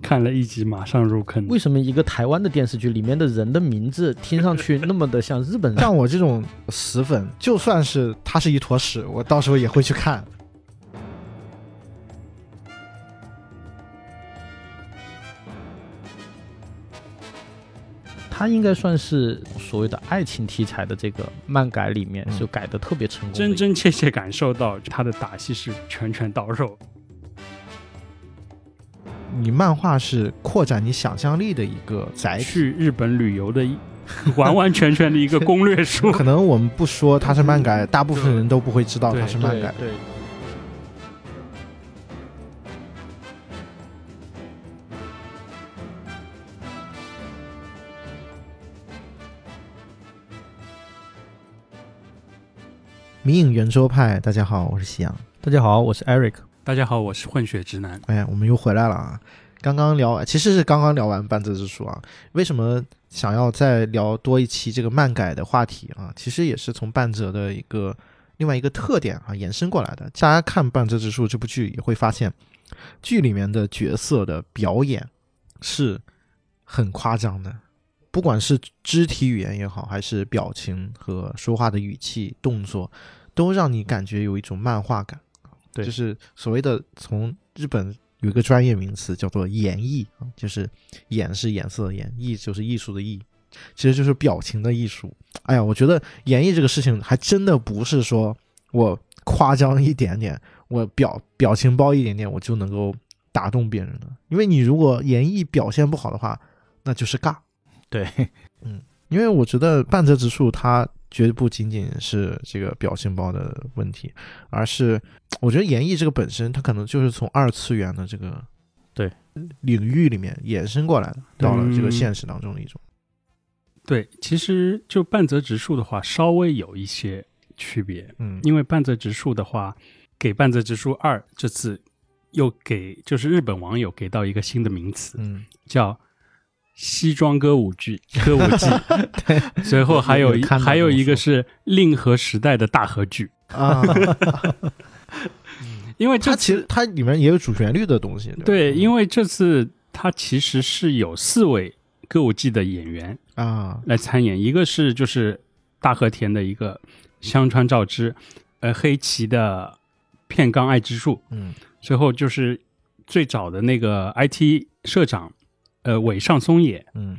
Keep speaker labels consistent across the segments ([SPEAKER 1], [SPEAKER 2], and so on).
[SPEAKER 1] 看了一集马上入坑。
[SPEAKER 2] 为什么一个台湾的电视剧里面的人的名字听上去那么的像日 本人？
[SPEAKER 3] 像我这种死粉，就算是它是一坨屎，我到时候也会去看。
[SPEAKER 2] 它应该算是所谓的爱情题材的这个漫改里面
[SPEAKER 3] 嗯
[SPEAKER 2] 就改的特别成功的一
[SPEAKER 1] 真
[SPEAKER 2] 个。
[SPEAKER 1] 真切切感受到他的打戏是拳拳到肉，
[SPEAKER 3] 你漫画是扩展你想象力的一个载体。
[SPEAKER 1] 去日本旅游的一 完完全全的一个攻略书。
[SPEAKER 3] 可能我们不说它是漫改，大部分人都不会知道它是漫
[SPEAKER 2] 嗯对
[SPEAKER 3] 改。
[SPEAKER 2] 对，
[SPEAKER 3] 迷影圆周派，大家好，我是夕阳。
[SPEAKER 2] 大家好，我是 Eric。
[SPEAKER 1] 大家好，我是混血直男。
[SPEAKER 3] 哎呀，我们又回来了啊！刚刚聊，其实是刚刚聊完《半泽直树》啊。为什么想要再聊多一期这个漫改的话题啊？其实也是从半泽的一个另外一个特点啊延伸过来的。大家看《半泽直树》这部剧也会发现，剧里面的角色的表演是很夸张的，不管是肢体语言也好，还是表情和说话的语气、动作，都让你感觉有一种漫画感。
[SPEAKER 1] 对
[SPEAKER 3] 就是所谓的从日本有一个专业名词叫做演绎啊，就是演是颜色的演，艺就是艺术的艺，其实就是表情的艺术。哎呀，我觉得演绎这个事情还真的不是说我夸张一点点，我表表情包一点点，我就能够打动别人的。因为你如果演绎表现不好的话，那就是尬。
[SPEAKER 2] 对，
[SPEAKER 3] 嗯，因为我觉得半泽直树它绝不仅仅是这个表情包的问题，而是我觉得演绎这个本身，它可能就是从二次元的这个
[SPEAKER 2] 对
[SPEAKER 3] 领域里面衍生过来的，到了
[SPEAKER 1] 嗯
[SPEAKER 3] 这个现实当中的一种。
[SPEAKER 1] 对，其实就半泽直树的话，稍微有一些区别，
[SPEAKER 3] 嗯，
[SPEAKER 1] 因为半泽直树的话，给半泽直树二这次又给就是日本网友给到一个新的名词，
[SPEAKER 3] 嗯，
[SPEAKER 1] 叫西装歌舞剧歌舞 伎，随后还有一
[SPEAKER 3] 有看到
[SPEAKER 1] 还有
[SPEAKER 3] 这么
[SPEAKER 1] 一个
[SPEAKER 3] 说
[SPEAKER 1] 是令和时代的大和剧，
[SPEAKER 3] 啊，
[SPEAKER 1] 因为
[SPEAKER 3] 它
[SPEAKER 1] 这
[SPEAKER 3] 啊其实它里面也有主旋律的嗯东西。
[SPEAKER 1] 对，因
[SPEAKER 3] 为
[SPEAKER 1] 为这次他其实是有四位歌舞伎的演员
[SPEAKER 3] 啊，
[SPEAKER 1] 来参演，一个是就是大和田的一个香川照之，呃，黑崎的片冈爱之助，
[SPEAKER 3] 嗯
[SPEAKER 1] 随后就是最早的那个 IT 社长，呃，尾上松野，
[SPEAKER 3] 嗯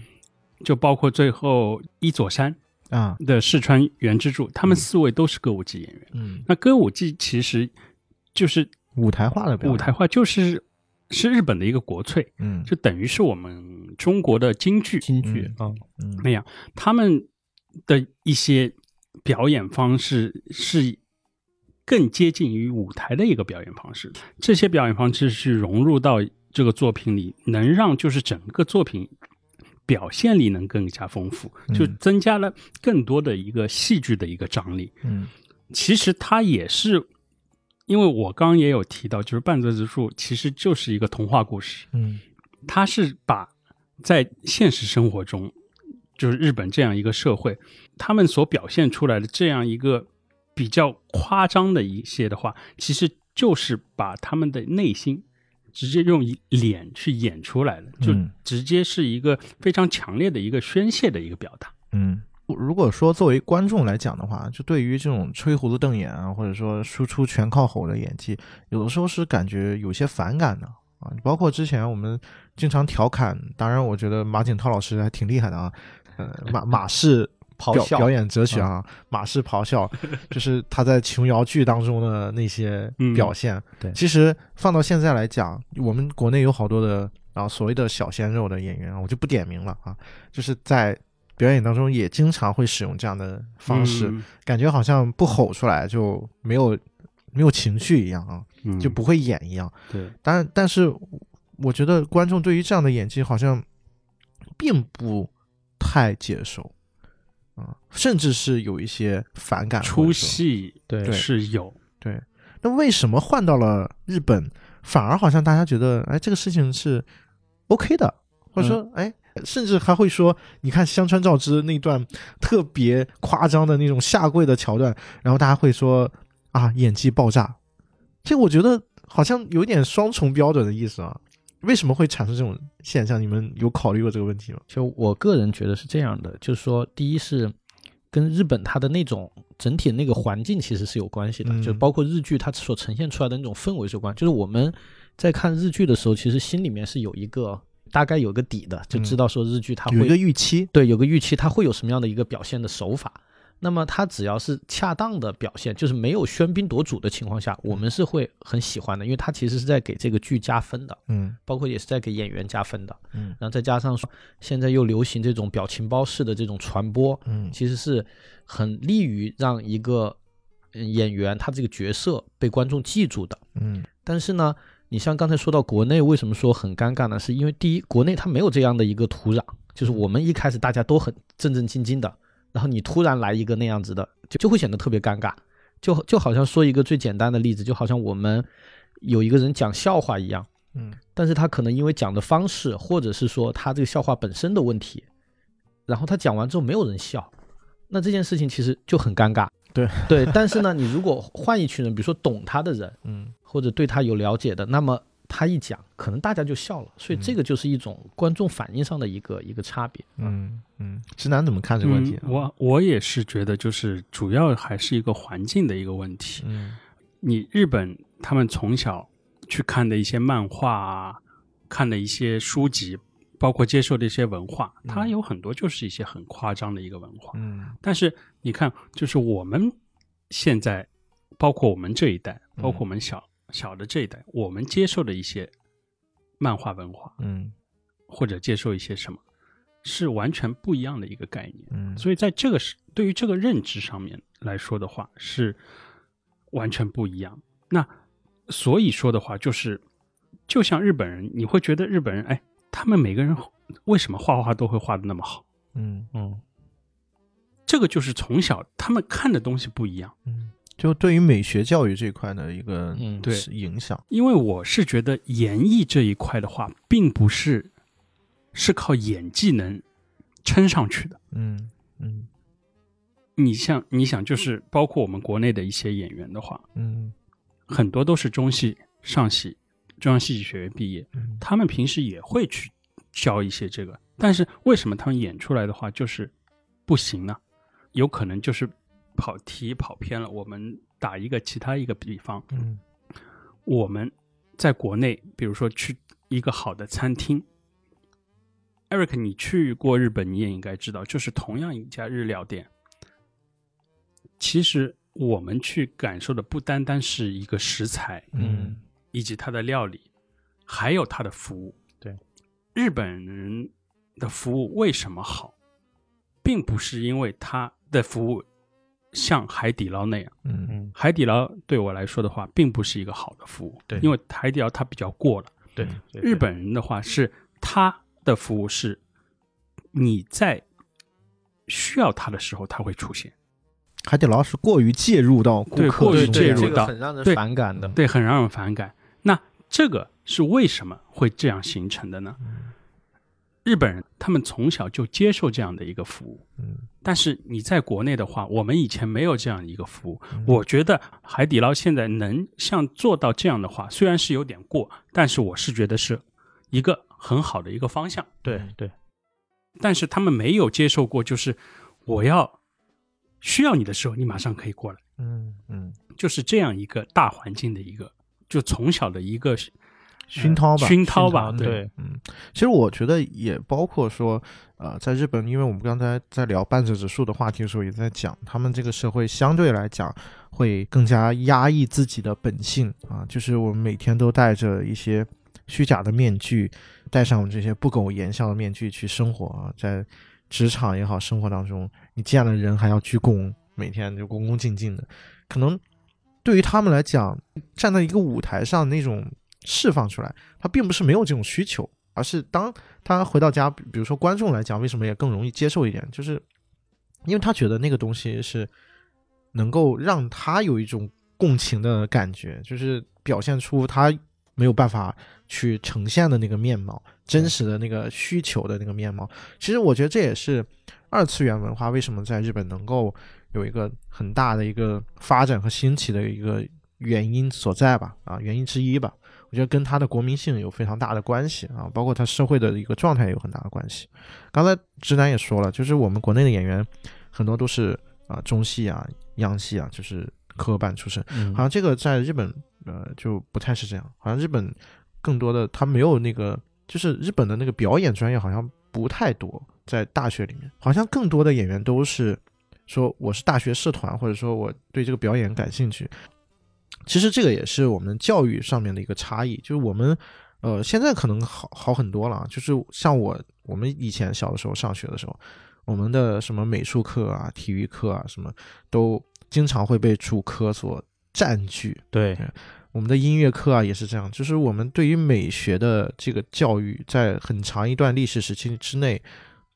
[SPEAKER 1] 就包括最后伊佐山
[SPEAKER 3] 啊
[SPEAKER 1] 的四川原之助，他们
[SPEAKER 3] 嗯
[SPEAKER 1] 四位都是歌舞伎演员。
[SPEAKER 3] 嗯，
[SPEAKER 1] 那歌舞伎其实就是
[SPEAKER 3] 舞台化的表演
[SPEAKER 1] 舞台，化，就是是日本的一个国粹，
[SPEAKER 3] 嗯
[SPEAKER 1] 就等于是我们中国的京剧
[SPEAKER 2] 京剧啊，
[SPEAKER 3] 嗯
[SPEAKER 1] 那样，他们的一些表演方式是更接近于舞台的一个表演方式。这些表演方式是融入到这个作品里，能让就是整个作品表现力能更加丰富，就
[SPEAKER 3] 嗯
[SPEAKER 1] 增加了更多的一个戏剧的一个张力。
[SPEAKER 3] 嗯
[SPEAKER 1] 其实它也是，因为我刚刚也有提到，就是《半泽直树》其实就是一个童话故事，
[SPEAKER 3] 嗯
[SPEAKER 1] 它是把在现实生活中，就是日本这样一个社会，他们所表现出来的这样一个比较夸张的一些的话，其实就是把他们的内心。直接用脸去演出来的，就
[SPEAKER 3] 嗯
[SPEAKER 1] 直接是一个非常强烈的一个宣泄的一个表达。
[SPEAKER 3] 嗯。如果说作为观众来讲的话，就对于这种吹胡子瞪眼啊，或者说输出全靠吼的演技，有的时候是感觉有些反感的啊。包括之前我们经常调侃，当然我觉得马景涛老师还挺厉害的啊，呃， 马马氏
[SPEAKER 2] 咆
[SPEAKER 3] 表
[SPEAKER 2] 哮
[SPEAKER 3] 表演哲学啊，马氏咆 哮，就是他在琼瑶剧当中的那些
[SPEAKER 1] 嗯
[SPEAKER 3] 表现。
[SPEAKER 2] 对
[SPEAKER 3] 其实放到现在来讲，我们国内有好多的啊所谓的小鲜肉的演员啊，我就不点名了啊，就是在表演当中也经常会使用这样的方式，
[SPEAKER 1] 嗯
[SPEAKER 3] 感觉好像不吼出来就没有没有情绪一样啊，
[SPEAKER 1] 嗯
[SPEAKER 3] 就不会演一样。
[SPEAKER 1] 对，
[SPEAKER 3] 当然，但是我觉得观众对于这样的演技好像并不太接受啊、甚至是有一些反感。或
[SPEAKER 1] 出
[SPEAKER 3] 者说
[SPEAKER 1] 戏
[SPEAKER 2] 对
[SPEAKER 1] 是有，
[SPEAKER 3] 对，那为什么换到了日本，反而好像大家觉得哎这个事情是 OK 的，或者说、哎。甚至还会说，你看香川照之那段特别夸张的那种下跪的桥段，然后大家会说啊，演技爆炸。这我觉得好像有点双重标准的意思啊。为什么会产生这种现象？你们有考虑过这个问题吗？
[SPEAKER 2] 就我个人觉得是这样的，就是说，第一是跟日本它的那种整体的那个环境其实是有关系的，
[SPEAKER 3] 嗯
[SPEAKER 2] 就包括日剧它所呈现出来的那种氛围是有关。就是我们在看日剧的时候，其实心里面是有一个大概有个底的，就知道说日剧它
[SPEAKER 3] 有
[SPEAKER 2] 会、
[SPEAKER 3] 一个预期，
[SPEAKER 2] 对有个预期，它会有什么样的一个表现的手法。那么它只要是恰当的表现，就是没有喧宾夺主的情况下，我们是会很喜欢的，因为它其实是在给这个剧加分的，
[SPEAKER 3] 嗯
[SPEAKER 2] 包括也是在给演员加分的。
[SPEAKER 3] 嗯
[SPEAKER 2] 然后再加上说，现在又流行这种表情包式的这种传播，
[SPEAKER 3] 嗯
[SPEAKER 2] 其实是很利于让一个呃演员他这个角色被观众记住的。
[SPEAKER 3] 嗯
[SPEAKER 2] 但是呢，你像刚才说到国内，为什么说很尴尬呢？是因为第一，国内它没有这样的一个土壤，就是我们一开始大家都很正正经经的，然后你突然来一个那样子的，就就会显得特别尴尬。就就好像说一个最简单的例子，就好像我们有一个人讲笑话一样。
[SPEAKER 3] 嗯
[SPEAKER 2] 但是他可能因为讲的方式，或者是说他这个笑话本身的问题，然后他讲完之后没有人笑，那这件事情其实就很尴尬。
[SPEAKER 3] 对
[SPEAKER 2] 对，但是呢，你如果换一群人，比如说懂他的人，
[SPEAKER 3] 嗯
[SPEAKER 2] 或者对他有了解的，那么他一讲，可能大家就笑了。所以这个就是一种观众反应上的一个一个差别。
[SPEAKER 3] 嗯嗯，直男怎么看这个问题啊
[SPEAKER 1] 嗯？我我也是觉得，就是主要还是一个环境的一个问题。
[SPEAKER 3] 嗯
[SPEAKER 1] 你日本他们从小去看的一些漫画、啊，看的一些书籍，包括接受的一些文化，它有很多就是一些很夸张的一个文化。
[SPEAKER 3] 嗯
[SPEAKER 1] 但是你看，就是我们现在，包括我们这一代，包
[SPEAKER 3] 嗯
[SPEAKER 1] 括我们小、小的这一代，我们接受的一些漫画文化，
[SPEAKER 3] 嗯
[SPEAKER 1] 或者接受一些什么，是完全不一样的一个概念。
[SPEAKER 3] 嗯，
[SPEAKER 1] 所以在这个是对于这个认知上面来说的话，是完全不一样。那所以说的话，就是就像日本人，你会觉得日本人，哎，他们每个人为什么画画都会画的那么好？
[SPEAKER 3] 嗯
[SPEAKER 2] 嗯，
[SPEAKER 1] 这个就是从小他们看的东西不一样。
[SPEAKER 3] 嗯，就对于美学教育这一块的一个
[SPEAKER 2] 嗯
[SPEAKER 1] 对
[SPEAKER 3] 影响，
[SPEAKER 1] 因为我是觉得演绎这一块的话，并不是是靠演技能撑上去的。
[SPEAKER 3] 嗯嗯
[SPEAKER 1] 你像你想，就是包括我们国内的一些演员的话，
[SPEAKER 3] 嗯
[SPEAKER 1] 很多都是中戏、上戏、中央戏剧学院毕业，
[SPEAKER 3] 嗯
[SPEAKER 1] 他们平时也会去教一些这个，但是为什么他们演出来的话就是不行呢？有可能就是跑题跑偏了。我们打一个其他一个比方，
[SPEAKER 3] 嗯
[SPEAKER 1] 我们在国内，比如说去一个好的餐厅，Eric，你去过日本，你也应该知道，就是同样一家日料店，其实我们去感受的不单单是一个食材
[SPEAKER 3] 嗯
[SPEAKER 1] 以及它的料理，还有它的服务。
[SPEAKER 2] 对，
[SPEAKER 1] 日本人的服务为什么好，并不是因为它的服务像海底捞那样。
[SPEAKER 3] 嗯
[SPEAKER 1] 海底捞对我来说的话，并不是一个好的服务，
[SPEAKER 2] 对
[SPEAKER 1] 因为海底捞它比较过了。
[SPEAKER 2] 对，
[SPEAKER 1] 日本人的话是他的服务是你在需要他的时候他会出现，
[SPEAKER 3] 海底捞是过于介入到顾
[SPEAKER 1] 对
[SPEAKER 3] 客
[SPEAKER 1] 过于
[SPEAKER 3] 的
[SPEAKER 1] 介
[SPEAKER 3] 这
[SPEAKER 1] 入
[SPEAKER 3] 种
[SPEAKER 2] 这
[SPEAKER 1] 到
[SPEAKER 2] 个很让人
[SPEAKER 1] 对
[SPEAKER 2] 反感的。
[SPEAKER 1] 对，很让人反感。那这个是为什么会这样形成的呢？日本人他们从小就接受这样的一个服务，
[SPEAKER 3] 嗯
[SPEAKER 1] 但是你在国内的话，我们以前没有这样一个服务。
[SPEAKER 3] 嗯
[SPEAKER 1] 我觉得海底捞现在能像做到这样的话，虽然是有点过，但是我是觉得是一个很好的一个方向。
[SPEAKER 2] 对对
[SPEAKER 1] 但是他们没有接受过，就是我要需要你的时候，你马上可以过来，
[SPEAKER 3] 嗯嗯
[SPEAKER 1] 就是这样一个大环境的一个，就从小的一个
[SPEAKER 3] 熏陶吧，
[SPEAKER 1] 熏陶吧，
[SPEAKER 2] 熏陶
[SPEAKER 1] 对，
[SPEAKER 2] 对
[SPEAKER 3] 嗯，其实我觉得也包括说，呃，在日本，因为我们刚才在聊半泽直树的话题的时候，也在讲他们这个社会相对来讲会更加压抑自己的本性啊，就是我们每天都戴着一些虚假的面具，戴上我们这些不苟言笑的面具去生活啊，在职场也好，生活当中，你见了人还要鞠躬，每天就恭恭敬敬的，可能对于他们来讲，站在一个舞台上那种释放出来，他并不是没有这种需求，而是当他回到家，比比如说观众来讲，为什么也更容易接受一点，就是因为他觉得那个东西是能够让他有一种共情的感觉，就是表现出他没有办法去呈现的那个面貌，真实的那个需求的那个面貌。其实我觉得这也是二次元文化为什么在日本能够有一个很大的一个发展和兴起的一个原因所在吧，啊，原因之一吧。我我觉得跟他的国民性有非常大的关系啊，包括他社会的一个状态也有很大的关系。刚才直男也说了，就是我们国内的演员很多都是啊、中戏啊、央戏啊，就是科班出身。
[SPEAKER 2] 嗯
[SPEAKER 3] 好像这个在日本呃就不太是这样，好像日本更多的他没有那个，就是日本的那个表演专业好像不太多，在大学里面，好像更多的演员都是说我是大学社团，或者说我对这个表演感兴趣。其实这个也是我们教育上面的一个差异，就是我们呃现在可能好好很多了啊，就是像我我们以前小的时候上学的时候，我们的什么美术课啊、体育课啊什么都。经常会被主科所占据。
[SPEAKER 2] 对
[SPEAKER 3] 我们的音乐课啊也是这样，就是我们对于美学的这个教育，在很长一段历史时期之内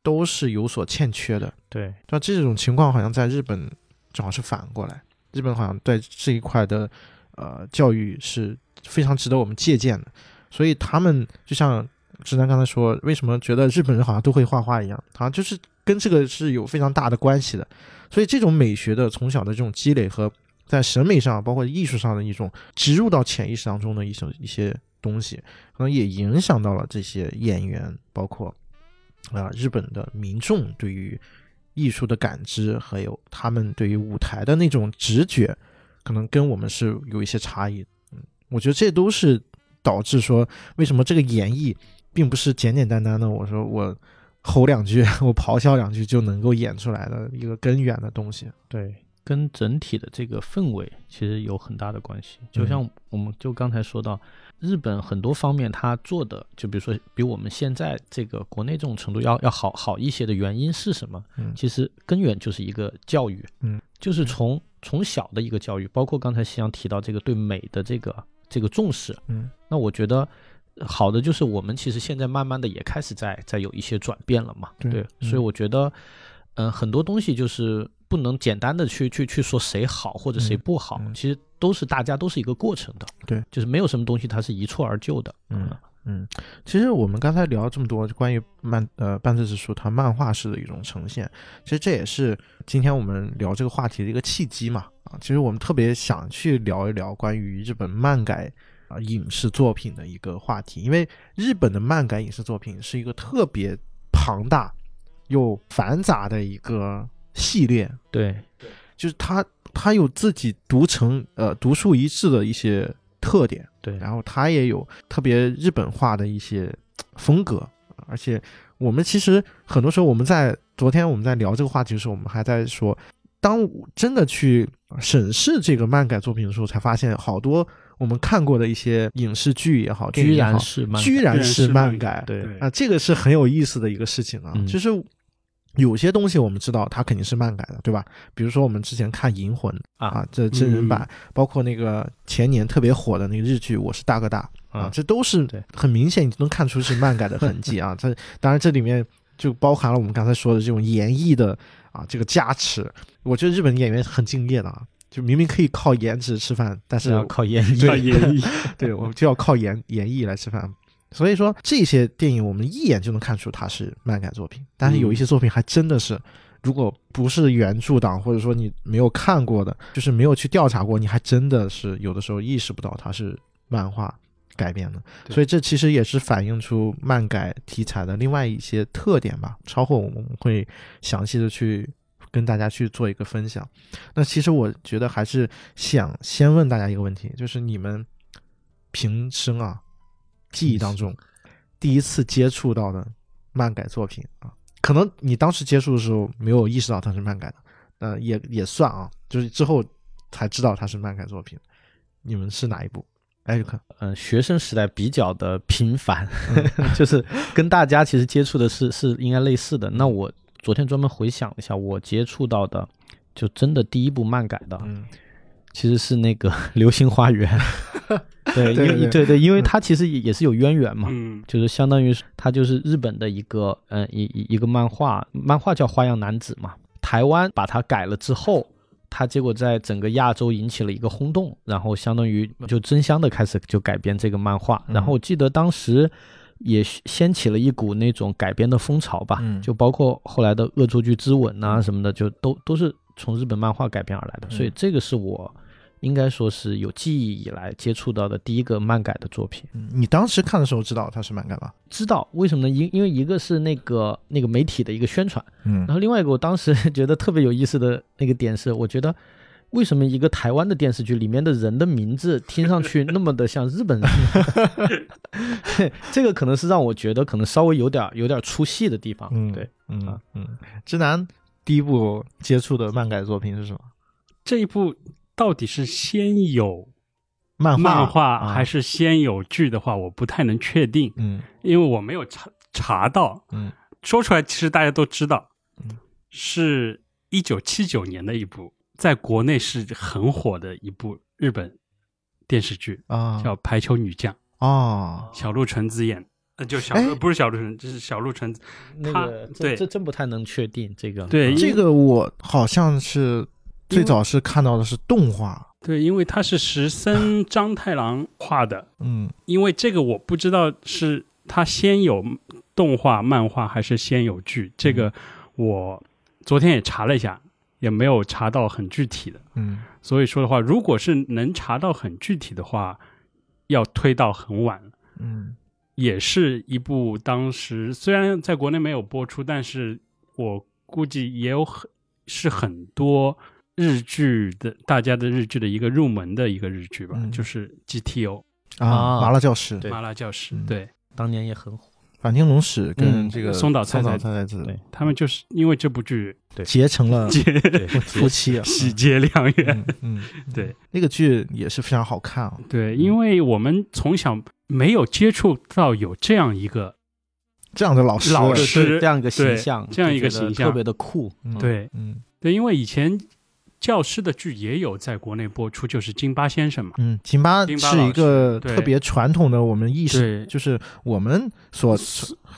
[SPEAKER 3] 都是有所欠缺的。
[SPEAKER 2] 对，
[SPEAKER 3] 那这种情况好像在日本正好是反过来，日本好像在这一块的呃教育是非常值得我们借鉴的，所以他们就像直男刚才说，为什么觉得日本人好像都会画画一样，好像就是跟这个是有非常大的关系的，所以这种美学的从小的这种积累和在审美上，包括艺术上的一种植入到潜意识当中的一种一些东西，可能也影响到了这些演员，包括啊、日本的民众对于艺术的感知，还有他们对于舞台的那种直觉，可能跟我们是有一些差异。嗯，我觉得这都是导致说为什么这个演绎并不是简简单单的，我说我吼两句， 我咆哮两句就能够演出来的一个根源的东西。
[SPEAKER 2] 对，跟整体的这个氛围其实有很大的关系。就
[SPEAKER 3] 嗯
[SPEAKER 2] 像我们就刚才说到，日本很多方面它做的，就比如说比我们现在这个国内这种程度要要好好一些的原因是什么？
[SPEAKER 3] 嗯
[SPEAKER 2] 其实根源就是一个教育，
[SPEAKER 3] 嗯，
[SPEAKER 2] 就是从从小的一个教育，包括刚才夕阳提到这个对美的这个这个重视，
[SPEAKER 3] 嗯
[SPEAKER 2] 那我觉得呃好的就是我们其实现在慢慢的也开始在在有一些转变了嘛，
[SPEAKER 3] 对嗯
[SPEAKER 2] 所以我觉得，嗯、很多东西就是不能简单的去去去说谁好或者谁
[SPEAKER 3] 嗯
[SPEAKER 2] 不好，
[SPEAKER 3] 嗯
[SPEAKER 2] 其实都是大家都是一个过程的，
[SPEAKER 3] 对，
[SPEAKER 2] 就是没有什么东西它是一蹴而就的，
[SPEAKER 3] 嗯嗯，其实我们刚才聊了这么多关于漫呃半泽直树它漫画式的一种呈现，其实这也是今天我们聊这个话题的一个契机嘛啊，其实我们特别想去聊一聊关于日本漫改啊、影视作品的一个话题，因为日本的漫改影视作品是一个特别庞大又繁杂的一个系列，
[SPEAKER 2] 对，
[SPEAKER 3] 就是它它有自己独成呃独树一帜的一些特点。
[SPEAKER 2] 对，
[SPEAKER 3] 然后它也有特别日本化的一些风格，而且我们其实很多时候我们在昨天我们在聊这个话题的时候，我们还在说，当我真的去审视这个漫改作品的时候，才发现好多我们看过的一些影视剧也好，电影
[SPEAKER 2] 居
[SPEAKER 3] 也好
[SPEAKER 2] 然是漫
[SPEAKER 3] 居
[SPEAKER 1] 居
[SPEAKER 3] 然
[SPEAKER 1] 然
[SPEAKER 3] 是
[SPEAKER 1] 是
[SPEAKER 3] 漫
[SPEAKER 1] 漫
[SPEAKER 3] 改，
[SPEAKER 2] 对
[SPEAKER 3] 啊，这个是很有意思的一个事情啊，
[SPEAKER 2] 嗯
[SPEAKER 3] 就是有些东西我们知道它肯定是漫改的，对吧？比如说我们之前看《银魂》
[SPEAKER 2] 啊
[SPEAKER 3] 啊，这真人版，包括那个前年特别火的那个日剧《我是大哥大》啊
[SPEAKER 2] 嗯，
[SPEAKER 3] 这都是
[SPEAKER 2] 对
[SPEAKER 3] 很明显，你能看出是漫改的 痕迹啊。这当然这里面就包含了我们刚才说的这种演绎的啊这个加持，我觉得日本演员很敬业的啊。就明明可以靠颜值吃饭，但是
[SPEAKER 2] 要靠演
[SPEAKER 1] 要
[SPEAKER 2] 绎，
[SPEAKER 1] 演绎，
[SPEAKER 3] 对，我们就要靠演演绎来吃饭。所以说这些电影我们一眼就能看出它是漫改作品，但是有一些作品还真的是，如果不是原著党或者说你没有看过的，就是没有去调查过，你还真的是有的时候意识不到它是漫画改编的。
[SPEAKER 1] 对
[SPEAKER 3] 所以这其实也是反映出漫改题材的另外一些特点吧。稍后我们会详细的去跟大家去做一个分享。那其实我觉得还是想先问大家一个问题，就是你们平生啊记忆当中第一次接触到的漫改作品啊，可能你当时接触的时候没有意识到它是漫改的，呃，也也算啊，就是之后才知道它是漫改作品。你们是哪一部？哎艾瑞克，
[SPEAKER 2] 嗯、学生时代比较的频繁，
[SPEAKER 3] 嗯
[SPEAKER 2] 就是跟大家其实接触的是是应该类似的。那我昨天专门回想了一下，我接触到的就真的第一部漫改的，
[SPEAKER 3] 嗯
[SPEAKER 2] 其实是那个 《流星花园》 对，因
[SPEAKER 3] 对
[SPEAKER 2] 为
[SPEAKER 3] 对嗯
[SPEAKER 2] 对对，因为它其实也也是有渊源嘛，
[SPEAKER 1] 嗯，
[SPEAKER 2] 就是相当于是它就是日本的一个嗯一一一个漫画，漫画叫《花样男子》嘛，台湾把它改了之后。它结果在整个亚洲引起了一个轰动，然后相当于就争相的开始就改编这个漫画。
[SPEAKER 3] 嗯
[SPEAKER 2] 然后我记得当时也掀起了一股那种改编的风潮吧，
[SPEAKER 3] 嗯
[SPEAKER 2] 就包括后来的《啊
[SPEAKER 3] 嗯
[SPEAKER 2] 恶作剧之吻》呐什么的，就都都是从日本漫画改编而来的。所以这个是我应该说是有记忆以来接触到的第一个漫改的作品。
[SPEAKER 3] 嗯你当时看的时候知道它是漫改吧？
[SPEAKER 2] 知道为什么呢？因因为一个是那个那个媒体的一个宣传，
[SPEAKER 3] 嗯
[SPEAKER 2] 然后另外一个我当时觉得特别有意思的那个点是，我觉得为什么一个台湾的电视剧里面的人的名字听上去那么的像日本人？ 这个可能是让我觉得可能稍微有点有点出戏的地方。
[SPEAKER 3] 嗯
[SPEAKER 2] 对，
[SPEAKER 3] 嗯
[SPEAKER 2] 啊
[SPEAKER 3] 嗯，直男第一部接触的漫改作品是什么？
[SPEAKER 1] 这一部到底是先有
[SPEAKER 3] 漫画
[SPEAKER 1] 漫画
[SPEAKER 3] 啊
[SPEAKER 1] 还是先有剧的话，我不太能确定，
[SPEAKER 3] 嗯
[SPEAKER 1] 因为我没有查查到。
[SPEAKER 3] 嗯，
[SPEAKER 1] 说出来其实大家都知道
[SPEAKER 3] 嗯，
[SPEAKER 1] 是一九七九年的一部，在国内是很火的一部日本电视剧，
[SPEAKER 3] 啊
[SPEAKER 1] 叫《排球女将》，
[SPEAKER 3] 哦，
[SPEAKER 1] 小鹿纯子演，呃，就小
[SPEAKER 3] 哎啊
[SPEAKER 1] 不是小鹿纯，就是小鹿纯子。
[SPEAKER 2] 那
[SPEAKER 1] 他
[SPEAKER 2] 个
[SPEAKER 1] 对
[SPEAKER 2] 这这真不太能确定这个。
[SPEAKER 1] 对
[SPEAKER 2] 啊
[SPEAKER 1] 因
[SPEAKER 3] 这个我好像是
[SPEAKER 1] 因为
[SPEAKER 3] 最早是看到的是动画，
[SPEAKER 1] 对，因为它是石森章太郎画的，
[SPEAKER 3] 嗯
[SPEAKER 1] 因为这个我不知道是他先有动画、漫画还是先有剧，这个我昨天也查了一下，也没有查到很具体的。
[SPEAKER 3] 嗯
[SPEAKER 1] 所以说的话，如果是能查到很具体的话，要推到很晚了。
[SPEAKER 3] 嗯
[SPEAKER 1] 也是一部当时虽然在国内没有播出，但是我估计也有很是很多日剧的大家的日剧的一个入门的一个日剧吧，
[SPEAKER 3] 嗯
[SPEAKER 1] 就是 GTO
[SPEAKER 3] 啊，
[SPEAKER 2] 啊
[SPEAKER 3] 麻辣教师、
[SPEAKER 2] 对
[SPEAKER 1] 麻辣教师，
[SPEAKER 3] 嗯
[SPEAKER 1] 对
[SPEAKER 2] 当年也很火。
[SPEAKER 3] 反町隆史跟
[SPEAKER 2] 嗯
[SPEAKER 3] 这个
[SPEAKER 1] 松岛菜菜
[SPEAKER 3] 菜菜菜子
[SPEAKER 2] 对
[SPEAKER 1] 他们就是因为这部剧
[SPEAKER 2] 对
[SPEAKER 3] 结成了
[SPEAKER 1] 结
[SPEAKER 2] 对，
[SPEAKER 3] 夫妻啊，
[SPEAKER 1] 喜结良缘，
[SPEAKER 3] 嗯嗯，嗯
[SPEAKER 1] 对，
[SPEAKER 3] 那个剧也是非常好看啊，
[SPEAKER 1] 对，因为我们从小没有接触到有这样一个
[SPEAKER 3] 这样的老师，
[SPEAKER 1] 老
[SPEAKER 2] 对
[SPEAKER 1] 师
[SPEAKER 2] 这样一个
[SPEAKER 1] 对
[SPEAKER 2] 形象，
[SPEAKER 1] 这样一个
[SPEAKER 2] 就觉得
[SPEAKER 1] 形象
[SPEAKER 2] 特别的酷。
[SPEAKER 3] 嗯
[SPEAKER 1] 对
[SPEAKER 3] 嗯
[SPEAKER 1] 对，因为以前教师的剧也有在国内播出，就是《金八先生》嘛。
[SPEAKER 3] 嗯，辛巴
[SPEAKER 1] 辛巴
[SPEAKER 3] 是一个
[SPEAKER 1] 老师对
[SPEAKER 3] 特别传统的我们意识，
[SPEAKER 1] 对
[SPEAKER 3] 就是我们所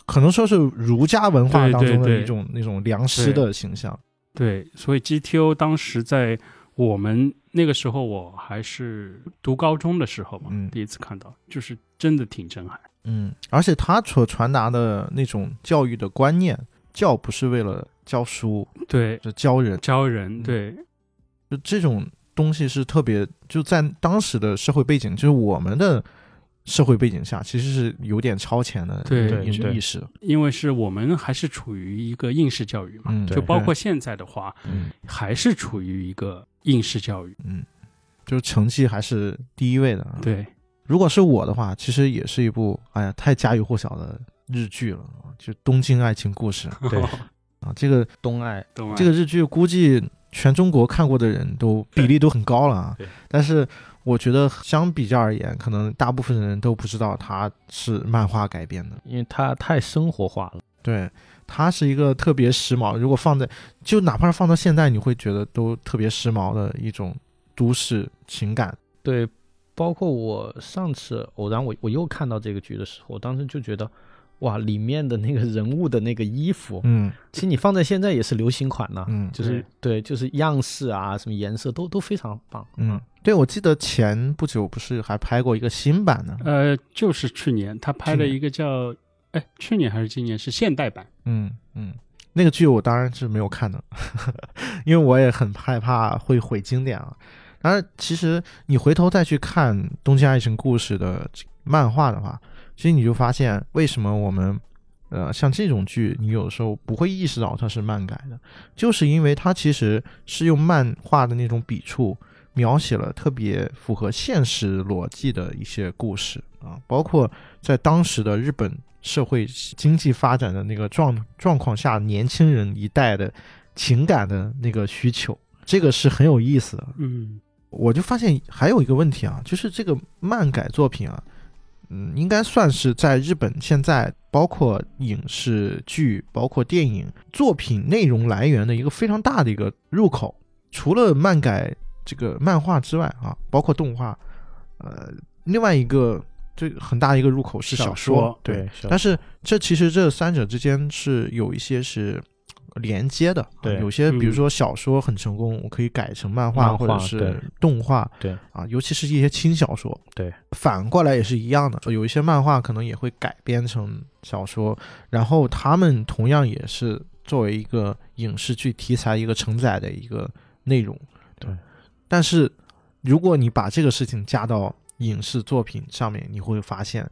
[SPEAKER 3] 可能说是儒家文化
[SPEAKER 1] 对
[SPEAKER 3] 当中
[SPEAKER 1] 对
[SPEAKER 3] 的
[SPEAKER 1] 对
[SPEAKER 3] 一种那种良师的形象。
[SPEAKER 1] 对，所以 GTO 当时在我们那个时候，我还是读高中的时候嘛，
[SPEAKER 3] 嗯
[SPEAKER 1] 第一次看到，就是真的挺震撼。
[SPEAKER 3] 嗯，而且他所传达的那种教育的观念，教不是为了教书，
[SPEAKER 1] 对，
[SPEAKER 3] 是教人，
[SPEAKER 1] 教人
[SPEAKER 3] 嗯
[SPEAKER 1] 对
[SPEAKER 3] 就这种东西是特别就在当时的社会背景，就是我们的社会背景下，其实是有点超前的
[SPEAKER 1] 对
[SPEAKER 3] 一个意
[SPEAKER 2] 对
[SPEAKER 3] 意识。
[SPEAKER 1] 因为是我们还是处于一个应试教育嘛，
[SPEAKER 3] 嗯
[SPEAKER 1] 就
[SPEAKER 3] 对
[SPEAKER 1] 包括现在的话，
[SPEAKER 2] 嗯，
[SPEAKER 1] 还是处于一个应试教育。
[SPEAKER 3] 嗯，就是成绩还是第一位的啊。
[SPEAKER 1] 对，
[SPEAKER 3] 如果是我的话，其实也是一部哎呀太家喻户晓的日剧了，就《东京爱情故事》
[SPEAKER 2] 对
[SPEAKER 3] 啊。这个
[SPEAKER 2] 东爱
[SPEAKER 1] 懂吗？
[SPEAKER 3] 这个日剧估计全中国看过的人都比例都很高了啊
[SPEAKER 2] 对。
[SPEAKER 3] 但是我觉得相比较而言，可能大部分人都不知道它是漫画改编的。
[SPEAKER 2] 因为它太生活化了。
[SPEAKER 3] 对，它是一个特别时髦，如果放在就哪怕放到现在，你会觉得都特别时髦的一种都市情感。
[SPEAKER 2] 对，包括我上次偶然我我又看到这个剧的时候，我当时就觉得，哇，里面的那个人物的那个衣服，
[SPEAKER 3] 嗯
[SPEAKER 2] 其实你放在现在也是流行款呐、
[SPEAKER 3] 嗯
[SPEAKER 2] 就是对，就是样式啊，什么颜色都都非常棒。
[SPEAKER 3] 嗯，对，我记得前不久不是还拍过一个新版的，
[SPEAKER 1] 呃，就是去年他拍
[SPEAKER 3] 去
[SPEAKER 1] 了
[SPEAKER 3] 年
[SPEAKER 1] 一个叫，哎，去年还是今年是现代版。
[SPEAKER 3] 嗯嗯，那个剧我当然是没有看的， 因为我也很害怕会毁经典啊。当然，其实你回头再去看《东京爱情故事》的这漫画的话，其实你就发现为什么我们。呃，像这种剧，你有时候不会意识到它是漫改的，就是因为它其实是用漫画的那种笔触描写了特别符合现实逻辑的一些故事啊，包括在当时的日本社会经济发展的那个状状况下，年轻人一代的情感的那个需求，这个是很有意思的。
[SPEAKER 1] 嗯，
[SPEAKER 3] 我就发现还有一个问题啊，就是这个漫改作品啊，嗯，应该算是在日本现在包括影视剧、包括电影作品内容来源的一个非常大的一个入口。除了漫改这个漫画之外啊，包括动画，呃，另外一个最很大的一个入口是
[SPEAKER 1] 小
[SPEAKER 3] 小
[SPEAKER 1] 说
[SPEAKER 3] 对，
[SPEAKER 2] 小
[SPEAKER 3] 但是这其实这三者之间是有一些是呃连接的，
[SPEAKER 2] 对
[SPEAKER 3] 有些比如
[SPEAKER 1] 嗯
[SPEAKER 3] 说小说很成功，我可以改成漫画
[SPEAKER 2] 漫
[SPEAKER 3] 或者
[SPEAKER 2] 画对
[SPEAKER 3] 是动画，
[SPEAKER 2] 对
[SPEAKER 3] 啊，尤其是一些轻小说，
[SPEAKER 2] 对，
[SPEAKER 3] 反过来也是一样的，有一些漫画可能也会改编成小说，然后他们同样也是作为一个影视剧题材一个承载的一个内容，
[SPEAKER 2] 对，
[SPEAKER 3] 但是。如果你把这个事情加到影视作品上面，你会发现，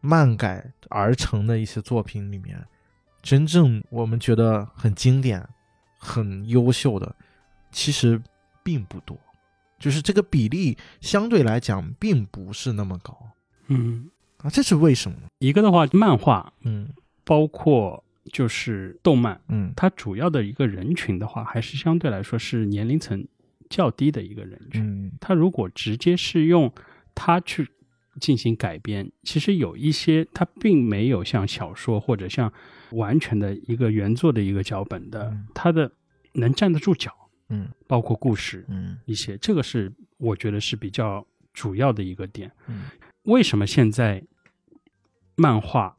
[SPEAKER 3] 漫改而成的一些作品里面，真正我们觉得很经典、很优秀的，其实并不多，就是这个比例相对来讲并不是那么高
[SPEAKER 1] 嗯，
[SPEAKER 3] 啊，这是为什么呢？
[SPEAKER 1] 一个的话，漫画
[SPEAKER 3] 嗯
[SPEAKER 1] 包括就是动漫，
[SPEAKER 3] 嗯
[SPEAKER 1] 它主要的一个人群的话，还是相对来说是年龄层较低的一个人群。
[SPEAKER 3] 嗯
[SPEAKER 1] 它如果直接是用它去进行改编，其实有一些它并没有像小说或者像完全的一个原作的一个脚本的
[SPEAKER 3] 嗯，
[SPEAKER 1] 它的能站得住脚，
[SPEAKER 3] 嗯，
[SPEAKER 1] 包括故事
[SPEAKER 3] 嗯
[SPEAKER 1] 一些，这个是我觉得是比较主要的一个点。
[SPEAKER 3] 嗯
[SPEAKER 1] 为什么现在漫画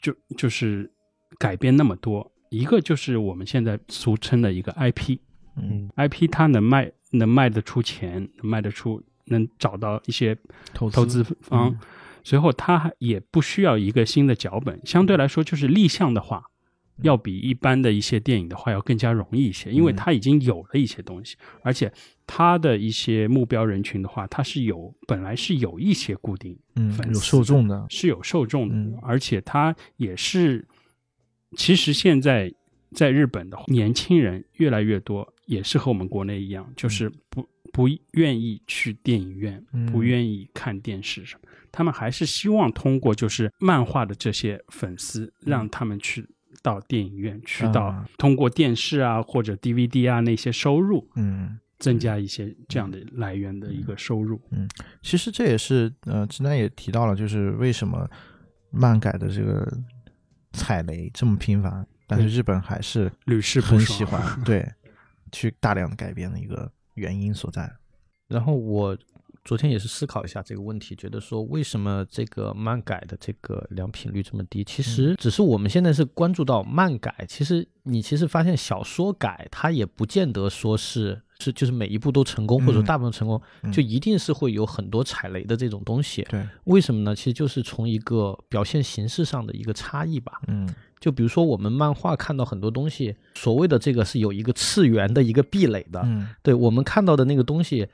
[SPEAKER 1] 就就是改编那么多？一个就是我们现在俗称的一个 IP，
[SPEAKER 3] 嗯，
[SPEAKER 1] IP 它能卖能卖得出钱，能卖得出，能找到一些
[SPEAKER 3] 投
[SPEAKER 1] 投资方，
[SPEAKER 3] 嗯
[SPEAKER 1] 随后它还也不需要一个新的脚本，相对来说就是立项的话，
[SPEAKER 3] 嗯
[SPEAKER 1] 要比一般的一些电影的话要更加容易一些，因为
[SPEAKER 3] 嗯
[SPEAKER 1] 它已经有了一些东西，而且它的一些目标人群的话，它是有本来是有一些固定
[SPEAKER 3] 嗯
[SPEAKER 1] 粉
[SPEAKER 3] 有
[SPEAKER 1] 丝
[SPEAKER 3] 受众的，
[SPEAKER 1] 是有受众的，
[SPEAKER 3] 嗯
[SPEAKER 1] 而且它也是，其实现在在日本的话年轻人越来越多，也是和我们国内一样，就是不不愿意去电影院，
[SPEAKER 3] 嗯
[SPEAKER 1] 不愿意看电视什么，他们还是希望通过就是漫画的这些粉丝，让他们去到电影院，去到
[SPEAKER 3] 嗯啊
[SPEAKER 1] 通过电视啊或者 DVD 啊那些收入，
[SPEAKER 3] 嗯。
[SPEAKER 1] 增加一些这样的来源的一个收入。
[SPEAKER 3] 其实这也是呃，之前也提到了，就是为什么漫改的这个踩雷这么频繁，但是
[SPEAKER 1] 对
[SPEAKER 3] 日本还是
[SPEAKER 1] 屡试不
[SPEAKER 3] 很
[SPEAKER 1] 爽，
[SPEAKER 3] 喜欢 对去大量的改编的一个原因所在。
[SPEAKER 2] 然后我昨天也是思考一下这个问题，觉得说为什么这个漫改的这个良品率这么低？其
[SPEAKER 3] 嗯
[SPEAKER 2] 实只是我们现在是关注到漫改，其实你其实发现小说改它也不见得说是是就是每一步都成功，或者说
[SPEAKER 3] 嗯
[SPEAKER 2] 大部分成功，
[SPEAKER 3] 嗯
[SPEAKER 2] 就一定是会有很多踩雷的这种东西。
[SPEAKER 3] 对，
[SPEAKER 2] 为什么呢？其实就是从一个表现形式上的一个差异吧。
[SPEAKER 3] 嗯
[SPEAKER 2] 就比如说我们漫画看到很多东西，所谓的这个是有一个次元的一个壁垒的，
[SPEAKER 3] 嗯
[SPEAKER 2] 对我们看到的那个东西，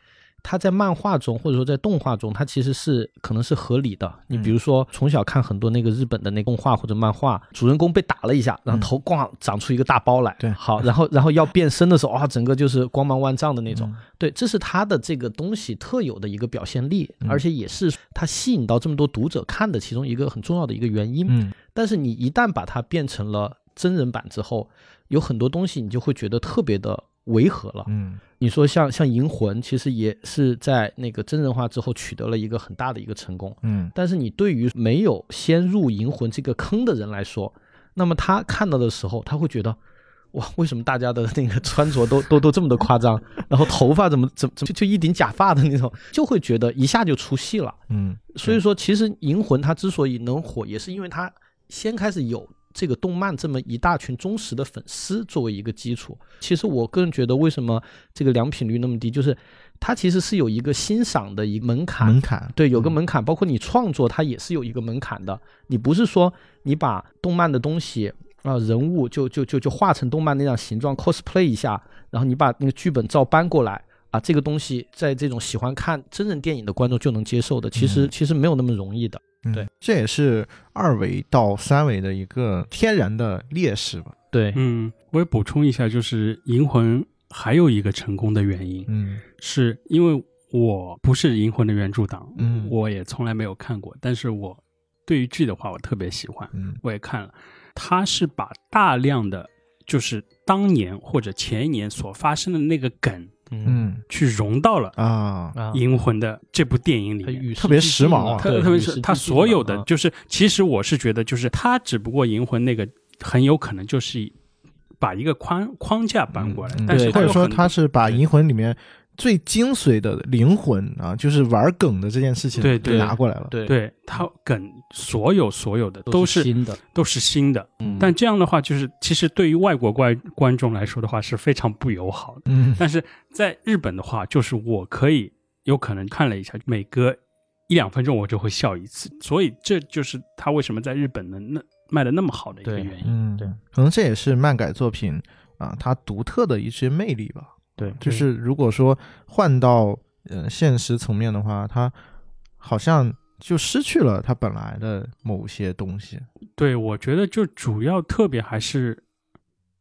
[SPEAKER 2] 它在漫画中或者说在动画中，它其实是可能是合理的。你
[SPEAKER 3] 嗯
[SPEAKER 2] 比如说，从小看很多那个日本的那动画或者漫画，主人公被打了一下，然后头咣长出一个大包来，
[SPEAKER 3] 嗯对
[SPEAKER 2] 好，然后然后要变身的时候，哇、整个就是光芒万丈的那种。
[SPEAKER 3] 嗯
[SPEAKER 2] 对，这是它的这个东西特有的一个表现力，
[SPEAKER 3] 嗯
[SPEAKER 2] 而且也是它吸引到这么多读者看的其中一个很重要的一个原因。
[SPEAKER 3] 嗯
[SPEAKER 2] 但是你一旦把它变成了真人版之后，有很多东西你就会觉得特别的违和了。
[SPEAKER 3] 嗯
[SPEAKER 2] 你说像像《银魂》，其实也是在那个真人化之后取得了一个很大的一个成功。
[SPEAKER 3] 嗯
[SPEAKER 2] 但是你对于没有先入《银魂》这个坑的人来说，那么他看到的时候，他会觉得，哇，为什么大家的那个穿着都都都这么的夸张，然后头发怎么怎么怎么就就一顶假发的那种，就会觉得一下就出戏了。
[SPEAKER 3] 嗯
[SPEAKER 2] 所以说，其实《银魂》它之所以能火，也是因为它先开始有这个动漫这么一大群忠实的粉丝作为一个基础。其实我个人觉得，为什么这个良品率那么低，就是它其实是有一个欣赏的一个门槛。
[SPEAKER 3] 门槛
[SPEAKER 2] 对，有个门槛，包括你创作，它也是有一个门槛的。你不是说你把动漫的东西啊、人物就就就就画成动漫那样形状 cosplay 一下，然后你把那个剧本照搬过来啊，这个东西在这种喜欢看真人电影的观众就能接受的，其实、
[SPEAKER 3] 嗯
[SPEAKER 2] 其实没有那么容易的。
[SPEAKER 3] 嗯
[SPEAKER 2] 对
[SPEAKER 3] 这也是二维到三维的一个天然的劣势吧。
[SPEAKER 2] 对，
[SPEAKER 1] 嗯，我也补充一下，就是《银魂》还有一个成功的原因，
[SPEAKER 3] 嗯
[SPEAKER 1] 是因为我不是《银魂》的原著党，
[SPEAKER 3] 嗯
[SPEAKER 1] 我也从来没有看过，但是我对于剧的话，我特别喜欢，
[SPEAKER 3] 嗯
[SPEAKER 1] 我也看了。他是把大量的就是当年或者前一年所发生的那个梗，
[SPEAKER 3] 嗯
[SPEAKER 1] 去融到了
[SPEAKER 3] 啊
[SPEAKER 2] 啊
[SPEAKER 1] 《银魂》的这部电影里
[SPEAKER 2] 它
[SPEAKER 1] 面。
[SPEAKER 2] 与时
[SPEAKER 3] 特别
[SPEAKER 2] 俱
[SPEAKER 3] 时
[SPEAKER 2] 进
[SPEAKER 3] 髦
[SPEAKER 2] 了
[SPEAKER 3] 啊
[SPEAKER 1] 嗯特
[SPEAKER 2] 对
[SPEAKER 1] 特别
[SPEAKER 2] 与时
[SPEAKER 1] 是
[SPEAKER 2] 俱
[SPEAKER 1] 他
[SPEAKER 2] 进
[SPEAKER 1] 所
[SPEAKER 2] 了
[SPEAKER 1] 有的
[SPEAKER 2] 啊，
[SPEAKER 1] 就是其实我是觉得，就是他只不过银魂那个很有可能就是把一个框框架搬过来，
[SPEAKER 3] 嗯
[SPEAKER 1] 但是
[SPEAKER 2] 对
[SPEAKER 1] 它
[SPEAKER 3] 或者
[SPEAKER 1] 有
[SPEAKER 3] 说
[SPEAKER 1] 很
[SPEAKER 3] 他是把《
[SPEAKER 1] 对
[SPEAKER 3] 银魂》里面最精髓的灵魂啊，就是玩梗的这件事情，
[SPEAKER 1] 对对
[SPEAKER 3] 拿过来了。
[SPEAKER 2] 对
[SPEAKER 1] 对它梗所有所有的都
[SPEAKER 2] 都
[SPEAKER 1] 是
[SPEAKER 2] 新的，
[SPEAKER 1] 都是新的，
[SPEAKER 2] 嗯
[SPEAKER 1] 但这样的话就是其实对于外国观观众来说的话是非常不友好的。
[SPEAKER 3] 嗯
[SPEAKER 1] 但是在日本的话，就是我可以有可能看了一下，每隔一两分钟我就会笑一次，所以这就是他为什么在日本能那卖的那么好的一个
[SPEAKER 2] 对
[SPEAKER 1] 原因。
[SPEAKER 3] 嗯，
[SPEAKER 2] 对，
[SPEAKER 3] 可能这也是漫改作品啊，它独特的一些魅力吧。
[SPEAKER 2] 对，
[SPEAKER 3] 就是如果说换到呃现实层面的话，它好像就失去了它本来的某些东西。
[SPEAKER 1] 对，我觉得就主要特别还是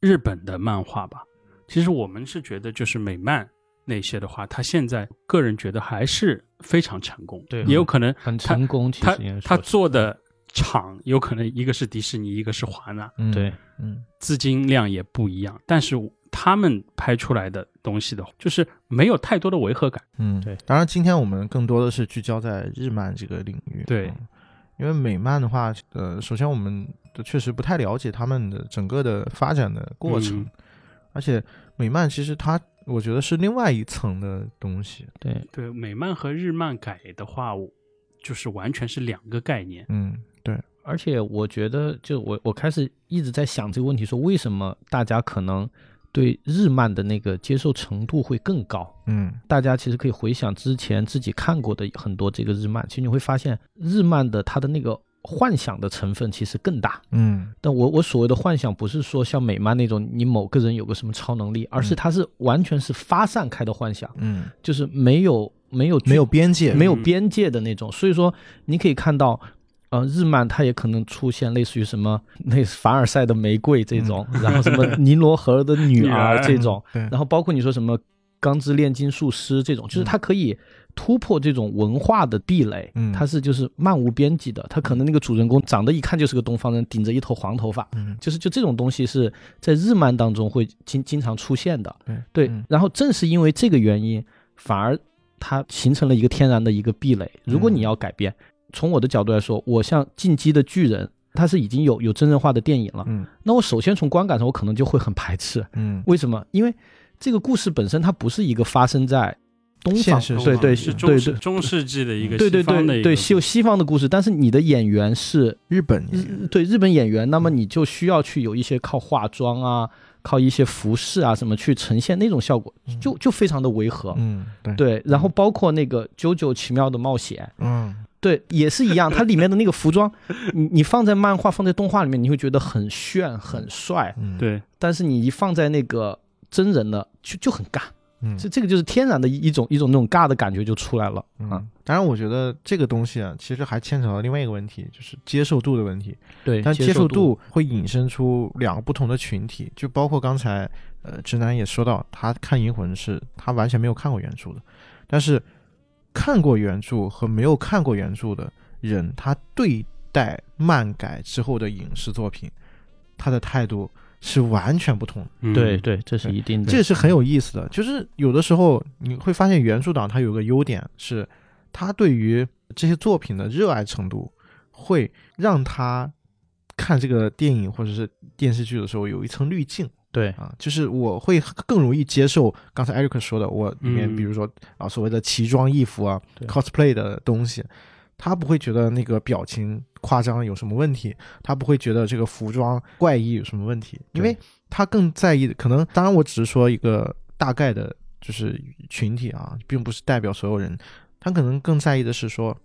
[SPEAKER 1] 日本的漫画吧。其实我们是觉得，就是美漫那些的话，它现在个人觉得还是非常成功。
[SPEAKER 2] 对
[SPEAKER 1] 也有可能
[SPEAKER 2] 很成功，其
[SPEAKER 1] 它
[SPEAKER 2] 实应该说
[SPEAKER 1] 它
[SPEAKER 2] 是
[SPEAKER 1] 做的厂有可能一个是迪士尼，一个是华纳，
[SPEAKER 3] 嗯，
[SPEAKER 2] 对，
[SPEAKER 3] 嗯，
[SPEAKER 1] 资金量也不一样，但是他们拍出来的东西的话，就是没有太多的违和感。
[SPEAKER 3] 嗯，
[SPEAKER 2] 对
[SPEAKER 3] 当然，今天我们更多的是聚焦在日漫这个领域。
[SPEAKER 1] 对
[SPEAKER 3] 嗯因为美漫的话，呃，首先我们都确实不太了解他们的整个的发展的过程，
[SPEAKER 1] 嗯
[SPEAKER 3] 而且美漫其实它，我觉得是另外一层的东西。
[SPEAKER 2] 对
[SPEAKER 1] 对，美漫和日漫改的话，我就是完全是两个概念。
[SPEAKER 3] 嗯，对，
[SPEAKER 2] 而且我觉得，就我我开始一直在想这个问题，说为什么大家可能对日漫的那个接受程度会更高？
[SPEAKER 3] 嗯
[SPEAKER 2] 大家其实可以回想之前自己看过的很多这个日漫，其实你会发现日漫的它的那个幻想的成分其实更大。
[SPEAKER 3] 嗯
[SPEAKER 2] 但我我所谓的幻想，不是说像美漫那种你某个人有个什么超能力，而是它是完全是发散开的幻想，
[SPEAKER 3] 嗯，
[SPEAKER 2] 就是没有没有具
[SPEAKER 3] 没有边界，
[SPEAKER 2] 没有
[SPEAKER 1] 嗯
[SPEAKER 2] 边界的那种。所以说，你可以看到，呃，日漫它也可能出现类似于什么类似凡尔赛的玫瑰这种，然后什么尼罗河的女
[SPEAKER 1] 女
[SPEAKER 2] 儿
[SPEAKER 1] 儿
[SPEAKER 2] 这种，
[SPEAKER 3] 对
[SPEAKER 2] 然后包括你说什么钢之炼金术师这种，就是它可以突破这种文化的壁垒，
[SPEAKER 3] 嗯
[SPEAKER 2] 它是就是漫无边际的。它可能那个主人公长得一看就是个东方人，顶着一头黄头发，
[SPEAKER 3] 嗯
[SPEAKER 2] 就是就这种东西是在日漫当中会经经常出现的。
[SPEAKER 3] 对
[SPEAKER 2] 对，
[SPEAKER 3] 嗯
[SPEAKER 2] 然后正是因为这个原因，反而它形成了一个天然的一个壁垒。如果
[SPEAKER 3] 嗯
[SPEAKER 2] 你要改变，从我的角度来说，我像《进击的巨人》，它是已经有有真人化的电影了，
[SPEAKER 3] 嗯
[SPEAKER 2] 那我首先从观感上，我可能就会很排斥。
[SPEAKER 3] 嗯
[SPEAKER 2] 为什么？因为这个故事本身它不是一个发生在东方
[SPEAKER 3] 现，实
[SPEAKER 2] 对
[SPEAKER 3] 中
[SPEAKER 2] 对
[SPEAKER 1] 是
[SPEAKER 2] 对
[SPEAKER 1] 中
[SPEAKER 2] 对
[SPEAKER 1] 世中世纪的一个
[SPEAKER 2] 对对
[SPEAKER 1] 西方的一
[SPEAKER 2] 对
[SPEAKER 1] 个
[SPEAKER 2] 对西西方的故事，但是你的演员是
[SPEAKER 3] 日本也有
[SPEAKER 2] 日嗯对日本演员，那么你就需要去有一些靠化妆啊，靠一些服饰啊什么去呈现那种效果，就就非常的违和。
[SPEAKER 3] 嗯对
[SPEAKER 2] 对，然后包括那个《九九奇妙的冒险
[SPEAKER 3] 嗯》，
[SPEAKER 2] 对，也是一样，它里面的那个服装， 你你放在漫画、放在动画里面，你会觉得很炫、很帅，
[SPEAKER 3] 嗯
[SPEAKER 1] 对
[SPEAKER 2] 但是你一放在那个真人的，就就很尬。
[SPEAKER 3] 嗯
[SPEAKER 2] 这这个就是天然的一一种一种那种尬的感觉就出来了啊。
[SPEAKER 3] 嗯，当然我觉得这个东西啊，其实还牵扯到另外一个问题，就是接受度的问题。
[SPEAKER 2] 对，
[SPEAKER 3] 但接受
[SPEAKER 2] 受
[SPEAKER 3] 度会引申出两个不同的群体，就包括刚才呃直男也说到，他看《银魂》是他完全没有看过原著的，但是看过原著和没有看过原著的人，他对待漫改之后的影视作品，他的态度是完全不同的，
[SPEAKER 1] 嗯
[SPEAKER 2] 对对，这是一定的。
[SPEAKER 3] 这也是很有意思的。就是有的时候你会发现原著党他有个优点是，他对于这些作品的热爱程度会让他看这个电影或者是电视剧的时候有一层滤镜
[SPEAKER 2] 对
[SPEAKER 3] 啊，就是我会更容易接受刚才 Eric 说的，我里面
[SPEAKER 1] 嗯
[SPEAKER 3] 比如说啊所谓的奇装异服啊
[SPEAKER 2] 对
[SPEAKER 3] cosplay 的东西，他不会觉得那个表情夸张有什么问题，他不会觉得这个服装怪异有什么问题，因为他更在意的可能，当然我只是说一个大概的，就是群体啊，并不是代表所有人，他可能更在意的是说，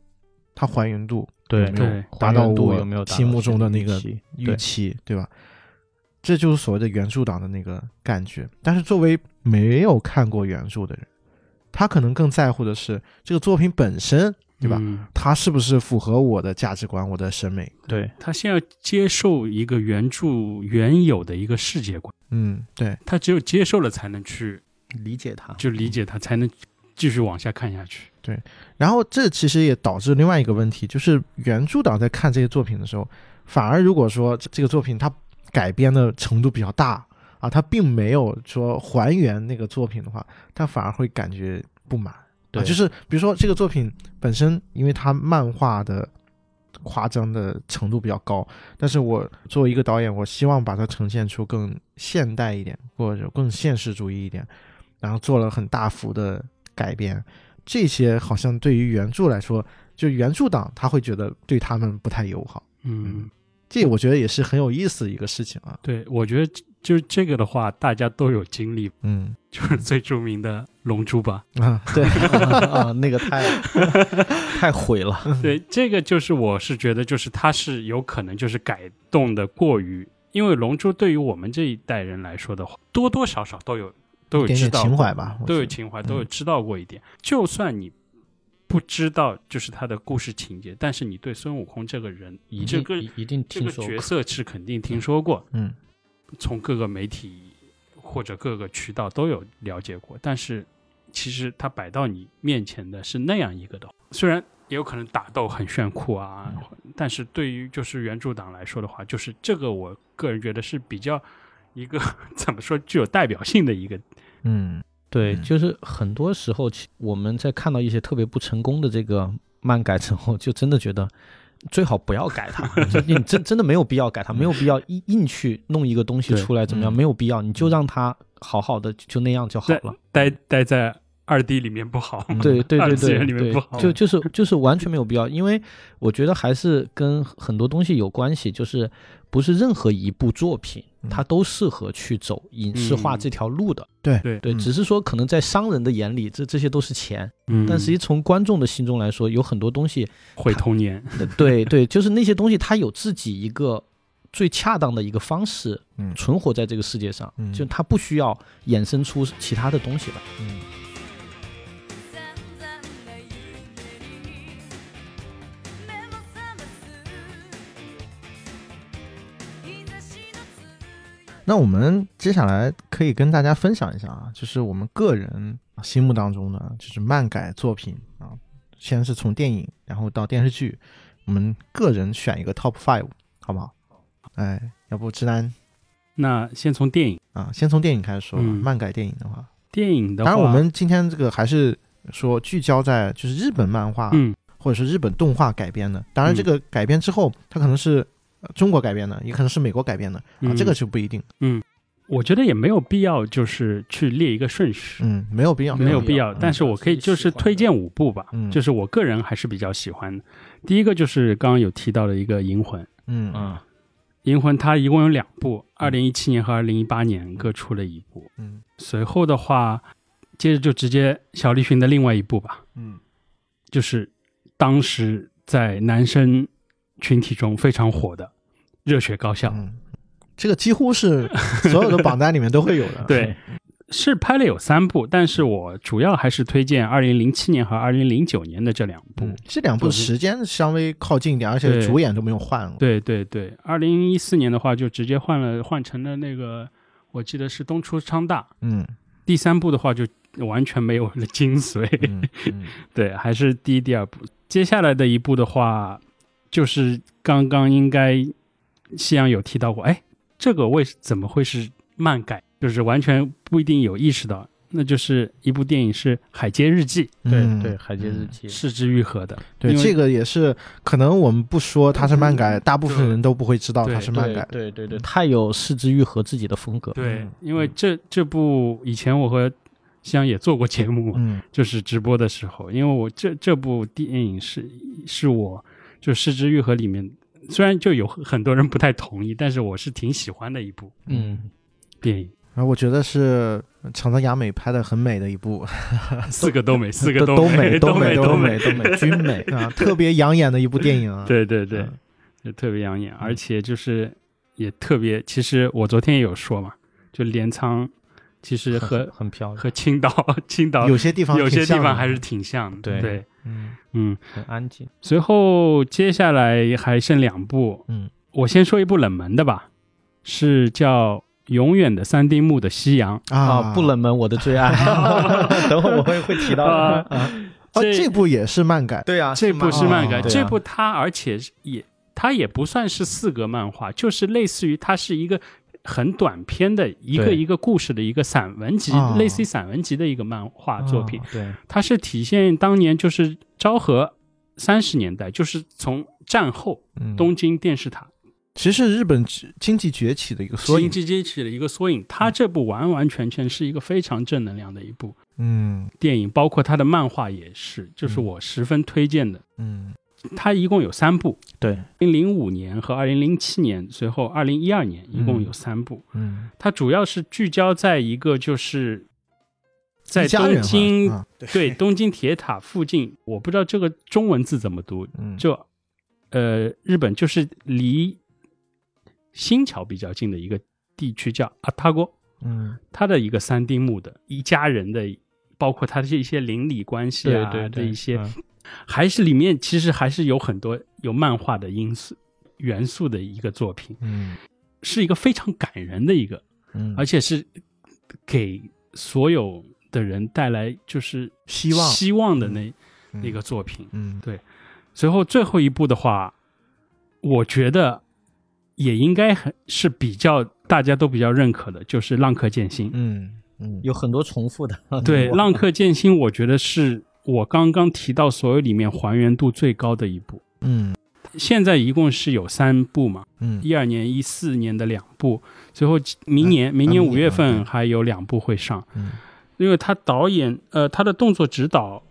[SPEAKER 3] 它还原度
[SPEAKER 2] 对
[SPEAKER 3] 有没有
[SPEAKER 1] 对
[SPEAKER 3] 达
[SPEAKER 2] 还
[SPEAKER 3] 到
[SPEAKER 2] 原度
[SPEAKER 3] 我
[SPEAKER 2] 有没有达
[SPEAKER 3] 心
[SPEAKER 2] 到
[SPEAKER 3] 目
[SPEAKER 2] 这
[SPEAKER 3] 中的
[SPEAKER 2] 个
[SPEAKER 3] 那
[SPEAKER 2] 预
[SPEAKER 3] 个
[SPEAKER 2] 期
[SPEAKER 3] 预
[SPEAKER 2] 对
[SPEAKER 3] 期，对吧？这就是所谓的原著党的那个感觉。但是作为没有看过原著的人，他可能更在乎的是这个作品本身，对吧？
[SPEAKER 1] 嗯
[SPEAKER 3] 它是不是符合我的价值观、我的审美？
[SPEAKER 2] 对
[SPEAKER 1] 他先要接受一个原著原有的一个世界观，
[SPEAKER 3] 嗯，对，
[SPEAKER 1] 他只有接受了才能去
[SPEAKER 2] 理解它。
[SPEAKER 1] 就理解它，才能继续往下看下去。
[SPEAKER 3] 然后这其实也导致另外一个问题，就是原著党在看这些作品的时候，反而如果说这这个作品它改编的程度比较大啊，它并没有说还原那个作品的话，他反而会感觉不满。
[SPEAKER 2] 对
[SPEAKER 3] 啊，就是比如说这个作品本身，因为它漫画的夸张的程度比较高，但是我作为一个导演，我希望把它呈现出更现代一点，或者更现实主义一点，然后做了很大幅的改编。这些好像对于原著来说，就原著党他会觉得对他们不太友好，
[SPEAKER 1] 嗯，
[SPEAKER 3] 这我觉得也是很有意思的一个事情啊。
[SPEAKER 1] 对，我觉得就是这个的话，大家都有经历，
[SPEAKER 3] 嗯
[SPEAKER 1] 就是最著名的《龙珠》吧。
[SPEAKER 3] 啊，
[SPEAKER 2] 对 啊，那个太太毁了。
[SPEAKER 3] 嗯
[SPEAKER 1] 对，这个就是我是觉得，就是它是有可能就是改动的过于，因为《龙珠》对于我们这一代人来说的话，多多少少都有都有
[SPEAKER 3] 一点
[SPEAKER 1] 知
[SPEAKER 3] 点
[SPEAKER 1] 道
[SPEAKER 3] 情怀吧，我
[SPEAKER 1] 都有
[SPEAKER 3] 觉得
[SPEAKER 1] 情怀，都有
[SPEAKER 3] 嗯
[SPEAKER 1] 知道过一点。就算你不知道就是他的故事情节，但是你对孙悟空这个人，你
[SPEAKER 2] 一
[SPEAKER 1] 这
[SPEAKER 2] 定
[SPEAKER 1] 个
[SPEAKER 2] 一定
[SPEAKER 1] 这个
[SPEAKER 2] 听说
[SPEAKER 1] 角
[SPEAKER 2] 过。
[SPEAKER 1] 色是肯定听说过，
[SPEAKER 3] 嗯，
[SPEAKER 1] 从各个媒体或者各个渠道都有了解过，但是其实它摆到你面前的是那样一个的，虽然也有可能打斗很炫酷啊，
[SPEAKER 2] 嗯
[SPEAKER 1] 但是对于就是原著党来说的话，就是这个我个人觉得是比较一个 怎么说具有代表性的一个，
[SPEAKER 3] 嗯
[SPEAKER 2] 对，
[SPEAKER 3] 嗯
[SPEAKER 2] 就是很多时候其我们在看到一些特别不成功的这个漫改之后，就真的觉得最好不要改 它，就你真真的没有必要改它，没有必要硬硬去弄一个东西
[SPEAKER 1] 对
[SPEAKER 2] 出来怎么样，
[SPEAKER 3] 嗯
[SPEAKER 2] 没有必要，你就让它好好的就那样就好
[SPEAKER 1] 对
[SPEAKER 2] 了。嗯
[SPEAKER 1] 待待在二 D 里面不好吗，
[SPEAKER 2] 对对
[SPEAKER 1] 嗯二
[SPEAKER 2] 对
[SPEAKER 1] 次元
[SPEAKER 2] 对
[SPEAKER 1] 里面
[SPEAKER 2] 对
[SPEAKER 1] 不好，
[SPEAKER 2] 就就是就是完全没有必要，因为我觉得还是跟很多东西有关系，就是不是任何一部作品
[SPEAKER 3] 嗯
[SPEAKER 2] 它都适合去走影视化
[SPEAKER 1] 嗯
[SPEAKER 2] 这条路的。
[SPEAKER 3] 对
[SPEAKER 1] 对
[SPEAKER 2] 对，
[SPEAKER 3] 嗯
[SPEAKER 2] 只是说可能在商人的眼里，这这些都是钱，
[SPEAKER 1] 嗯
[SPEAKER 2] 但实际从观众的心中来说，有很多东西，呃
[SPEAKER 1] 毁童年，
[SPEAKER 2] 对对，就是那些东西它有自己一个最恰当的一个方式
[SPEAKER 3] 嗯
[SPEAKER 2] 存活在这个世界上，
[SPEAKER 3] 嗯
[SPEAKER 2] 就它不需要衍生出其他的东西来。
[SPEAKER 3] 嗯
[SPEAKER 4] 「散々な夢に目も覚ます」「日差しの強い
[SPEAKER 3] 那我们接下来可以跟大家分享一下啊，就是我们个人心目当中的就是漫改作品啊，先是从电影，然后到电视剧，我们个人选一个 top five，好不好？哎，要不直男
[SPEAKER 1] 那先从电影，
[SPEAKER 3] 啊，先从电影开始说吧。
[SPEAKER 1] 嗯
[SPEAKER 3] 漫改电影的话，
[SPEAKER 1] 电影的
[SPEAKER 3] 当
[SPEAKER 1] 话，
[SPEAKER 3] 然我们今天这个还是说聚焦在就是日本漫画、
[SPEAKER 1] 嗯
[SPEAKER 3] 或者是日本动画改编的。当然，这个改编之后，它可能是呃中国改编的，也可能是美国改编的啊，
[SPEAKER 1] 嗯
[SPEAKER 3] 这个就不一定。
[SPEAKER 1] 我觉得也没有必要就是去列一个顺序，
[SPEAKER 3] 嗯，没有必要，
[SPEAKER 1] 没有必要，
[SPEAKER 3] 嗯
[SPEAKER 1] 但是我可以就是推荐五部吧，
[SPEAKER 3] 嗯
[SPEAKER 1] 就是我个人还是比较喜欢的。第一个就是刚刚有提到的一个《银魂》，《
[SPEAKER 3] 嗯
[SPEAKER 2] 啊，
[SPEAKER 1] 银魂》它一共有两部，二零一七年和二零一八年各出了一部。
[SPEAKER 3] 嗯
[SPEAKER 1] 随后的话，接着就直接小栗旬的另外一部吧，
[SPEAKER 3] 嗯
[SPEAKER 1] 就是当时在男生群体中非常火的《热血高校》，
[SPEAKER 3] 嗯，这个几乎 是所有的榜单里面都会有的。嗯
[SPEAKER 1] 对，是拍了有三部，但是我主要还是推荐二零零七年和二零零九年的这两部。
[SPEAKER 3] 嗯，这两部时间稍微靠近一点，而且
[SPEAKER 1] 对
[SPEAKER 3] 主演都没有换过。
[SPEAKER 1] 对对对，二零一四年的话就直接换了，换成了那个，我记得是东出昌大。
[SPEAKER 3] 嗯，
[SPEAKER 1] 第三部的话就完全没有了精髓，
[SPEAKER 3] 嗯嗯
[SPEAKER 1] 对，还是第一、第二部。接下来的一部的话，就是刚刚应该夕阳有提到过，哎，这个为怎么会是漫改？就是完全不一定有意识到，那就是一部电影是《海街日记
[SPEAKER 3] 嗯
[SPEAKER 2] 海街日记》，
[SPEAKER 1] 是之愈合的，
[SPEAKER 3] 对，
[SPEAKER 1] 因为嗯
[SPEAKER 3] 这个也是可能我们不说它是漫改，大部分
[SPEAKER 1] 对
[SPEAKER 3] 人都不会知道
[SPEAKER 1] 对
[SPEAKER 3] 它是漫
[SPEAKER 2] 对
[SPEAKER 3] 改。
[SPEAKER 2] 对对对，嗯太有四之愈合自己的风格。
[SPEAKER 1] 对
[SPEAKER 3] 嗯，
[SPEAKER 1] 因为这这部以前我和夕阳也做过节目嘛，
[SPEAKER 3] 嗯
[SPEAKER 1] 就是直播的时候，因为我这这部电影是是我就《失之愈合》里面，虽然就有很多人不太同意，但是我是挺喜欢的一部
[SPEAKER 2] 嗯，
[SPEAKER 1] 电影，
[SPEAKER 3] 然后我觉得是长泽雅美拍的很美的一部
[SPEAKER 1] 四个都美，四个
[SPEAKER 2] 都
[SPEAKER 1] 美，
[SPEAKER 2] 都
[SPEAKER 1] 美，
[SPEAKER 2] 都
[SPEAKER 1] 美，
[SPEAKER 2] 都美，均 美。
[SPEAKER 3] 啊，特别养眼的一部电影啊。
[SPEAKER 1] 对对对
[SPEAKER 3] 嗯，
[SPEAKER 1] 就特别养眼，而且就是也特别，其实我昨天也有说嘛，就镰仓其实和
[SPEAKER 2] 很漂亮，
[SPEAKER 1] 和青岛青岛
[SPEAKER 3] 有些地方
[SPEAKER 1] 有些
[SPEAKER 3] 挺
[SPEAKER 1] 地
[SPEAKER 3] 像
[SPEAKER 1] 方
[SPEAKER 3] 的
[SPEAKER 1] 还是挺像的，
[SPEAKER 2] 对
[SPEAKER 1] 对，
[SPEAKER 3] 嗯
[SPEAKER 1] 嗯。
[SPEAKER 2] 很安静。
[SPEAKER 1] 随后接下来还剩两部，
[SPEAKER 3] 嗯，
[SPEAKER 1] 我先说一部冷门的吧，是叫《永远的三丁目的夕阳》
[SPEAKER 2] 啊，不冷门，我的最爱。 等会儿我会会提到的。
[SPEAKER 3] 啊，这部也是漫改。
[SPEAKER 2] 对啊，
[SPEAKER 1] 这部是漫改，
[SPEAKER 3] 哦
[SPEAKER 2] 对啊
[SPEAKER 1] 这部它而且是也它也不算是四格漫画，就是类似于它是一个很短篇的一个
[SPEAKER 2] 对
[SPEAKER 1] 一个故事的一个散文集，
[SPEAKER 3] 哦
[SPEAKER 1] 类似于散文集的一个漫画作品。
[SPEAKER 3] 哦
[SPEAKER 2] 对
[SPEAKER 1] 它是体现当年就是昭和三十年代，就是从战后
[SPEAKER 3] 嗯
[SPEAKER 1] 东京电视塔
[SPEAKER 3] 其实是日本经济崛起的一个缩
[SPEAKER 1] 经
[SPEAKER 3] 影。
[SPEAKER 1] 济崛起的一个缩影。它这部完完全全是一个非常正能量的一部
[SPEAKER 3] 嗯
[SPEAKER 1] 电影，包括它的漫画也是，就是
[SPEAKER 3] 嗯
[SPEAKER 1] 我十分推荐的。
[SPEAKER 3] 嗯
[SPEAKER 1] 它一共有三部，
[SPEAKER 2] 对，
[SPEAKER 1] 零零五年和二零零七年，随后二零一二年，一共有三部。
[SPEAKER 3] 嗯，
[SPEAKER 1] 它主要是聚焦在一个就是在
[SPEAKER 3] 一家人
[SPEAKER 1] 东
[SPEAKER 3] 啊
[SPEAKER 1] 京、
[SPEAKER 3] 啊
[SPEAKER 1] 对东京铁塔附近，我不知道这个中文字怎么读，
[SPEAKER 3] 嗯
[SPEAKER 1] 就呃日本就是离新桥比较近的一个地区叫阿塔哥。
[SPEAKER 3] 嗯，
[SPEAKER 1] 他的一个三丁目的一家人的，包括他的一些邻里关系
[SPEAKER 3] 对
[SPEAKER 1] 啊
[SPEAKER 3] 对
[SPEAKER 1] 的
[SPEAKER 3] 对，
[SPEAKER 1] 一些，
[SPEAKER 3] 嗯
[SPEAKER 1] 还是里面其实还是有很多有漫画的因素元素的一个作品，
[SPEAKER 3] 嗯
[SPEAKER 1] 是一个非常感人的一个，
[SPEAKER 3] 嗯，
[SPEAKER 1] 而且是给所有的人带来就是
[SPEAKER 3] 希望
[SPEAKER 1] 希望的那
[SPEAKER 3] 嗯
[SPEAKER 1] 那个作品。
[SPEAKER 3] 嗯
[SPEAKER 1] 随后最后一部的话，我觉得也应该很是比较大家都比较认可的，就是《浪客剑心》。
[SPEAKER 3] 嗯嗯，
[SPEAKER 2] 有很多重 复的。
[SPEAKER 1] 对，《
[SPEAKER 2] 我
[SPEAKER 1] 浪客剑心》我觉得是我刚刚提到所有里面还原度最高的一部。
[SPEAKER 3] 嗯
[SPEAKER 1] 现在一共是有三部嘛，
[SPEAKER 3] 嗯
[SPEAKER 1] 一二年、一四年的两部，随后明年明年
[SPEAKER 3] 哎明年
[SPEAKER 1] 五月份
[SPEAKER 3] 嗯
[SPEAKER 1] 还有两部会上。
[SPEAKER 3] 嗯
[SPEAKER 1] 因为他导演呃，他的动作指导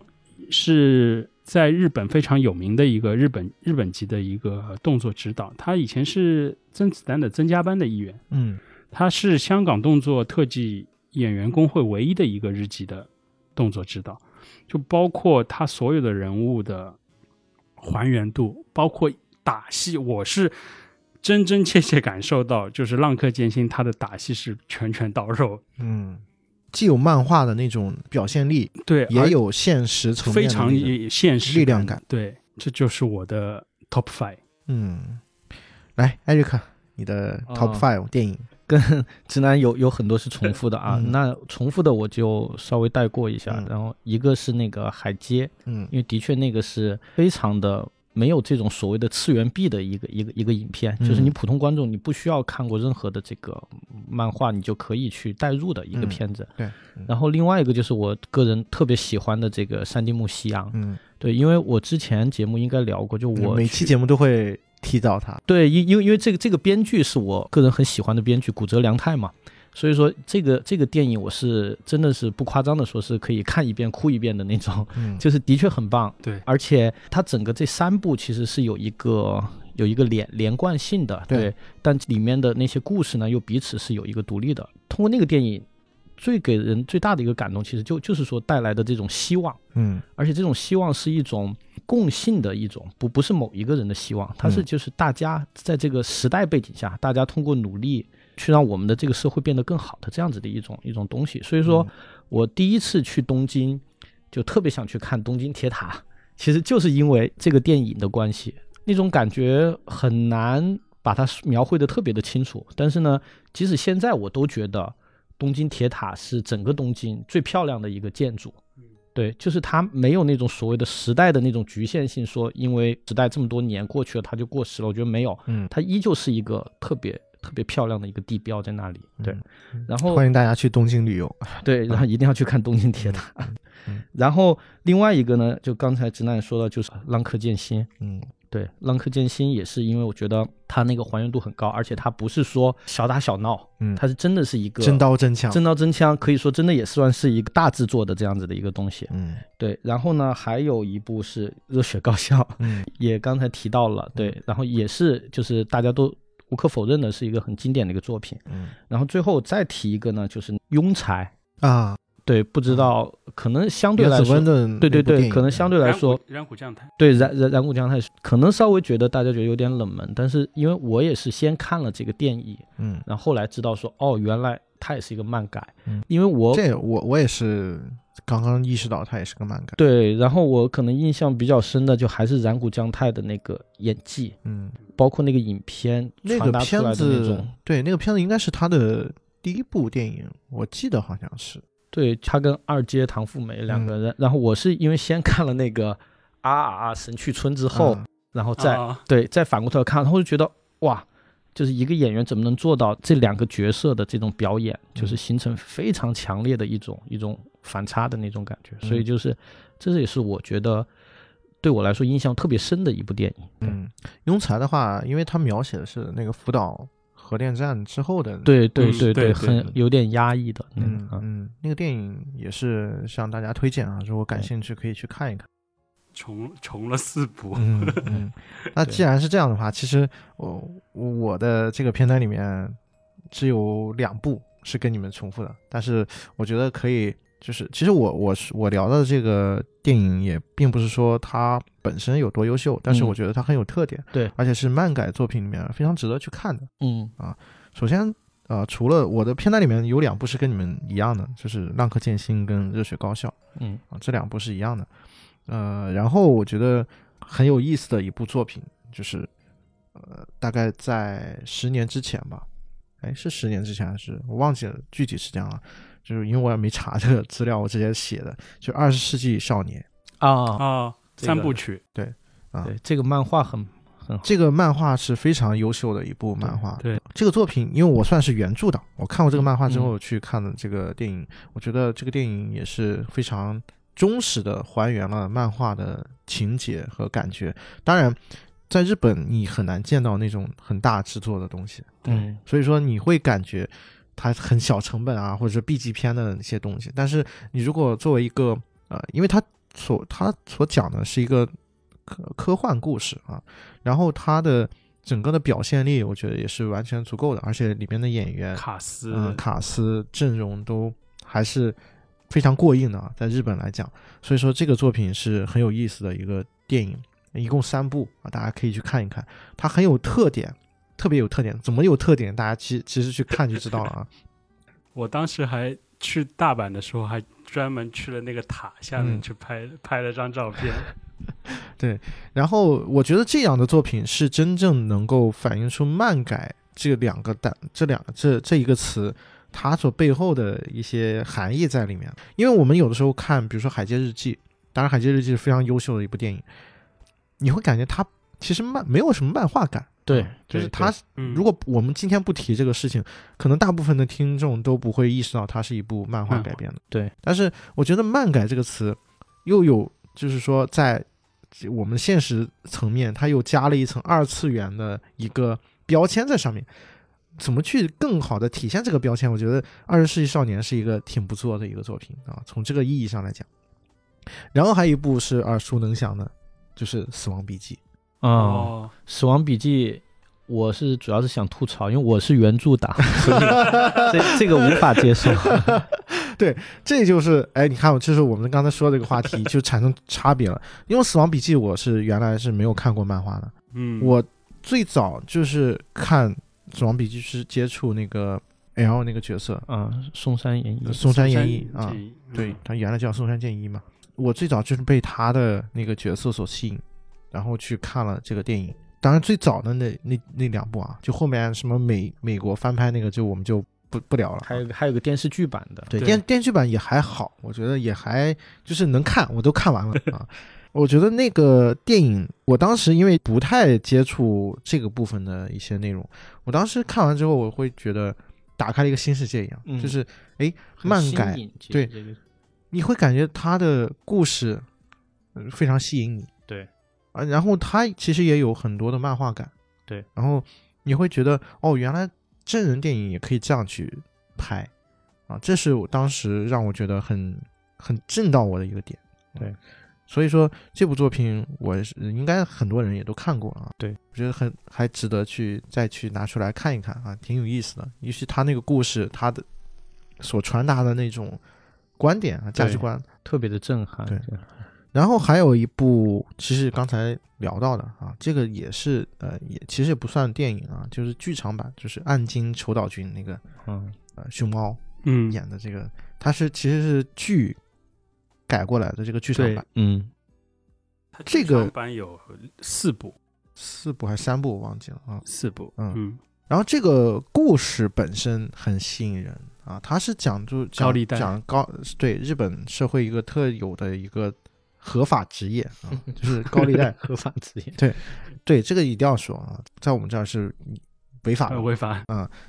[SPEAKER 1] 是在日本非常有名的一个日本日本籍的一个动作指导，他以前是甄子丹的甄家班的一员，
[SPEAKER 3] 嗯
[SPEAKER 1] 他是香港动作特技演员工会唯一的一个日籍的动作指导，就包括他所有的人物的还原度，包括打戏，我是。真真切切感受到，就是《浪客剑心》，他的打戏是拳拳到肉，
[SPEAKER 3] 嗯，既有漫画的那种表现力，
[SPEAKER 1] 对，而
[SPEAKER 3] 也有现实层面
[SPEAKER 1] 非
[SPEAKER 3] 的
[SPEAKER 1] 常
[SPEAKER 3] 那种
[SPEAKER 1] 也现实
[SPEAKER 3] 力量感。
[SPEAKER 1] 对，这就是我的 top five。
[SPEAKER 3] 嗯，来，艾瑞克，你的嗯 top
[SPEAKER 2] 哦
[SPEAKER 3] five 电影，
[SPEAKER 2] 直男有有很多是重复的啊，
[SPEAKER 3] 嗯
[SPEAKER 2] 那重复的我就稍微带过一下。
[SPEAKER 3] 嗯
[SPEAKER 2] 然后一个是那个海街，
[SPEAKER 3] 嗯
[SPEAKER 2] 因为的确那个是非常的没有这种所谓的次元壁的一个一个一个影片，
[SPEAKER 3] 嗯
[SPEAKER 2] 就是你普通观众你不需要看过任何的这个漫画，你就可以去代入的一个
[SPEAKER 3] 嗯
[SPEAKER 2] 片子。
[SPEAKER 3] 对，
[SPEAKER 2] 然后另外一个就是我个人特别喜欢的这个山地木夕阳，
[SPEAKER 3] 嗯，
[SPEAKER 2] 对，因为我之前节目应该聊过，就我
[SPEAKER 3] 每
[SPEAKER 2] 去
[SPEAKER 3] 期节目都会提到他，
[SPEAKER 2] 对，因因为因为这个这个编剧是我个人很喜欢的编剧古泽良太嘛，所以说这个这个电影我是真的是不夸张的说是可以看一遍哭一遍的那种，
[SPEAKER 3] 嗯，
[SPEAKER 2] 就是的确很棒。
[SPEAKER 1] 对
[SPEAKER 2] 而且它整个这三部其实是有一个有一个连连贯性的，
[SPEAKER 3] 对
[SPEAKER 2] 但里面的那些故事呢又彼此是有一个独立的。通过那个电影，最给人最大的一个感动，其实就就是说带来的这种希望。
[SPEAKER 3] 嗯
[SPEAKER 2] 而且这种希望是一种共性的一种，不不是某一个人的希望，它是
[SPEAKER 3] 嗯
[SPEAKER 2] 就是大家在这个时代背景下，大家通过努力去让我们的这个社会变得更好的这样子的一种一种东西。所以说
[SPEAKER 3] 嗯
[SPEAKER 2] 我第一次去东京，就特别想去看东京铁塔，其实就是因为这个电影的关系，那种感觉很难把它描绘的特别的清楚。但是呢，即使现在我都觉得东京铁塔是整个东京最漂亮的一个建筑。对，就是它没有那种所谓的时代的那种局限性，说因为时代这么多年过去了，它就过时了。我觉得没有，
[SPEAKER 3] 嗯，
[SPEAKER 2] 它依旧是一个特别特别漂亮的一个地标在那里。对，
[SPEAKER 3] 嗯
[SPEAKER 2] 然后
[SPEAKER 3] 欢迎大家去东京旅游，
[SPEAKER 2] 对，然后一定要去看东京铁塔。
[SPEAKER 3] 嗯
[SPEAKER 2] 然后另外一个呢，就刚才直男也说到，就是浪客剑心。
[SPEAKER 3] 嗯
[SPEAKER 2] 对，浪客剑心也是因为我觉得它那个还原度很高，而且它不是说小打小闹，
[SPEAKER 3] 嗯，
[SPEAKER 2] 它是真的是一个
[SPEAKER 3] 真刀真枪，
[SPEAKER 2] 真刀真枪，可以说真的也算是一个大制作的这样子的一个东西。
[SPEAKER 3] 嗯
[SPEAKER 2] 对，然后呢，还有一部是《热血高校》，
[SPEAKER 3] 嗯
[SPEAKER 2] 也刚才提到了，对，然后也是就是大家都无可否认的是一个很经典的一个作品。
[SPEAKER 3] 嗯
[SPEAKER 2] 然后最后再提一个呢，就是《庸才》，
[SPEAKER 3] 啊，
[SPEAKER 2] 对，不知道可能相对
[SPEAKER 3] 原
[SPEAKER 2] 来
[SPEAKER 3] 子
[SPEAKER 2] 说
[SPEAKER 3] 温，的
[SPEAKER 2] 对对
[SPEAKER 3] 那部电
[SPEAKER 2] 对，
[SPEAKER 3] 影
[SPEAKER 2] 可能相对
[SPEAKER 1] 嗯
[SPEAKER 2] 来说，
[SPEAKER 1] 染谷将太
[SPEAKER 2] 对染染染谷将太可能稍微觉得大家觉得有点冷门，但是因为我也是先看了这个电影，
[SPEAKER 3] 嗯，
[SPEAKER 2] 然后后来知道说哦，原来它也是一个漫改，
[SPEAKER 3] 嗯
[SPEAKER 2] 因为我
[SPEAKER 3] 这我我也是刚刚意识到他也是个漫改，
[SPEAKER 2] 对，然后我可能印象比较深的就还是染谷将太的那个演技，
[SPEAKER 3] 嗯，
[SPEAKER 2] 包括那个影片
[SPEAKER 3] 那
[SPEAKER 2] 传
[SPEAKER 3] 个
[SPEAKER 2] 达出
[SPEAKER 3] 片
[SPEAKER 2] 来的那
[SPEAKER 3] 子
[SPEAKER 2] 种，
[SPEAKER 3] 对那个片子应该是他的第一部电影，我记得好像是，
[SPEAKER 2] 对他跟二阶堂富美两
[SPEAKER 3] 嗯
[SPEAKER 2] 个人，然后我是因为先看了那个 R R 神去村之后，
[SPEAKER 3] 嗯
[SPEAKER 2] 然后再、
[SPEAKER 1] 啊
[SPEAKER 2] 对再反过头来看，然后就觉得哇，就是一个演员怎么能做到这两个角色的这种表演，就是
[SPEAKER 3] 嗯
[SPEAKER 2] 形成非常强烈的一种一种反差的那种感觉，所以
[SPEAKER 3] 嗯
[SPEAKER 2] 就是这也是我觉得对我来说印象特别深的一部电影。
[SPEAKER 3] 嗯，庸才的话，因为他描写的是那个福岛核电站之后的，，
[SPEAKER 2] 对对
[SPEAKER 1] 嗯
[SPEAKER 2] 对
[SPEAKER 1] 对对
[SPEAKER 2] 很
[SPEAKER 3] 对
[SPEAKER 2] 有点压抑的那
[SPEAKER 3] 嗯
[SPEAKER 2] 个。啊
[SPEAKER 3] 嗯，那个电影也是向大家推荐啊，如果感兴趣可以去看一看。
[SPEAKER 1] 重重了四部，
[SPEAKER 3] 嗯嗯，那既然是这样的话，其实我我的这个片单里面只有两部是跟你们重复的，但是我觉得可以，就是其实我我是我聊的这个电影也并不是说它本身有多优秀，但是
[SPEAKER 2] 嗯
[SPEAKER 3] 我觉得它很有特点，
[SPEAKER 2] 对
[SPEAKER 3] 而且是漫改作品里面非常值得去看的。
[SPEAKER 2] 嗯
[SPEAKER 3] 首先，呃，除了我的片单里面有两部是跟你们一样的，就是《浪客剑心》跟《热血高校》
[SPEAKER 2] 嗯
[SPEAKER 3] 啊，这两部是一样的。呃，然后我觉得很有意思的一部作品就是，呃，大概在十年之前吧，哎，是十年之前还是我忘记了具体时间了，就是因为我也没查这个资料，我直接写的，就《二十世纪少年》
[SPEAKER 2] 啊，
[SPEAKER 1] 啊，
[SPEAKER 2] 这
[SPEAKER 1] 三
[SPEAKER 2] 个
[SPEAKER 1] 部曲，
[SPEAKER 3] 啊，
[SPEAKER 2] 对，这个漫画很很好，
[SPEAKER 3] 这个漫画是非常优秀的一部漫画。
[SPEAKER 1] 对对
[SPEAKER 3] 这个作品，因为我算是原著党，我看过这个漫画之
[SPEAKER 2] 嗯
[SPEAKER 3] 后去看的这个电影，我觉得这个电影也是非常忠实的还原了漫画的情节和感觉。当然，在日本你很难见到那种很大制作的东西，
[SPEAKER 2] 嗯
[SPEAKER 3] 所以说你会感觉它很小成本啊，或者是 B 级片的那些东西。但是你如果作为一个呃，因为它所它所讲的是一个科科幻故事啊，然后它的整个的表现力，我觉得也是完全足够的，而且里面的演员
[SPEAKER 1] 卡斯，
[SPEAKER 3] 嗯、卡斯阵容都还是非常过硬的啊，在日本来讲，所以说这个作品是很有意思的一个电影，一共三部啊，大家可以去看一看，它很有特点，特别有特点，怎么有特点？大家其其实去看就知道了啊。
[SPEAKER 1] 我当时还去大阪的时候，还专门去了那个塔下面
[SPEAKER 3] 嗯
[SPEAKER 1] 去拍、 拍了张照片。
[SPEAKER 3] 然后我觉得这样的作品是真正能够反映出漫改这两个单这两这这一个词它所背后的一些含义在里面。因为我们有的时候看，比如说《海街日记》，当然《海街日记》是非常优秀的一部电影，你会感觉它其实漫没有什么漫画感。
[SPEAKER 2] 对
[SPEAKER 3] 就是
[SPEAKER 2] 对
[SPEAKER 3] 它，
[SPEAKER 1] 嗯，
[SPEAKER 3] 如果我们今天不提这个事情，可能大部分的听众都不会意识到它是一部漫画
[SPEAKER 1] 漫画
[SPEAKER 3] 改编的。
[SPEAKER 2] 对，
[SPEAKER 3] 但是我觉得“漫改”这个词，又有就是说在我们现实层面，它又加了一层二次元的一个标签在上面。怎么去更好的体现这个标签？我觉得《二十世纪少年》是一个挺不错的一个作品啊，从这个意义上来讲。然后还有一部是耳熟能详的，就是《死亡笔记》。
[SPEAKER 2] 啊，
[SPEAKER 1] 哦，
[SPEAKER 2] 《死亡笔记》，我是主要是想吐槽，因为我是原著党， 所以这这个无法接受。
[SPEAKER 3] 这就是哎，你看，就是我们刚才说的这个话题就产生差别了。 因为《死亡笔记》，我是原来是没有看过漫画的，
[SPEAKER 1] 嗯，
[SPEAKER 3] 我最早就是看《死亡笔记》是接触那个 L 那个角色，
[SPEAKER 2] 嗯，松山演绎，
[SPEAKER 3] 松山演
[SPEAKER 1] 演
[SPEAKER 3] 义
[SPEAKER 1] 绎
[SPEAKER 3] 啊，对
[SPEAKER 1] 嗯
[SPEAKER 3] 他原来叫松山健一嘛。我最早就是被他的那个角色所吸引，然后去看了这个电影。当然，最早的那那那两部啊，就后面什么美美国翻拍那个，就我们就不不聊了啊。
[SPEAKER 2] 还有个还有个电视剧版的，
[SPEAKER 3] 对
[SPEAKER 1] 对
[SPEAKER 3] 电电视剧版也还好，我觉得也还就是能看，我都看完了啊。我觉得那个电影，我当时因为不太接触这个部分的一些内容，我当时看完之后，我会觉得打开了一个新世界一样，
[SPEAKER 2] 嗯
[SPEAKER 3] 就是哎，
[SPEAKER 2] 很
[SPEAKER 3] 漫
[SPEAKER 2] 新
[SPEAKER 3] 改
[SPEAKER 2] 颖，其实
[SPEAKER 3] 对
[SPEAKER 2] 这个
[SPEAKER 3] 你会感觉它的故事呃非常吸引你，
[SPEAKER 1] 对
[SPEAKER 3] 啊，然后它其实也有很多的漫画感，
[SPEAKER 1] 对，
[SPEAKER 3] 然后你会觉得哦，原来真人电影也可以这样去拍，啊，这是我当时让我觉得很很震到我的一个点，啊
[SPEAKER 2] 对，
[SPEAKER 3] 所以说这部作品我也是应该很多人也都看过了啊，
[SPEAKER 2] 对
[SPEAKER 3] 我觉得很还值得去再去拿出来看一看啊，挺有意思的，尤其他那个故事，他的所传达的那种观点啊价值
[SPEAKER 2] 对
[SPEAKER 3] 观，
[SPEAKER 2] 特别的震撼。
[SPEAKER 3] 对
[SPEAKER 2] 这样
[SPEAKER 3] 然后还有一部，其实刚才聊到的啊，这个也是呃，也其实也不算电影啊，就是剧场版，就是岸金愁岛君那个
[SPEAKER 2] 嗯，
[SPEAKER 3] 呃熊猫
[SPEAKER 1] 嗯，
[SPEAKER 3] 演的这个，它是其实是剧改过来的这个剧场
[SPEAKER 1] 对
[SPEAKER 3] 版，
[SPEAKER 2] 嗯，。
[SPEAKER 1] 它
[SPEAKER 3] 这个
[SPEAKER 1] 剧场版有四部，
[SPEAKER 3] 四部还是三部我忘记了啊。
[SPEAKER 1] 四部，
[SPEAKER 3] 嗯
[SPEAKER 1] 嗯，
[SPEAKER 3] 然后这个故事本身很吸引人啊，它是讲就讲
[SPEAKER 1] 高利贷
[SPEAKER 3] 讲高对日本社会一个特有的一个合法职业 啊，就是高利贷
[SPEAKER 2] 合法职业，
[SPEAKER 3] 对这个一定要说啊，在我们这儿是违法的
[SPEAKER 1] 呃，违法，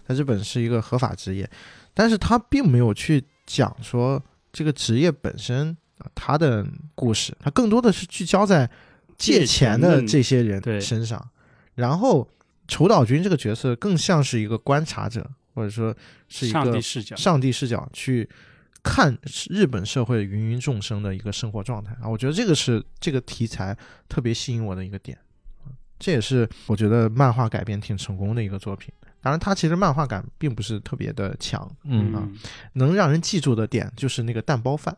[SPEAKER 3] 在日本是一个合法职业，但是他并没有去讲说这个职业本身呃它的故事，它更多的是聚焦在借
[SPEAKER 1] 借钱
[SPEAKER 3] 钱的
[SPEAKER 1] 的
[SPEAKER 3] 这些
[SPEAKER 1] 对
[SPEAKER 3] 人身上。然后，丑岛君这个角色更像是一个观察者，或者说是一
[SPEAKER 1] 上帝
[SPEAKER 3] 个
[SPEAKER 1] 视角，
[SPEAKER 3] 上帝视角去看日本社会芸芸众生的一个生活状态啊。我觉得这个是这个题材特别吸引我的一个点，啊这也是我觉得漫画改编挺成功的一个作品。当然，它其实漫画感并不是特别的强，
[SPEAKER 2] 嗯
[SPEAKER 3] 啊，能让人记住的点就是那个蛋包饭。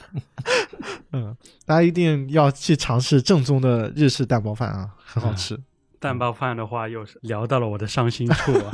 [SPEAKER 3] 嗯，大家一定要去尝试正宗的日式蛋包饭啊，很好吃。
[SPEAKER 1] 蛋包饭的话又是聊到了我的伤心处啊，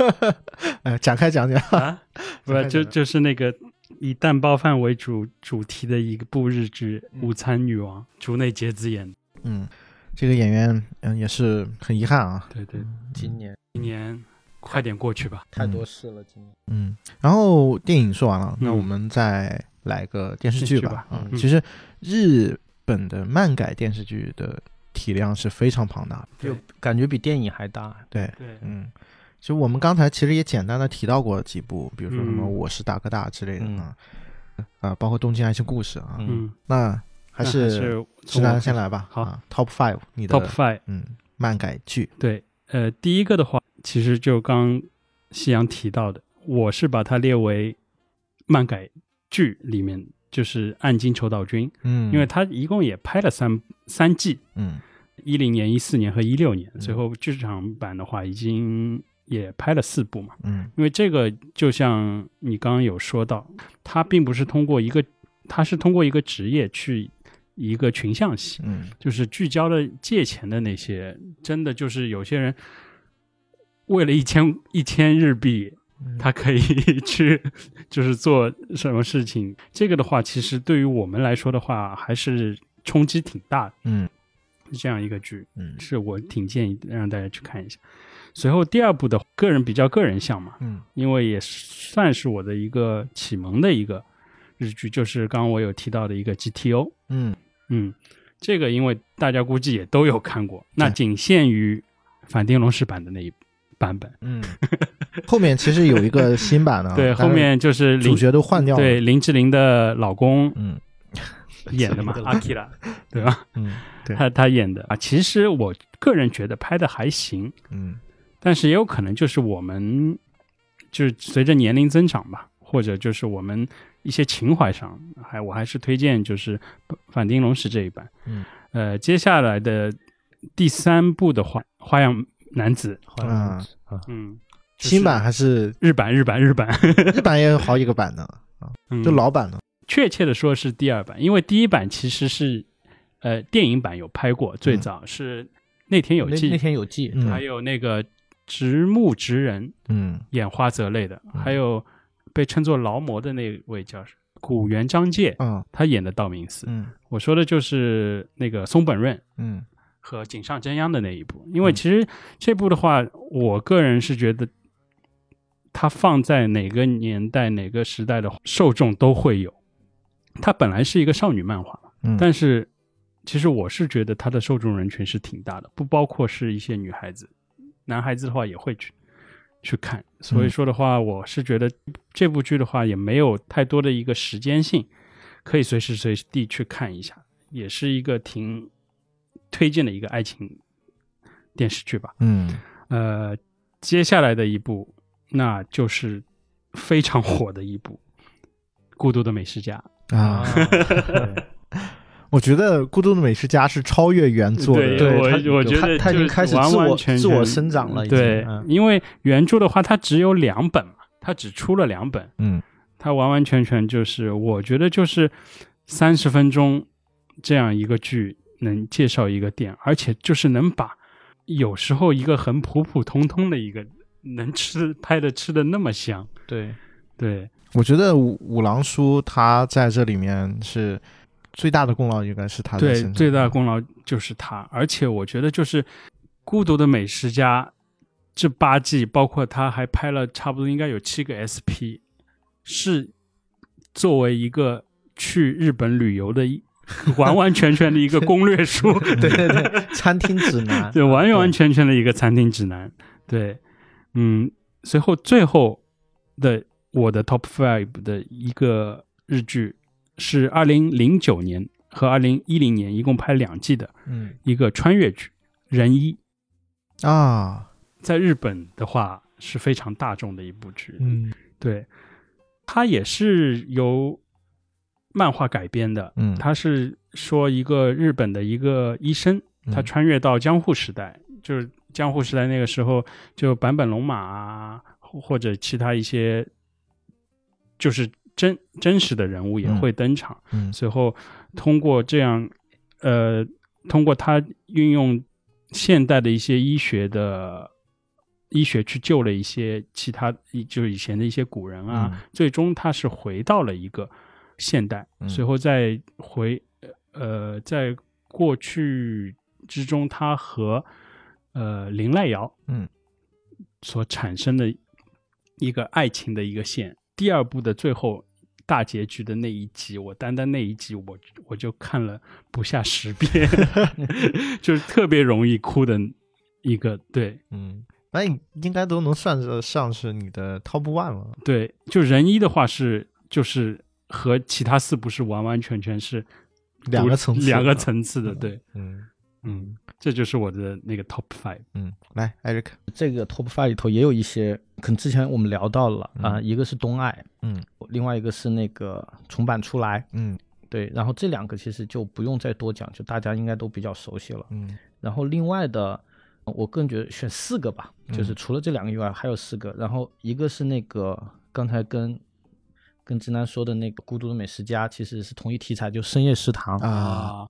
[SPEAKER 3] 呃，展开讲讲。
[SPEAKER 1] 啊，不
[SPEAKER 3] 展开
[SPEAKER 1] 就
[SPEAKER 3] 讲
[SPEAKER 1] 就是那个以蛋包饭为主主题的一部日剧《午餐女王》，竹内结子演的。
[SPEAKER 3] 嗯，这个演员嗯也是很遗憾啊。
[SPEAKER 1] 对对，
[SPEAKER 2] 今年
[SPEAKER 1] 今年快点过去吧。
[SPEAKER 2] 太多事了，今年
[SPEAKER 3] 嗯，然后电影说完了，那
[SPEAKER 1] 嗯
[SPEAKER 3] 我们再来个电视
[SPEAKER 1] 电
[SPEAKER 3] 剧
[SPEAKER 1] 视剧
[SPEAKER 3] 吧。
[SPEAKER 1] 吧
[SPEAKER 3] 啊，
[SPEAKER 1] 嗯
[SPEAKER 3] 其实日本的漫改电视剧的体量是非常庞大的。
[SPEAKER 1] 对
[SPEAKER 2] 就感觉比电影还大。
[SPEAKER 3] 对，
[SPEAKER 1] 对，
[SPEAKER 3] 嗯，就我们刚才其实也简单的提到过几部，比如说什么《
[SPEAKER 1] 嗯
[SPEAKER 3] 我是大哥大》之类的
[SPEAKER 2] 嗯
[SPEAKER 3] 啊，啊，包括《东京爱情故事》啊。
[SPEAKER 1] 嗯，
[SPEAKER 3] 那还
[SPEAKER 1] 那
[SPEAKER 3] 是
[SPEAKER 1] 是
[SPEAKER 3] 直
[SPEAKER 1] 从
[SPEAKER 3] 男
[SPEAKER 1] 我
[SPEAKER 3] 先来吧。
[SPEAKER 1] 好
[SPEAKER 3] 啊，Top Five，你的
[SPEAKER 1] Top Five。
[SPEAKER 3] 嗯漫改剧。
[SPEAKER 1] 对，呃，第一个的话，其实就刚夕阳提到的，我是把它列为漫改剧里面，就是《暗金丑岛君》，
[SPEAKER 3] 嗯
[SPEAKER 1] 因为它一共也拍了三三季，
[SPEAKER 3] 嗯
[SPEAKER 1] 一零年、一四年和一六年，
[SPEAKER 3] 嗯
[SPEAKER 1] 最后剧场版的话已经也拍了四部嘛。
[SPEAKER 3] 嗯
[SPEAKER 1] 因为这个就像你刚刚有说到，它并不是通过一个，它是通过一个职业去一个群像戏，
[SPEAKER 3] 嗯
[SPEAKER 1] 就是聚焦了借钱的那些，真的就是有些人为了一千一千日币，
[SPEAKER 3] 嗯
[SPEAKER 1] 他可以 去就是做什么事情。这个的话，其实对于我们来说的话，还是冲击挺大的。
[SPEAKER 3] 嗯
[SPEAKER 1] 这样一个剧
[SPEAKER 3] 嗯
[SPEAKER 1] 是我挺建议让大家去看一下。随后第二部的个人比较个人向嘛，
[SPEAKER 3] 嗯
[SPEAKER 1] 因为也算是我的一个启蒙的一个日剧，就是刚刚我有提到的一个 GTO。
[SPEAKER 3] 嗯
[SPEAKER 1] 嗯，这个因为大家估计也都有看过，那
[SPEAKER 3] 对
[SPEAKER 1] 仅限于反町隆史版的那一版本。
[SPEAKER 3] 嗯，后面其实有一个新版的啊，
[SPEAKER 1] 对，
[SPEAKER 3] 但是
[SPEAKER 1] 后面就是林
[SPEAKER 3] 主角都换掉了。
[SPEAKER 1] 对林志玲的老公
[SPEAKER 3] 嗯
[SPEAKER 1] 演的 嘛，阿 k 拉，对吧？
[SPEAKER 3] 嗯对
[SPEAKER 1] 他他演的啊，其实我个人觉得拍的还行，
[SPEAKER 3] 嗯
[SPEAKER 1] 但是也有可能就是我们就是随着年龄增长吧，或者就是我们一些情怀上，还我还是推荐就是反町隆史这一版。
[SPEAKER 3] 嗯，
[SPEAKER 1] 呃，接下来的第三部的话，《花样男子》
[SPEAKER 2] 好像是啊，
[SPEAKER 1] 嗯，就是
[SPEAKER 3] 新版还是
[SPEAKER 1] 日版日版日 版，
[SPEAKER 3] 日版也有好几个版的，
[SPEAKER 1] 嗯
[SPEAKER 3] 就老版的。
[SPEAKER 1] 确切的说是第二版，因为第一版其实是呃电影版有拍过，最早是那天有
[SPEAKER 2] 嗯那
[SPEAKER 1] 记
[SPEAKER 2] 那，天有记，
[SPEAKER 3] 嗯
[SPEAKER 1] 还有那个直木直人，
[SPEAKER 3] 嗯
[SPEAKER 1] 演花泽类的，
[SPEAKER 3] 嗯
[SPEAKER 1] 还有被称作劳模的那位叫什古原章介，
[SPEAKER 3] 啊
[SPEAKER 1] 他演的道明寺。
[SPEAKER 3] 嗯
[SPEAKER 1] 我说的就是那个松本润
[SPEAKER 3] 嗯
[SPEAKER 1] 和井上真央的那一部，因为
[SPEAKER 3] 嗯
[SPEAKER 1] 其实这部的话，我个人是觉得。它放在哪个年代、哪个时代的受众都会有。它本来是一个少女漫画，
[SPEAKER 3] 嗯，
[SPEAKER 1] 但是其实我是觉得它的受众人群是挺大的，不包括是一些女孩子，男孩子的话也会去去看。
[SPEAKER 3] 嗯
[SPEAKER 1] 所以说的话，我是觉得这部剧的话也没有太多的一个时间性，可以随时随地去看一下，也是一个挺推荐的一个爱情电视剧吧。
[SPEAKER 3] 嗯
[SPEAKER 1] 呃，接下来的一部那就是非常火的一部《孤独的美食家》。
[SPEAKER 3] 啊， 我觉得《孤独的美食家》是超越原作的，
[SPEAKER 1] 对
[SPEAKER 2] 对
[SPEAKER 1] 我
[SPEAKER 2] 他
[SPEAKER 1] 我觉
[SPEAKER 2] 他
[SPEAKER 1] 得
[SPEAKER 2] 他已
[SPEAKER 1] 就
[SPEAKER 2] 经
[SPEAKER 1] 是
[SPEAKER 2] 开始
[SPEAKER 1] 完
[SPEAKER 2] 自
[SPEAKER 1] 完
[SPEAKER 2] 我
[SPEAKER 1] 全
[SPEAKER 2] 自我
[SPEAKER 1] 全
[SPEAKER 2] 生长了，已经
[SPEAKER 1] 对，
[SPEAKER 2] 嗯
[SPEAKER 1] 因为原著的话，它只有两本嘛，它只出了两本，
[SPEAKER 3] 嗯
[SPEAKER 1] 它完完全全就是，我觉得就是三十分钟这样一个剧能介绍一个店，而且就是能把有时候一个很普普通通的一个能吃拍的吃的那么香，
[SPEAKER 2] 对，
[SPEAKER 1] 对，
[SPEAKER 3] 我觉得五五郎叔他在这里面是最大的功劳，应该是他在嗯
[SPEAKER 1] 对
[SPEAKER 3] 身，上
[SPEAKER 1] 最大的功劳就是他，而且我觉得就是《孤独的美食家》这八季，包括他还拍了差不多应该有七个 SP，是作为一个去日本旅游的一完完全全的一个攻略 书，
[SPEAKER 2] 对对对，餐厅指 南，啊
[SPEAKER 1] 对，完完全全的一个餐厅指南，对，嗯，随后最后的我的 Top Five 的一个日剧是二零零九年和二零一零年一共拍两季的
[SPEAKER 3] 嗯
[SPEAKER 1] 一个穿越剧《仁一》，
[SPEAKER 3] 啊，
[SPEAKER 1] 在日本的话是非常大众的一部剧，
[SPEAKER 3] 嗯
[SPEAKER 1] 对，它也是由漫画改编的，
[SPEAKER 3] 嗯
[SPEAKER 1] 它是说一个日本的一个医生，他
[SPEAKER 3] 嗯
[SPEAKER 1] 穿越到江户时代，就是江户时代那个时候，就坂本龙马啊，或或者其他一些，就是真真实的人物也
[SPEAKER 3] 嗯
[SPEAKER 1] 会登场。
[SPEAKER 3] 嗯
[SPEAKER 1] 随后通过这样，呃，通过他运用现代的一些医学的医学去救了一些其他，一就是以前的一些古人啊，
[SPEAKER 3] 嗯
[SPEAKER 1] 最终他是回到了一个现代，
[SPEAKER 3] 嗯
[SPEAKER 1] 随后再回呃，在过去之中，他和呃林濑遥
[SPEAKER 3] 嗯
[SPEAKER 1] 所产生的一个爱情的一个线。第二部的最后大结局的那一集，我单单那一集我我就看了不下十 遍， 就是特别容易哭的一个对。
[SPEAKER 3] 嗯，那你应该都能算得上是你的 top one 了。
[SPEAKER 1] 对，就仁一的话是就是和其他四部是完完全全是
[SPEAKER 3] 两个层次的
[SPEAKER 1] 两个层次的，对，
[SPEAKER 3] 嗯
[SPEAKER 1] 嗯，这就是我的那个 top five，
[SPEAKER 3] 嗯，来，Eric，
[SPEAKER 2] 这个 top five 里头也有一些，可能之前我们聊到了
[SPEAKER 3] 嗯
[SPEAKER 2] 啊、一个是东爱，
[SPEAKER 3] 嗯
[SPEAKER 2] 另外一个是那个重版出来，
[SPEAKER 3] 嗯
[SPEAKER 2] 对，然后这两个其实就不用再多讲，就大家应该都比较熟悉了。
[SPEAKER 3] 嗯
[SPEAKER 2] 然后另外的，呃我个人觉得选四个吧，
[SPEAKER 3] 嗯
[SPEAKER 2] 就是除了这两个以外还有四个。然后一个是那个刚才跟跟直男说的那个《孤独的美食家》，其实是同一题材，就深夜食堂
[SPEAKER 3] 啊，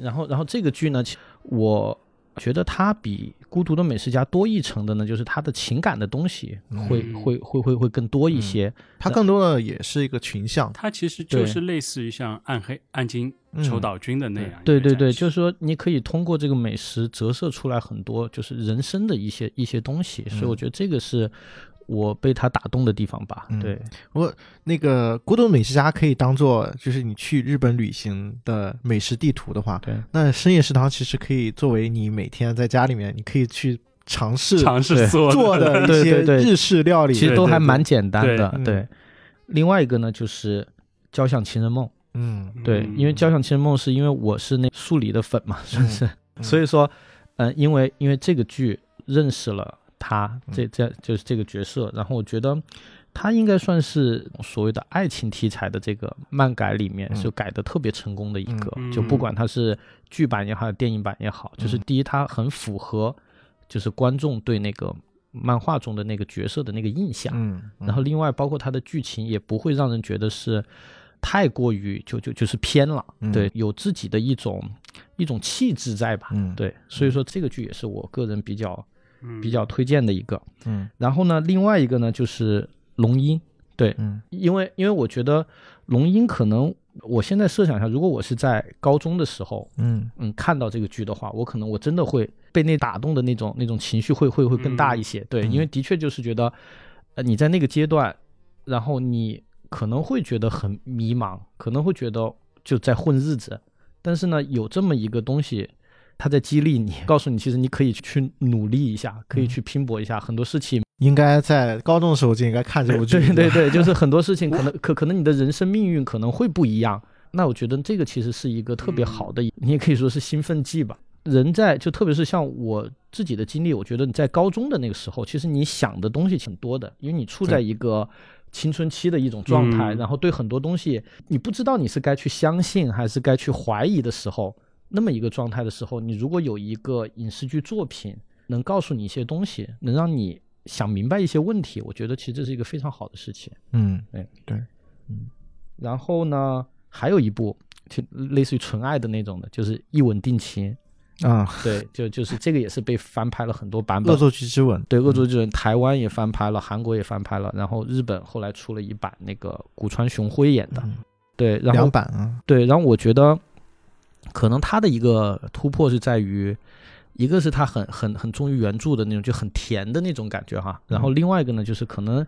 [SPEAKER 2] 然后，然后这个剧呢，其我觉得它比《孤独的美食家》多一层的呢，就是它的情感的东西会、
[SPEAKER 1] 嗯
[SPEAKER 2] 会会会会更
[SPEAKER 3] 嗯
[SPEAKER 2] 多一些。
[SPEAKER 3] 它更多的也是一个群像。
[SPEAKER 1] 它其实就是
[SPEAKER 2] 对
[SPEAKER 1] 类似于像暗黑暗金
[SPEAKER 3] 嗯
[SPEAKER 1] 丑岛君的那样一个
[SPEAKER 2] 对
[SPEAKER 1] 战士，
[SPEAKER 2] 对对，就是说你可以通过这个美食折射出来很多就是人生的一些一些东西，所以我觉得这个是我被他打动的地方吧。
[SPEAKER 3] 嗯
[SPEAKER 2] 对，
[SPEAKER 3] 那个《孤独美食家》可以当做就是你去日本旅行的美食地图的话，
[SPEAKER 2] 对
[SPEAKER 3] 那深夜食堂其实可以作为你每天在家里面，你可以去尝试
[SPEAKER 1] 尝试
[SPEAKER 2] 对
[SPEAKER 1] 做
[SPEAKER 3] 做
[SPEAKER 1] 的
[SPEAKER 3] 的一
[SPEAKER 2] 对
[SPEAKER 3] 些
[SPEAKER 2] 对对
[SPEAKER 3] 日式料理，
[SPEAKER 2] 其实
[SPEAKER 1] 对
[SPEAKER 2] 都
[SPEAKER 1] 对
[SPEAKER 2] 还
[SPEAKER 1] 对
[SPEAKER 2] 蛮简单
[SPEAKER 1] 对
[SPEAKER 2] 的。
[SPEAKER 3] 嗯
[SPEAKER 2] 另外一个呢就是《交响情人梦》。
[SPEAKER 3] 嗯
[SPEAKER 2] 对，
[SPEAKER 1] 嗯
[SPEAKER 2] 因为《交响情人梦》是因为我是那素里的粉嘛，算是，
[SPEAKER 3] 嗯
[SPEAKER 2] 所以说，嗯、因为因为这个剧认识了他，
[SPEAKER 3] 嗯
[SPEAKER 2] 这这就是这个角色，然后我觉得他应该算是所谓的爱情题材的这个漫改里面
[SPEAKER 3] 嗯
[SPEAKER 2] 是改的特别成功的一个，
[SPEAKER 1] 嗯
[SPEAKER 2] 就不管它是剧版也好，电影版也好，就是
[SPEAKER 3] 嗯
[SPEAKER 2] 第一，它很符合就是观众对那个漫画中的那个角色的那个印象，
[SPEAKER 3] 嗯，嗯
[SPEAKER 2] 然后另外包括它的剧情也不会让人觉得是太过于就就就是偏了，
[SPEAKER 3] 嗯
[SPEAKER 2] 对，有自己的一种一种气质在吧，
[SPEAKER 3] 嗯
[SPEAKER 2] 对，所以说这个剧也是我个人比较
[SPEAKER 1] 嗯
[SPEAKER 2] 比较推荐的一个。
[SPEAKER 3] 嗯
[SPEAKER 2] 然后呢，另外一个呢就是龙樱，对，
[SPEAKER 3] 嗯
[SPEAKER 2] 因为因为我觉得龙樱可能我现在设想一下，如果我是在高中的时候，
[SPEAKER 3] 嗯
[SPEAKER 2] 嗯，看到这个剧的话，我可能我真的会被那打动的那种那种情绪会会会更大一些。对，因为的确就是觉得，呃，你在那个阶段，然后你可能会觉得很迷茫，可能会觉得就在混日子，但是呢，有这么一个东西。它在激励你，告诉你其实你可以去努力一下，可以去拼搏一下，很多事情。
[SPEAKER 3] 应该在高中的时候就应该看这部剧，
[SPEAKER 2] 对对对，就是很多事情可能可可能你的人生命运可能会不一样。那我觉得这个其实是一个特别好的，你也可以说是兴奋剂吧。人在就特别是像我自己的经历，我觉得你在高中的那个时候，其实你想的东西挺多的，因为你处在一个青春期的一种状
[SPEAKER 1] 嗯
[SPEAKER 2] 态，然后对很多东西你不知道你是该去相信还是该去怀疑的时候，那么一个状态的时候，你如果有一个影视剧作品能告诉你一些东西，能让你想明白一些问题，我觉得其实这是一个非常好的事情。
[SPEAKER 3] 嗯
[SPEAKER 2] 然后呢，还有一部就类似于纯爱的那种的，就是《一吻定情》。
[SPEAKER 3] 啊，
[SPEAKER 2] 对，就就是这个也是被翻拍了很多版
[SPEAKER 3] 《恶
[SPEAKER 2] 本。
[SPEAKER 3] 作剧之吻》
[SPEAKER 2] 对，《恶作剧人》台湾也翻拍了，韩国也翻拍了，然后日本后来出了一版那个古川雄辉演的。
[SPEAKER 3] 嗯
[SPEAKER 2] 对，然后
[SPEAKER 3] 两版啊，
[SPEAKER 2] 对，然后我觉得可能他的一个突破是在于，一个是他很很很忠于原著的那种，就很甜的那种感觉哈。然后
[SPEAKER 3] 嗯
[SPEAKER 2] 另外一个呢，就是可能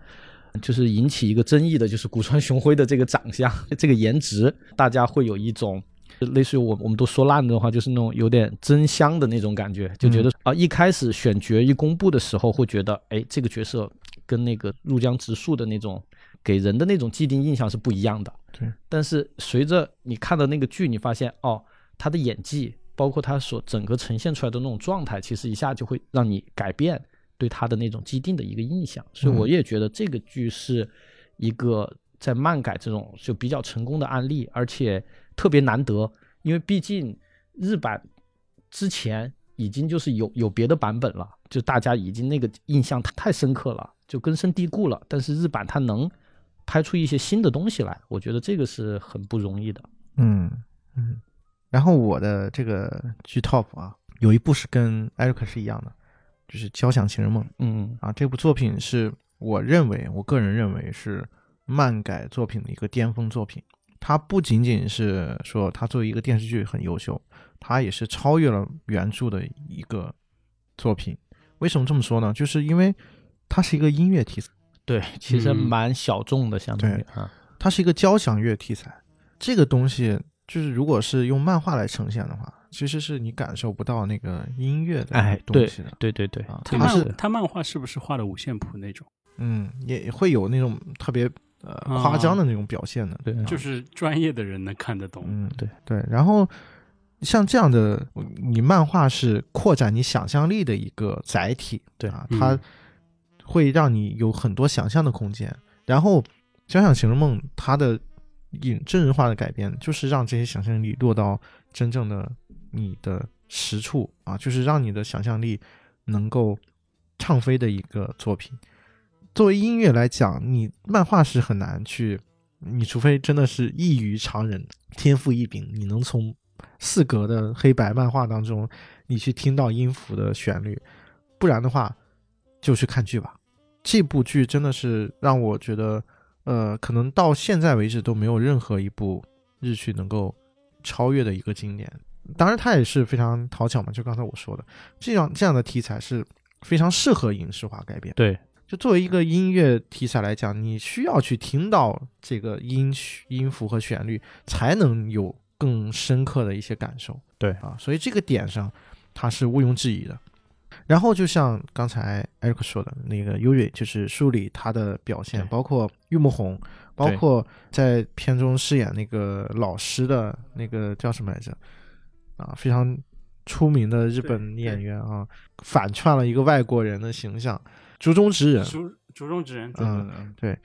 [SPEAKER 2] 就是引起一个争议的，就是古川雄辉的这个长相、这个颜值，大家会有一种。类似于我我们都说烂的话，就是那种有点真香的那种感觉，就觉得啊、一开始选角一公布的时候，会觉得哎，这个角色跟那个入江直树的那种给人的那种既定印象是不一样的。但是随着你看的那个剧，你发现哦，他的演技，包括他所整个呈现出来的那种状态，其实一下就会让你改变对他的那种既定的一个印象。所以我也觉得这个剧是一个在漫改这种就比较成功的案例，而且特别难得，因为毕竟日版之前已经就是有有别的版本了，就大家已经那个印象太太深刻了，就根深蒂固了。但是日版它能拍出一些新的东西来，我觉得这个是很不容易的。
[SPEAKER 3] 嗯嗯。然后我的这个剧 top 啊，有一部是跟 Eric 是一样的，就是《交响情人梦》
[SPEAKER 2] 嗯
[SPEAKER 3] 啊。这部作品是我认为，我个人认为是漫改作品的一个巅峰作品。它不仅仅是说它作为一个电视剧很优秀，它也是超越了原著的一个作品。为什么这么说呢？就是因为它是一个音乐题材，
[SPEAKER 2] 对，其实
[SPEAKER 1] 嗯
[SPEAKER 2] 蛮小众的，相当于
[SPEAKER 3] 对
[SPEAKER 2] 啊，
[SPEAKER 3] 它是一个交响乐题材。这个东西就是如果是用漫画来呈现的话，其实是你感受不到那个音乐
[SPEAKER 2] 哎
[SPEAKER 3] 的东西的。
[SPEAKER 2] 对对对
[SPEAKER 3] 啊，
[SPEAKER 1] 他
[SPEAKER 3] 它
[SPEAKER 2] 是
[SPEAKER 1] 漫他漫画是不是画的五线谱那种？
[SPEAKER 3] 嗯，也会有那种特别呃
[SPEAKER 1] 啊
[SPEAKER 3] 夸张的那种表现的。
[SPEAKER 2] 对，
[SPEAKER 1] 就是专业的人能看得懂。
[SPEAKER 3] 嗯，
[SPEAKER 2] 对
[SPEAKER 3] 对。然后像这样的，你漫画是扩展你想象力的一个载体，
[SPEAKER 2] 对
[SPEAKER 3] 啊，
[SPEAKER 1] 嗯
[SPEAKER 3] 它会让你有很多想象的空间。然后《交响情人梦》它的影真人化的改编，就是让这些想象力落到真正的你的实处啊，就是让你的想象力能够唱飞的一个作品。作为音乐来讲，你漫画是很难去，你除非真的是异于常人，天赋异禀，你能从四格的黑白漫画当中，你去听到音符的旋律，不然的话，就去看剧吧。这部剧真的是让我觉得，呃，可能到现在为止都没有任何一部日剧能够超越的一个经典。当然，它也是非常讨巧嘛，就刚才我说的，这样这样的题材是非常适合影视化改编。
[SPEAKER 2] 对，
[SPEAKER 3] 就作为一个音乐题材来讲，你需要去听到这个音曲、音符和旋律，才能有更深刻的一些感受。
[SPEAKER 2] 对
[SPEAKER 3] 啊，所以这个点上，它是毋庸置疑的。然后就像刚才 Eric 说的，那个优月就是梳理他的表现，
[SPEAKER 2] 对
[SPEAKER 3] 包括玉木宏，包
[SPEAKER 2] 对
[SPEAKER 3] 括在片中饰演那个老师的那个叫什么来着？啊，非常出名的日
[SPEAKER 1] 对
[SPEAKER 3] 本
[SPEAKER 1] 对
[SPEAKER 3] 演员啊，反串了一个外国人的形象，竹中直人。
[SPEAKER 1] 竹竹中之人，对
[SPEAKER 3] 嗯
[SPEAKER 1] 对对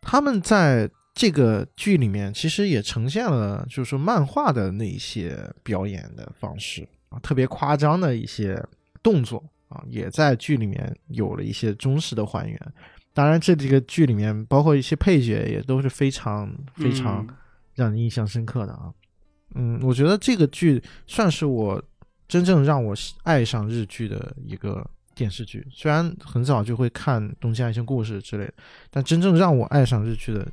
[SPEAKER 3] 他们在这个剧里面其实也呈现了，就是说漫画的那一些表演的方式啊，特别夸张的一些动作啊，也在剧里面有了一些忠实的还原。当然，这几个剧里面包括一些配角也都是非常非常
[SPEAKER 1] 嗯
[SPEAKER 3] 让你印象深刻的啊。嗯，我觉得这个剧算是我真正让我喜爱上日剧的一个电视剧。虽然很早就会看《东京爱情故事》之类的，但真正让我爱上日剧的，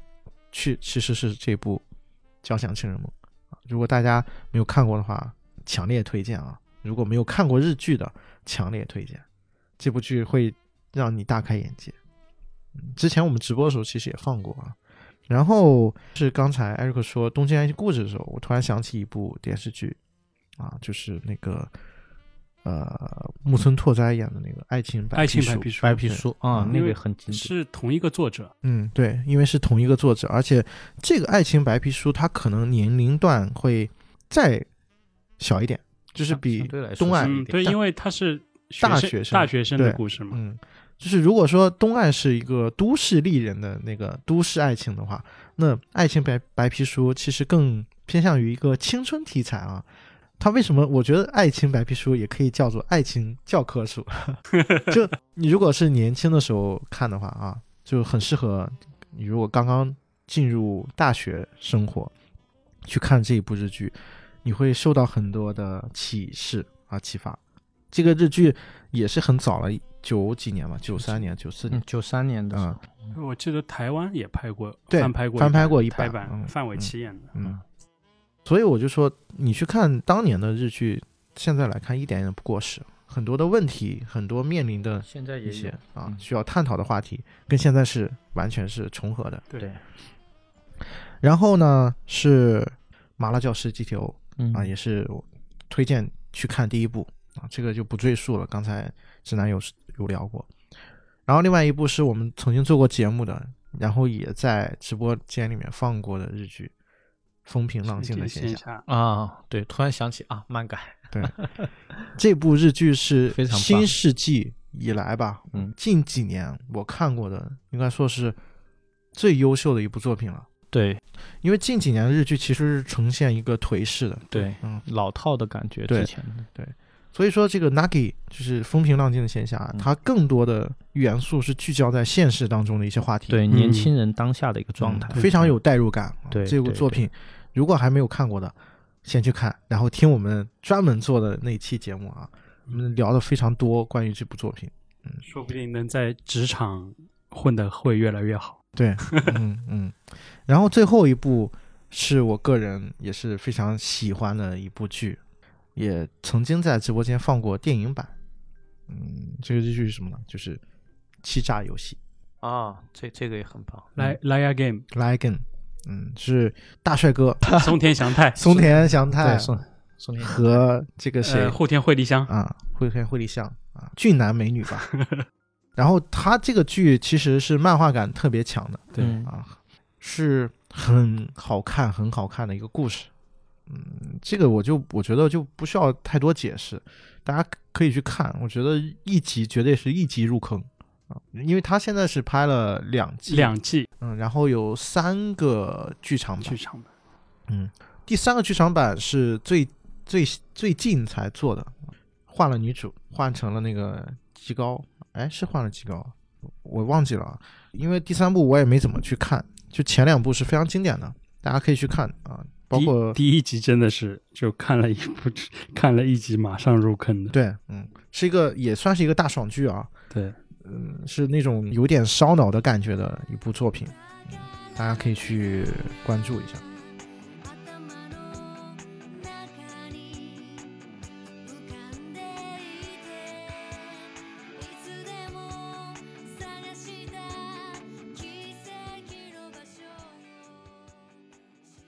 [SPEAKER 3] 去其实是这部《交响情人梦》啊。如果大家没有看过的话，强烈推荐啊！如果没有看过日剧的，强烈推荐这部剧，会让你大开眼界。嗯之前我们直播的时候其实也放过啊。然后是刚才艾瑞克说《东京爱情故事》的时候，我突然想起一部电视剧，啊，就是那个呃木村拓哉演的那个《爱情白
[SPEAKER 1] 爱情
[SPEAKER 3] 皮
[SPEAKER 1] 白
[SPEAKER 3] 书
[SPEAKER 1] 皮书
[SPEAKER 2] 白皮书啊，
[SPEAKER 3] 嗯
[SPEAKER 2] 那
[SPEAKER 1] 因
[SPEAKER 2] 个
[SPEAKER 1] 为
[SPEAKER 2] 很经典，
[SPEAKER 1] 是同一个作者，
[SPEAKER 3] 嗯，对，因为是同一个作者，而且这个《爱情白皮书》它可能年龄段会再小一点，就是
[SPEAKER 2] 啊
[SPEAKER 3] 比
[SPEAKER 2] 相对来说
[SPEAKER 3] 东
[SPEAKER 2] 是
[SPEAKER 3] 爱
[SPEAKER 2] 一
[SPEAKER 1] 嗯，
[SPEAKER 2] 点
[SPEAKER 1] 对，
[SPEAKER 3] 但
[SPEAKER 1] 因为他是
[SPEAKER 3] 大
[SPEAKER 1] 学
[SPEAKER 3] 学生
[SPEAKER 1] 大学生的
[SPEAKER 3] 对
[SPEAKER 1] 故事嘛，
[SPEAKER 3] 嗯，就是如果说东岸是一个都市丽人的那个都市爱情的话，那《爱情白白皮书》其实更偏向于一个青春题材啊。它为什么？我觉得《爱情白皮书》也可以叫做爱情教科 书。就你如果是年轻的时候看的话啊，就很适合你。如果刚刚进入大学生活，去看这一部日剧，你会受到很多的启示啊启发。这个日剧也是很早了，九几年吧，九三年、九四年
[SPEAKER 2] 嗯，，九三年的时候，
[SPEAKER 1] 我记得台湾也拍过，
[SPEAKER 3] 嗯对
[SPEAKER 1] 翻拍过，
[SPEAKER 3] 翻拍过一
[SPEAKER 1] 台
[SPEAKER 3] 版
[SPEAKER 1] 版，
[SPEAKER 3] 嗯
[SPEAKER 1] 范玮琪演的，
[SPEAKER 3] 嗯，所以我就说，你去看当年的日剧，现在来看一点也不过时。很多的问题，很多面临的
[SPEAKER 2] 现在
[SPEAKER 3] 一
[SPEAKER 2] 也
[SPEAKER 3] 些
[SPEAKER 2] 有，
[SPEAKER 3] 啊
[SPEAKER 2] 嗯
[SPEAKER 3] 需要探讨的话题，跟现在是完全是重合的。
[SPEAKER 1] 对
[SPEAKER 2] 对
[SPEAKER 3] 然后呢，是《麻辣教师 GTO》
[SPEAKER 2] 嗯
[SPEAKER 3] 啊，也是我推荐去看第一部啊，这个就不赘述了，刚才直男有有聊过。然后另外一部是我们曾经做过节目的，然后也在直播间里面放过的日剧《风平浪静的现
[SPEAKER 1] 线
[SPEAKER 3] 象》。
[SPEAKER 1] 下，
[SPEAKER 2] 啊，对，突然想起啊，漫改，
[SPEAKER 3] 这部日剧是
[SPEAKER 2] 非常棒
[SPEAKER 3] 新世纪以来吧，
[SPEAKER 2] 嗯
[SPEAKER 3] 近几年我看过的，应该说是最优秀的一部作品了。
[SPEAKER 2] 对
[SPEAKER 3] 因为近几年的日剧其实是呈现一个颓势的，
[SPEAKER 2] 对，
[SPEAKER 3] 嗯，
[SPEAKER 2] 老套的感觉，
[SPEAKER 3] 对
[SPEAKER 2] 之前的，
[SPEAKER 3] 所以说这个 Nagi 就是风平浪静的现象啊，
[SPEAKER 2] 嗯
[SPEAKER 3] 它更多的元素是聚焦在现实当中的一些话题，
[SPEAKER 2] 对
[SPEAKER 1] 嗯
[SPEAKER 2] 年轻人当下的一个状态，
[SPEAKER 3] 嗯非常有代入感。啊
[SPEAKER 2] 对
[SPEAKER 3] 这部
[SPEAKER 2] 对
[SPEAKER 3] 作品，如果还没有看过的，先去看，然后听我们专门做的那期节目啊，我们聊了非常多关于这部作 品。
[SPEAKER 1] 说不定能在职场混得会越来越好。
[SPEAKER 3] 对，嗯嗯。然后最后一部是我个人也是非常喜欢的一部剧，也曾经在直播间放过电影版。嗯，这个日剧是什么呢？就是《欺诈游戏
[SPEAKER 5] 啊，这这个也很棒。
[SPEAKER 3] 嗯
[SPEAKER 1] 来，Liar Game，》
[SPEAKER 3] （Lion）。嗯，是大帅哥
[SPEAKER 1] 松田翔太，
[SPEAKER 3] 松田翔太
[SPEAKER 2] 对，送送你
[SPEAKER 3] 和这个谁
[SPEAKER 1] 呃，户田惠梨香，
[SPEAKER 3] 啊，会看会理想啊，俊男美女吧。然后他这个剧其实是漫画感特别强的，
[SPEAKER 2] 对
[SPEAKER 3] 嗯啊，是很好看、很好看的一个故事。嗯，这个我就我觉得就不需要太多解释，大家可以去看。我觉得一集绝对是一集入坑啊，因为他现在是拍了两季，
[SPEAKER 1] 两季
[SPEAKER 3] 嗯，然后有三个剧场版
[SPEAKER 1] 剧，场版，
[SPEAKER 3] 第三个剧场版是最最最近才做的，换了女主，换成了那个极高，哎，是换了极高，我忘记了啊，因为第三部我也没怎么去看，就前两部是非常经典的，大家可以去看啊，包
[SPEAKER 1] 第
[SPEAKER 3] 括
[SPEAKER 1] 第一集真的是就看了一部， 看了一集马上入坑的。
[SPEAKER 3] 对，嗯，是一个也算是一个大爽剧啊，
[SPEAKER 1] 对，
[SPEAKER 3] 嗯，是那种有点烧脑的感觉的一部作品，嗯，大家可以去关注一下。
[SPEAKER 4] 「頭の中に浮かんでいて」「いつでも探した奇跡の場所」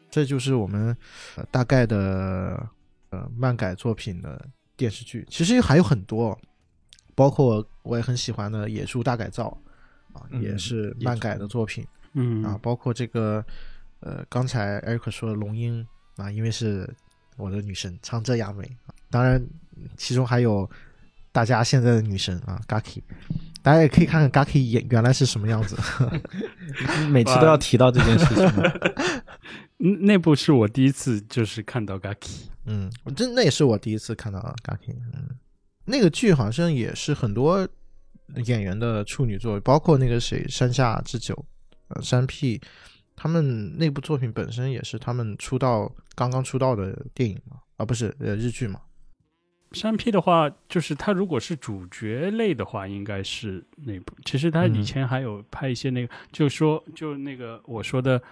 [SPEAKER 3] 这就是我们、呃大概的呃漫改作品的电视剧，其实还有很多，包括我也很喜欢的《野猪大改造》啊，
[SPEAKER 2] 嗯
[SPEAKER 3] 也是漫改的作品、
[SPEAKER 1] 嗯
[SPEAKER 3] 啊，包括这个呃刚才 Eric 说的龙樱啊，因为是我的女神长泽雅美、啊当然其中还有大家现在的女神啊 Gaki，大家也可以看看 Gaki 原原来是什么样子。
[SPEAKER 2] 每次都要提到这件事情吗，
[SPEAKER 1] 嗯那部是我第一次就是看到 Gaki，
[SPEAKER 3] 嗯，我真那也是我第一次看到 Gaki。嗯，那个剧好像也是很多演员的处女作，包括那个谁山下智久、呃山 P，他们那部作品本身也是他们出道刚刚出道的电影嘛，啊不是呃日剧嘛。
[SPEAKER 1] 山 P 的话，就是他如果是主角类的话，应该是那部。其实他
[SPEAKER 3] 嗯
[SPEAKER 1] 以前还有拍一些那个，就说就那个我说的《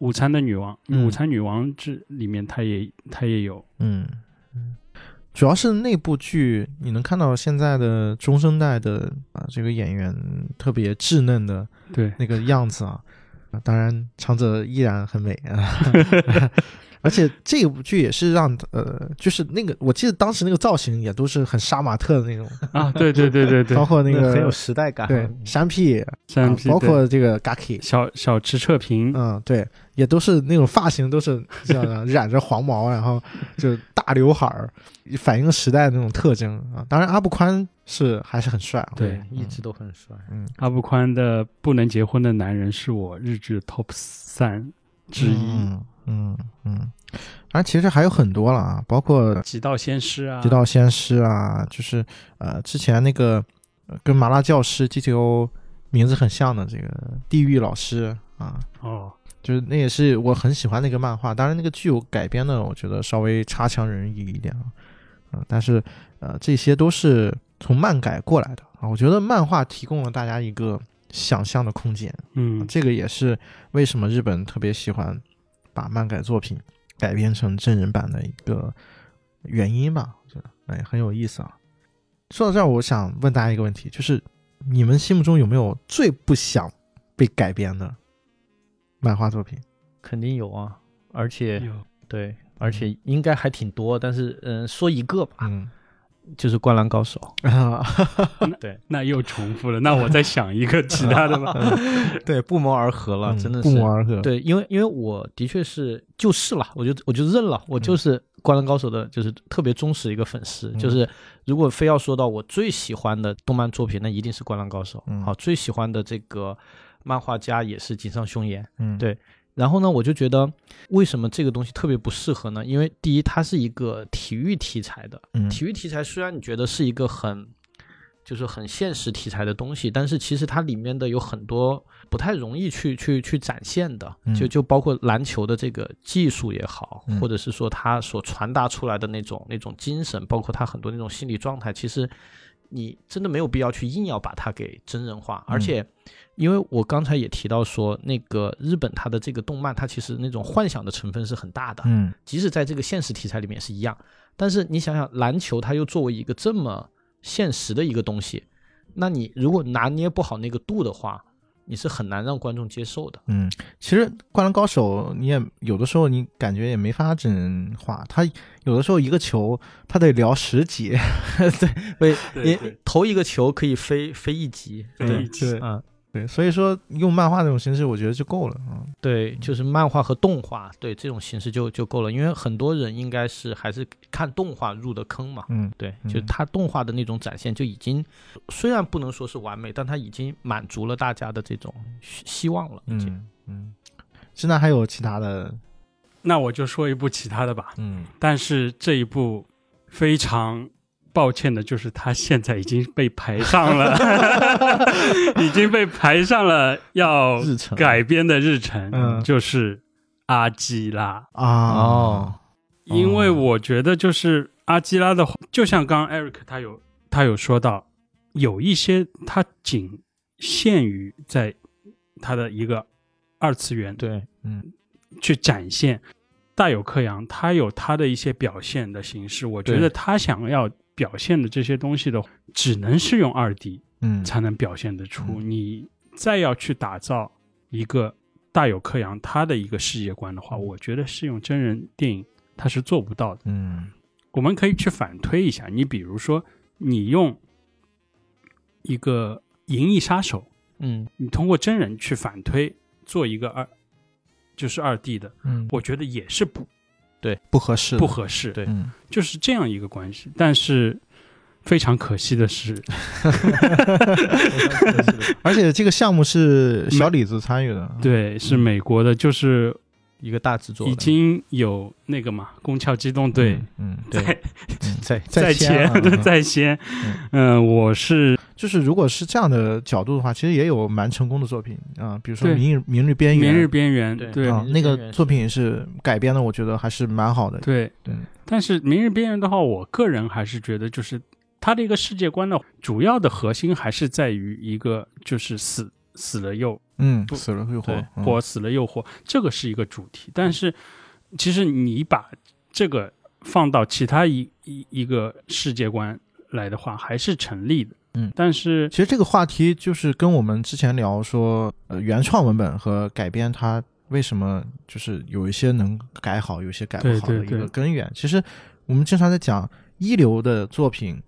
[SPEAKER 1] 午餐的女王》，
[SPEAKER 3] 嗯
[SPEAKER 1] 午餐女王》这里面他也他也有。
[SPEAKER 3] 嗯，主要是那部剧，你能看到现在的中生代的啊这个演员特别稚嫩的
[SPEAKER 1] 对，
[SPEAKER 3] 那个样子啊。啊当然，长泽依然很美 啊，而且这部剧也是让呃，就是那个我记得当时那个造型也都是很杀马特的那种，
[SPEAKER 1] 啊，对对对对对
[SPEAKER 3] 包，括那个
[SPEAKER 2] 很有时代感。
[SPEAKER 3] 对山 P，啊
[SPEAKER 1] 山 P，
[SPEAKER 3] 包
[SPEAKER 1] 对
[SPEAKER 3] 括这个 Gaki，
[SPEAKER 1] 小小池彻平，
[SPEAKER 3] 嗯，对，也都是那种发型都是这样的，染着黄毛，然后就大刘海儿，反映时代的那种特征啊。当然，阿布宽是还是很帅啊，
[SPEAKER 1] 对
[SPEAKER 2] 一直都很帅。
[SPEAKER 3] 嗯，
[SPEAKER 1] 阿布宽的《不能结婚的男人》是我日剧 Top 三之一，
[SPEAKER 3] 嗯嗯嗯，反正其实还有很多了啊，包括
[SPEAKER 1] 极道先师啊，
[SPEAKER 3] 《极道先师》啊，就是呃之前那个呃跟麻辣教师 GTO 名字很像的这个地狱老师啊，
[SPEAKER 1] 哦，
[SPEAKER 3] 就是那也是我很喜欢那个漫画，当然那个剧我改编的我觉得稍微差强人意一点啊，嗯、但是呃这些都是从漫改过来的啊，我觉得漫画提供了大家一个想象的空间，
[SPEAKER 1] 嗯，
[SPEAKER 3] 这个也是为什么日本特别喜欢把漫改作品改编成真人版的一个原因吧。我觉得，哎，很有意思啊。说到这儿，我想问大家一个问题，就是你们心目中有没有最不想被改编的漫画作品？
[SPEAKER 2] 肯定有啊，而且
[SPEAKER 1] 有
[SPEAKER 2] 对，而且应该还挺多。但是嗯、说一个吧，
[SPEAKER 3] 嗯
[SPEAKER 2] 就是《灌篮高手》。
[SPEAKER 3] 啊，
[SPEAKER 1] 那又重复了，那我再想一个其他的吧。
[SPEAKER 2] 对，不谋而合了，
[SPEAKER 3] 嗯
[SPEAKER 2] 真的是
[SPEAKER 3] 不谋而合。，
[SPEAKER 2] 对，因为因为我的确是就是了，我就我就认了，我就是《灌篮高手》的，就是特别忠实一个粉丝。
[SPEAKER 3] 嗯
[SPEAKER 2] 就是如果非要说到我最喜欢的动漫作品，那一定是《灌篮高手》
[SPEAKER 3] 嗯
[SPEAKER 2] 好，最喜欢的这个漫画家也是井上雄彦。
[SPEAKER 3] 嗯，
[SPEAKER 2] 对然后呢，我就觉得为什么这个东西特别不适合呢？因为第一，它是一个体育题材的，
[SPEAKER 3] 嗯
[SPEAKER 2] 体育题材虽然你觉得是一个很就是很现实题材的东西，但是其实它里面的有很多不太容易去去去展现的，
[SPEAKER 3] 嗯
[SPEAKER 2] 就就包括篮球的这个技术也好，
[SPEAKER 3] 嗯
[SPEAKER 2] 或者是说它所传达出来的那种那种精神，包括它很多那种心理状态，其实你真的没有必要去硬要把它给真人
[SPEAKER 3] 嗯
[SPEAKER 2] 化，而且。因为我刚才也提到说，那个日本它的这个动漫，它其实那种幻想的成分是很大的，
[SPEAKER 3] 嗯
[SPEAKER 2] 即使在这个现实题材里面也是一样。但是你想想，篮球它又作为一个这么现实的一个东西，那你如果拿捏不好那个度的话，你是很难让观众接受的。
[SPEAKER 3] 嗯，其实《灌篮高手》你也有的时候你感觉也没法真人化，他有的时候一个球他得聊十 节，
[SPEAKER 2] 对，
[SPEAKER 3] 嗯
[SPEAKER 1] 对
[SPEAKER 2] 你投一个球可以飞飞一级，
[SPEAKER 1] 对
[SPEAKER 2] 对
[SPEAKER 1] 一级
[SPEAKER 2] 嗯，
[SPEAKER 3] 对，所以说用漫画这种形式我觉得就够了啊。
[SPEAKER 2] 对，就是漫画和动画，对这种形式就就够了，因为很多人应该是还是看动画入的坑嘛。
[SPEAKER 3] 嗯
[SPEAKER 2] 对，
[SPEAKER 3] 嗯
[SPEAKER 2] 就它动画的那种展现就已经，虽然不能说是完美，但它已经满足了大家的这种希希望了。已经，
[SPEAKER 3] 嗯嗯，之南还有其他的，
[SPEAKER 1] 那我就说一部其他的吧。
[SPEAKER 3] 嗯
[SPEAKER 1] 但是这一部非常抱歉的就是，它现在已经被排上 了，已经被排上了要
[SPEAKER 3] 日程
[SPEAKER 1] 改编的日程，
[SPEAKER 3] 嗯
[SPEAKER 1] 就是《阿基拉》。
[SPEAKER 3] 啊
[SPEAKER 2] 哦，
[SPEAKER 1] 因为
[SPEAKER 3] 哦
[SPEAKER 1] 我觉得就是阿基拉的话，就像刚刚 Eric 他有他有说到，有一些它仅限于在它的一个二次元
[SPEAKER 2] 对，
[SPEAKER 3] 嗯
[SPEAKER 1] 去展现大有克洋，他有他的一些表现的形式。我觉
[SPEAKER 2] 对
[SPEAKER 1] 得他想要表现的这些东西的话，只能是用二 D
[SPEAKER 3] 嗯
[SPEAKER 1] 才能表现得出。你再要去打造一个大有克洋他的一个世界观的话，我觉得是用真人电影他是做不到的。
[SPEAKER 3] 嗯
[SPEAKER 1] 我们可以去反推一下，你比如说，你用一个《银翼杀手》，
[SPEAKER 2] 嗯，
[SPEAKER 1] 你通过真人去反推做一个二，就是二 D 的，
[SPEAKER 3] 嗯，
[SPEAKER 1] 我觉得也是不
[SPEAKER 3] 不合适的，
[SPEAKER 1] 不合适，
[SPEAKER 2] 对
[SPEAKER 3] 嗯
[SPEAKER 1] 就是这样一个关系。但是非常可惜的是，
[SPEAKER 3] 而且这个项目是小李子参与的，啊
[SPEAKER 1] 对，是美国的，就是
[SPEAKER 2] 一个大制作
[SPEAKER 1] 已
[SPEAKER 2] 了，
[SPEAKER 1] 经有那个嘛，《宫壳机动队》
[SPEAKER 3] 嗯，嗯，
[SPEAKER 2] 对
[SPEAKER 1] 在
[SPEAKER 2] 在
[SPEAKER 1] 在
[SPEAKER 3] 前啊，
[SPEAKER 1] 前
[SPEAKER 3] 嗯
[SPEAKER 1] 在先，嗯，我是
[SPEAKER 3] 就是如果是这样的角度的话，其实也有蛮成功的作品啊，比如说《
[SPEAKER 1] 对
[SPEAKER 3] 明日明日边缘
[SPEAKER 1] 明》日边缘，
[SPEAKER 2] 对
[SPEAKER 1] 对
[SPEAKER 3] 啊，
[SPEAKER 2] 明日
[SPEAKER 3] 那
[SPEAKER 2] 边缘
[SPEAKER 3] 个作品也是改编的，我觉得还是蛮好的。
[SPEAKER 1] 对
[SPEAKER 3] 对
[SPEAKER 1] 但是《明日边缘》的话，我个人还是觉得，就是它的一个世界观的主要的核心还是在于一个就是死死了又
[SPEAKER 3] 嗯，
[SPEAKER 1] 不
[SPEAKER 3] 死了会活
[SPEAKER 1] 对，
[SPEAKER 3] 嗯
[SPEAKER 1] 活死了又活，这个是一个主题。但是其实你把这个放到其他一一一个世界观来的话，还是成立的。
[SPEAKER 3] 嗯
[SPEAKER 1] 但是
[SPEAKER 3] 其实这个话题就是跟我们之前聊说，呃，原创文本和改编它为什么就是有一些能改好，有一些改不好
[SPEAKER 1] 对
[SPEAKER 3] 的
[SPEAKER 1] 对
[SPEAKER 3] 一
[SPEAKER 1] 对
[SPEAKER 3] 个根源。其实我们经常在讲一流的作品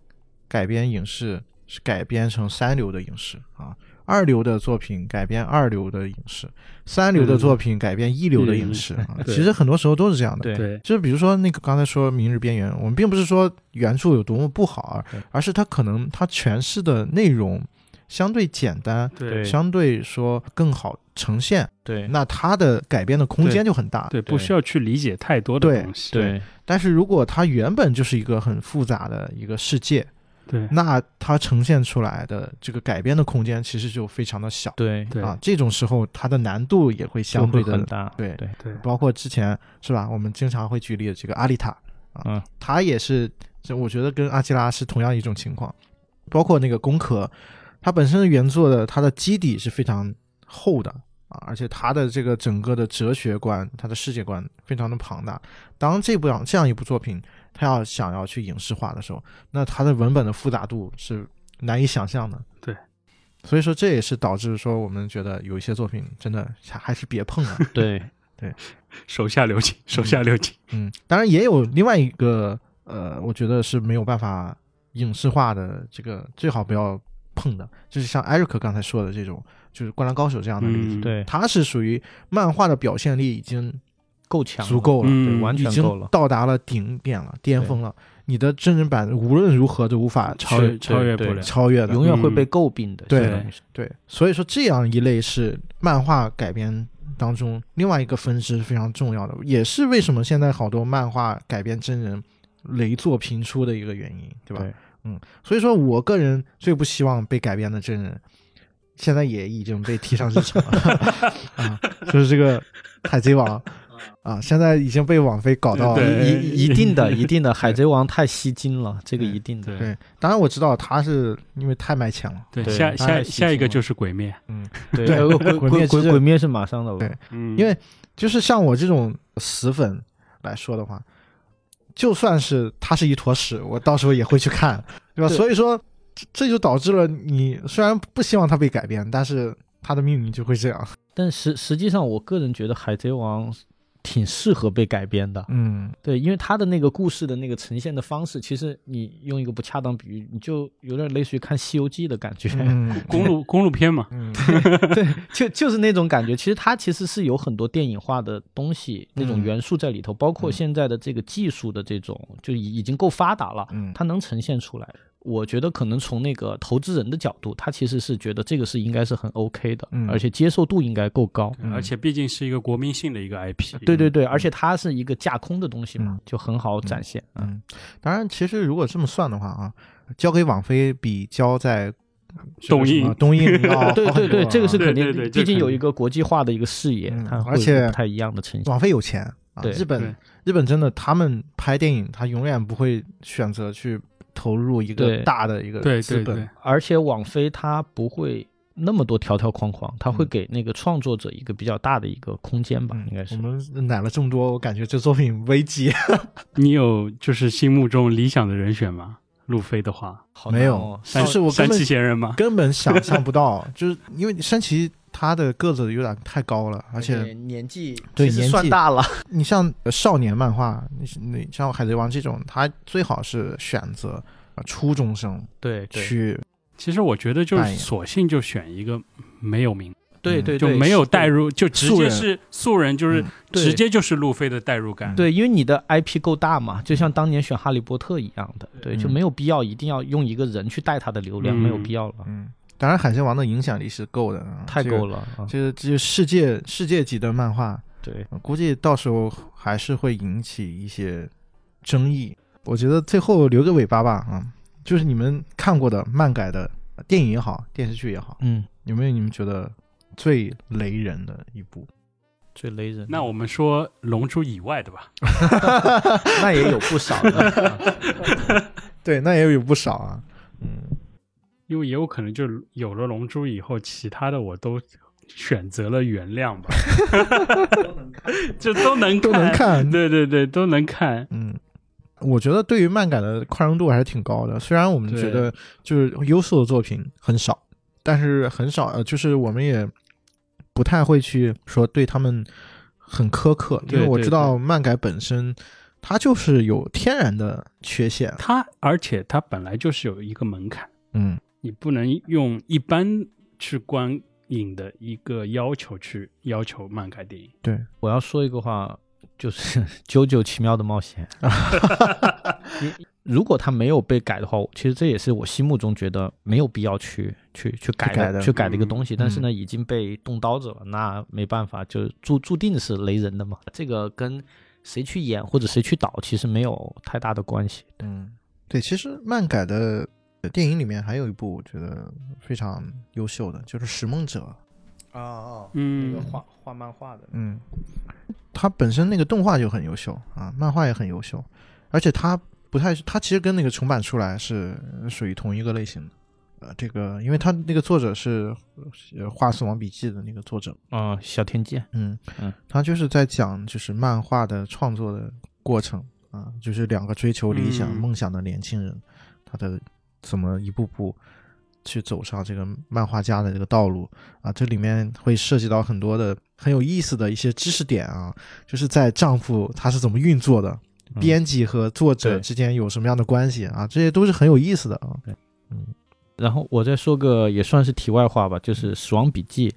[SPEAKER 3] 改编影视是改编成三流的影视啊，二流的作品改编二流的影视，三流的作品改编一流的影视啊。
[SPEAKER 1] 对
[SPEAKER 3] 其实很多时候都是这样的。
[SPEAKER 2] 对
[SPEAKER 1] 对
[SPEAKER 3] 就是比如说那个刚才说《明日边缘》，我们并不是说原著有多么不好啊
[SPEAKER 2] 对，
[SPEAKER 3] 而是它可能它诠释的内容相对简单，
[SPEAKER 1] 对
[SPEAKER 3] 相对说更好呈现，
[SPEAKER 2] 对
[SPEAKER 3] 那它的改编的空间
[SPEAKER 1] 对
[SPEAKER 3] 就很大。
[SPEAKER 1] 对，不需要去理解太多
[SPEAKER 3] 对
[SPEAKER 1] 的东西。
[SPEAKER 2] 对
[SPEAKER 3] 但是如果它原本就是一个很复杂的一个世界，
[SPEAKER 1] 对
[SPEAKER 3] 那它呈现出来的这个改编的空间其实就非常的小
[SPEAKER 2] 对
[SPEAKER 1] 对
[SPEAKER 3] 啊。这种时候，它的难度也会
[SPEAKER 2] 就
[SPEAKER 3] 相
[SPEAKER 2] 会
[SPEAKER 3] 对的
[SPEAKER 2] 很大，
[SPEAKER 3] 对
[SPEAKER 2] 对
[SPEAKER 1] 对
[SPEAKER 3] 包括之前是吧，我们经常会举例这个阿丽塔啊，
[SPEAKER 2] 嗯
[SPEAKER 3] 他也是，这我觉得跟阿基拉是同样一种情况，包括那个工壳，它本身原作的它的基底是非常厚的啊，而且它的这个整个的哲学观、它的世界观非常的庞大。当这部这样一部作品，它要想要去影视化的时候，那它的文本的复杂度是难以想象的。
[SPEAKER 1] 对。
[SPEAKER 3] 所以说，这也是导致说我们觉得有一些作品真的还还是别碰了，
[SPEAKER 2] 对
[SPEAKER 1] 手下留情，手下留情。
[SPEAKER 3] 嗯，当然也有另外一个呃，我觉得是没有办法影视化的，这个最好不要碰的，就是像艾瑞克刚才说的这种，就是《灌篮高手》这样的例子，
[SPEAKER 1] 嗯
[SPEAKER 2] 对，
[SPEAKER 3] 它是属于漫画的表现力已经
[SPEAKER 2] 够强了，
[SPEAKER 3] 足够了，
[SPEAKER 1] 嗯
[SPEAKER 2] 对，完
[SPEAKER 3] 已
[SPEAKER 2] 全够
[SPEAKER 3] 经
[SPEAKER 2] 了，
[SPEAKER 3] 到达了顶点了，巅峰了。你的真人版无论如何都无法
[SPEAKER 1] 超越
[SPEAKER 3] 去
[SPEAKER 1] 超越不
[SPEAKER 2] 对
[SPEAKER 1] 了，
[SPEAKER 3] 超越的
[SPEAKER 2] 永，远会被
[SPEAKER 1] 嗯
[SPEAKER 2] 诟病的，
[SPEAKER 3] 对
[SPEAKER 2] 相当于是
[SPEAKER 3] 对，所以说这样一类是漫画改编当中另外一个分支是非常重要的，也是为什么现在好多漫画改编真人雷作频出的一个原因，对吧？
[SPEAKER 2] 对
[SPEAKER 3] 所以说我个人最不希望被改编的真人，现在也已经被提上日程了啊，就是这个海贼王啊，现在已经被网飞搞到
[SPEAKER 1] 对
[SPEAKER 2] 一一一定的，
[SPEAKER 1] 对
[SPEAKER 2] 一定的，《海贼王》太吸睛了，这个
[SPEAKER 1] 对
[SPEAKER 2] 一定的。
[SPEAKER 1] 对
[SPEAKER 3] 对，当然我知道他是因为太卖钱了，
[SPEAKER 1] 对，
[SPEAKER 2] 对
[SPEAKER 1] 下
[SPEAKER 2] 他
[SPEAKER 1] 下
[SPEAKER 2] 还喜
[SPEAKER 1] 下一个
[SPEAKER 2] 庆
[SPEAKER 1] 就是鬼灭，啊
[SPEAKER 2] 对
[SPEAKER 3] 对
[SPEAKER 2] 呃鬼
[SPEAKER 3] 鬼
[SPEAKER 2] 鬼
[SPEAKER 3] 灭
[SPEAKER 2] 鬼
[SPEAKER 3] 之刃
[SPEAKER 2] 鬼灭是马上的，
[SPEAKER 3] 对
[SPEAKER 1] 嗯
[SPEAKER 3] 因为就是像我这种死粉来说的话，就算是它是一坨屎，我到时候也会去看，对吧？
[SPEAKER 2] 对
[SPEAKER 3] 所以说，这这就导致了你虽然不希望它被改变，但是它的命运就会这样。
[SPEAKER 2] 但实实际上，我个人觉得《海贼王》挺适合被改编的。
[SPEAKER 3] 嗯，
[SPEAKER 2] 对，因为他的那个故事的那个呈现的方式，其实你用一个不恰当比喻，你就有点类似于看《西游记》的感觉，
[SPEAKER 3] 嗯
[SPEAKER 1] 公路公路片嘛，
[SPEAKER 3] 嗯，
[SPEAKER 2] 就就是那种感觉。其实它其实是有很多电影化的东西，那种
[SPEAKER 3] 嗯
[SPEAKER 2] 元素在里头，包括
[SPEAKER 3] 嗯
[SPEAKER 2] 现在的这个技术的这种，就已已经够发达了，
[SPEAKER 3] 嗯
[SPEAKER 2] 它能呈现出来。我觉得可能从那个投资人的角度，他其实是觉得这个是应该是很 OK 的，
[SPEAKER 3] 嗯
[SPEAKER 2] 而且接受度应该够高。
[SPEAKER 1] 而且毕竟是一个国民性的一个 IP，
[SPEAKER 2] 对对对，而且它是一个架空的东西嘛，
[SPEAKER 3] 嗯
[SPEAKER 2] 就很好展现。嗯
[SPEAKER 3] 嗯，当然，其实如果这么算的话啊，交给网飞比交在
[SPEAKER 1] 抖
[SPEAKER 3] 什
[SPEAKER 1] 音
[SPEAKER 3] 么 东映要
[SPEAKER 2] 对
[SPEAKER 3] 好
[SPEAKER 2] 对
[SPEAKER 3] 很多
[SPEAKER 2] 对，
[SPEAKER 3] 啊
[SPEAKER 2] 这个是
[SPEAKER 1] 对
[SPEAKER 2] 肯定
[SPEAKER 1] 对对，这
[SPEAKER 2] 毕竟
[SPEAKER 1] 肯
[SPEAKER 2] 有
[SPEAKER 1] 定
[SPEAKER 2] 一个国际化的一个视野
[SPEAKER 3] 嗯，
[SPEAKER 2] 它会
[SPEAKER 3] 而且
[SPEAKER 2] 有不太一样的呈现。
[SPEAKER 3] 网飞有钱啊，
[SPEAKER 2] 对
[SPEAKER 3] 日
[SPEAKER 1] 对
[SPEAKER 3] 本日本真的他们拍电影，他永远不会选择去投入一个
[SPEAKER 2] 对
[SPEAKER 3] 大的一个
[SPEAKER 1] 对
[SPEAKER 3] 资
[SPEAKER 1] 对
[SPEAKER 3] 本。
[SPEAKER 1] 对，
[SPEAKER 2] 而且网飞它不会那么多条条框框，它会
[SPEAKER 3] 嗯
[SPEAKER 2] 给那个创作者一个比较大的一个空间吧，
[SPEAKER 3] 嗯
[SPEAKER 2] 应该是
[SPEAKER 3] 我。们奶了这么多，我感觉这作品危机。
[SPEAKER 1] 你有就是心目中理想的人选吗？路飞的话，
[SPEAKER 2] 好
[SPEAKER 3] 没
[SPEAKER 2] 难
[SPEAKER 3] 有
[SPEAKER 2] 哦
[SPEAKER 3] 但是我根
[SPEAKER 1] 山
[SPEAKER 3] 本
[SPEAKER 1] 崎贤人吗？
[SPEAKER 3] 根 本想象不到，就是因为山崎他的个子有点太高了，而且
[SPEAKER 2] 年纪
[SPEAKER 3] 对
[SPEAKER 2] 其实
[SPEAKER 3] 年纪
[SPEAKER 2] 算大 了，
[SPEAKER 3] 你像少年漫画，你你像海贼王这种，他最好是选择呃初中生
[SPEAKER 2] 对对
[SPEAKER 3] 去，
[SPEAKER 1] 其实我觉得就
[SPEAKER 3] 扮
[SPEAKER 1] 是
[SPEAKER 3] 演
[SPEAKER 1] 索性就选一个没有名，
[SPEAKER 2] 对
[SPEAKER 3] 嗯
[SPEAKER 2] 对，
[SPEAKER 1] 就
[SPEAKER 2] 对
[SPEAKER 1] 没有代。
[SPEAKER 2] 是
[SPEAKER 1] 入，就直
[SPEAKER 3] 素
[SPEAKER 1] 接
[SPEAKER 3] 人
[SPEAKER 1] 是素人，就是
[SPEAKER 3] 嗯
[SPEAKER 2] 对
[SPEAKER 1] 直接就是路飞的代入感。
[SPEAKER 2] 对，因为你的 IP 够大嘛，就像当年选《哈利波特》一样的，对，
[SPEAKER 3] 嗯
[SPEAKER 2] 就没有必要一定要用一个人去带他的流
[SPEAKER 1] 嗯
[SPEAKER 2] 量，没有必要了，
[SPEAKER 3] 嗯，当然海贼王的影响力是够的，啊
[SPEAKER 2] 太够。了啊！
[SPEAKER 3] 这个这个世界世界级的漫画，
[SPEAKER 2] 对，
[SPEAKER 3] 呃估计到时候还是会引起一些争议。我觉得最后留个尾巴吧啊，就是你们看过的漫改的呃电影也好，电视剧也好，
[SPEAKER 2] 嗯，
[SPEAKER 3] 有没有你们觉得最雷人的一部？
[SPEAKER 2] 最雷人的。
[SPEAKER 1] 那我们说《龙珠》以外的吧，
[SPEAKER 2] 那也有不少 的，啊
[SPEAKER 3] 对，那也有不少啊。嗯，
[SPEAKER 1] 因为也有可能就有了《龙珠》以后，其他的我都选择了原谅吧， 就都能
[SPEAKER 3] 都能， 看。
[SPEAKER 1] 对对对，都能看。
[SPEAKER 3] 嗯，我觉得对于漫改的宽容度还是挺高的，虽然我们
[SPEAKER 1] 对
[SPEAKER 3] 觉得就是优秀的作品很少，但是很少，呃，就是我们也不太会去说对他们很苛刻，因为
[SPEAKER 1] 对
[SPEAKER 3] 我
[SPEAKER 1] 对
[SPEAKER 3] 知道漫改本身它就是有天然的缺陷。
[SPEAKER 1] 它而且它本来就是有一个门槛，
[SPEAKER 3] 嗯
[SPEAKER 1] 你不能用一般去观影的一个要求去要求漫改电影。
[SPEAKER 2] 我要说一个话，就是 《九九奇妙的冒 险》你。如果它没有被改的话，我其实这也是我心目中觉得没有必要去去去改
[SPEAKER 3] 改的
[SPEAKER 2] 去改的一个嗯东西。但是呢，已经被动刀子了，那没办法，就注注定是雷人的嘛。这个跟谁去演或者谁去导其实没有太大的关系。
[SPEAKER 3] 嗯，对，其实漫改的呃电影里面还有一部我觉得非常优秀的，就是《拾梦者》。
[SPEAKER 2] 哦哦，
[SPEAKER 1] 嗯，
[SPEAKER 2] 画漫画的，
[SPEAKER 3] 嗯，它本身那个动画就很优秀啊，漫画也很优秀，而且它不太，它其实跟那个重版出来是呃属于同一个类型的。呃，这个因为它那个作者是呃画《死亡笔记》的那个作者，
[SPEAKER 2] 嗯，小天剑，
[SPEAKER 3] 嗯
[SPEAKER 2] 嗯，
[SPEAKER 3] 他就是在讲就是漫画的创作的过程啊，就是两个追求理想、
[SPEAKER 1] 嗯
[SPEAKER 3] 梦想的年轻人，他的怎么一步步去走上这个漫画家的这个道路啊，这里面会涉及到很多的很有意思的一些知识点啊，就是在丈夫他是怎么运作的，
[SPEAKER 2] 嗯
[SPEAKER 3] 编辑和作者
[SPEAKER 2] 对
[SPEAKER 3] 之间有什么样的关系啊，这些都是很有意思的啊。
[SPEAKER 2] 然后我再说个也算是题外话吧，就是《死亡笔记》。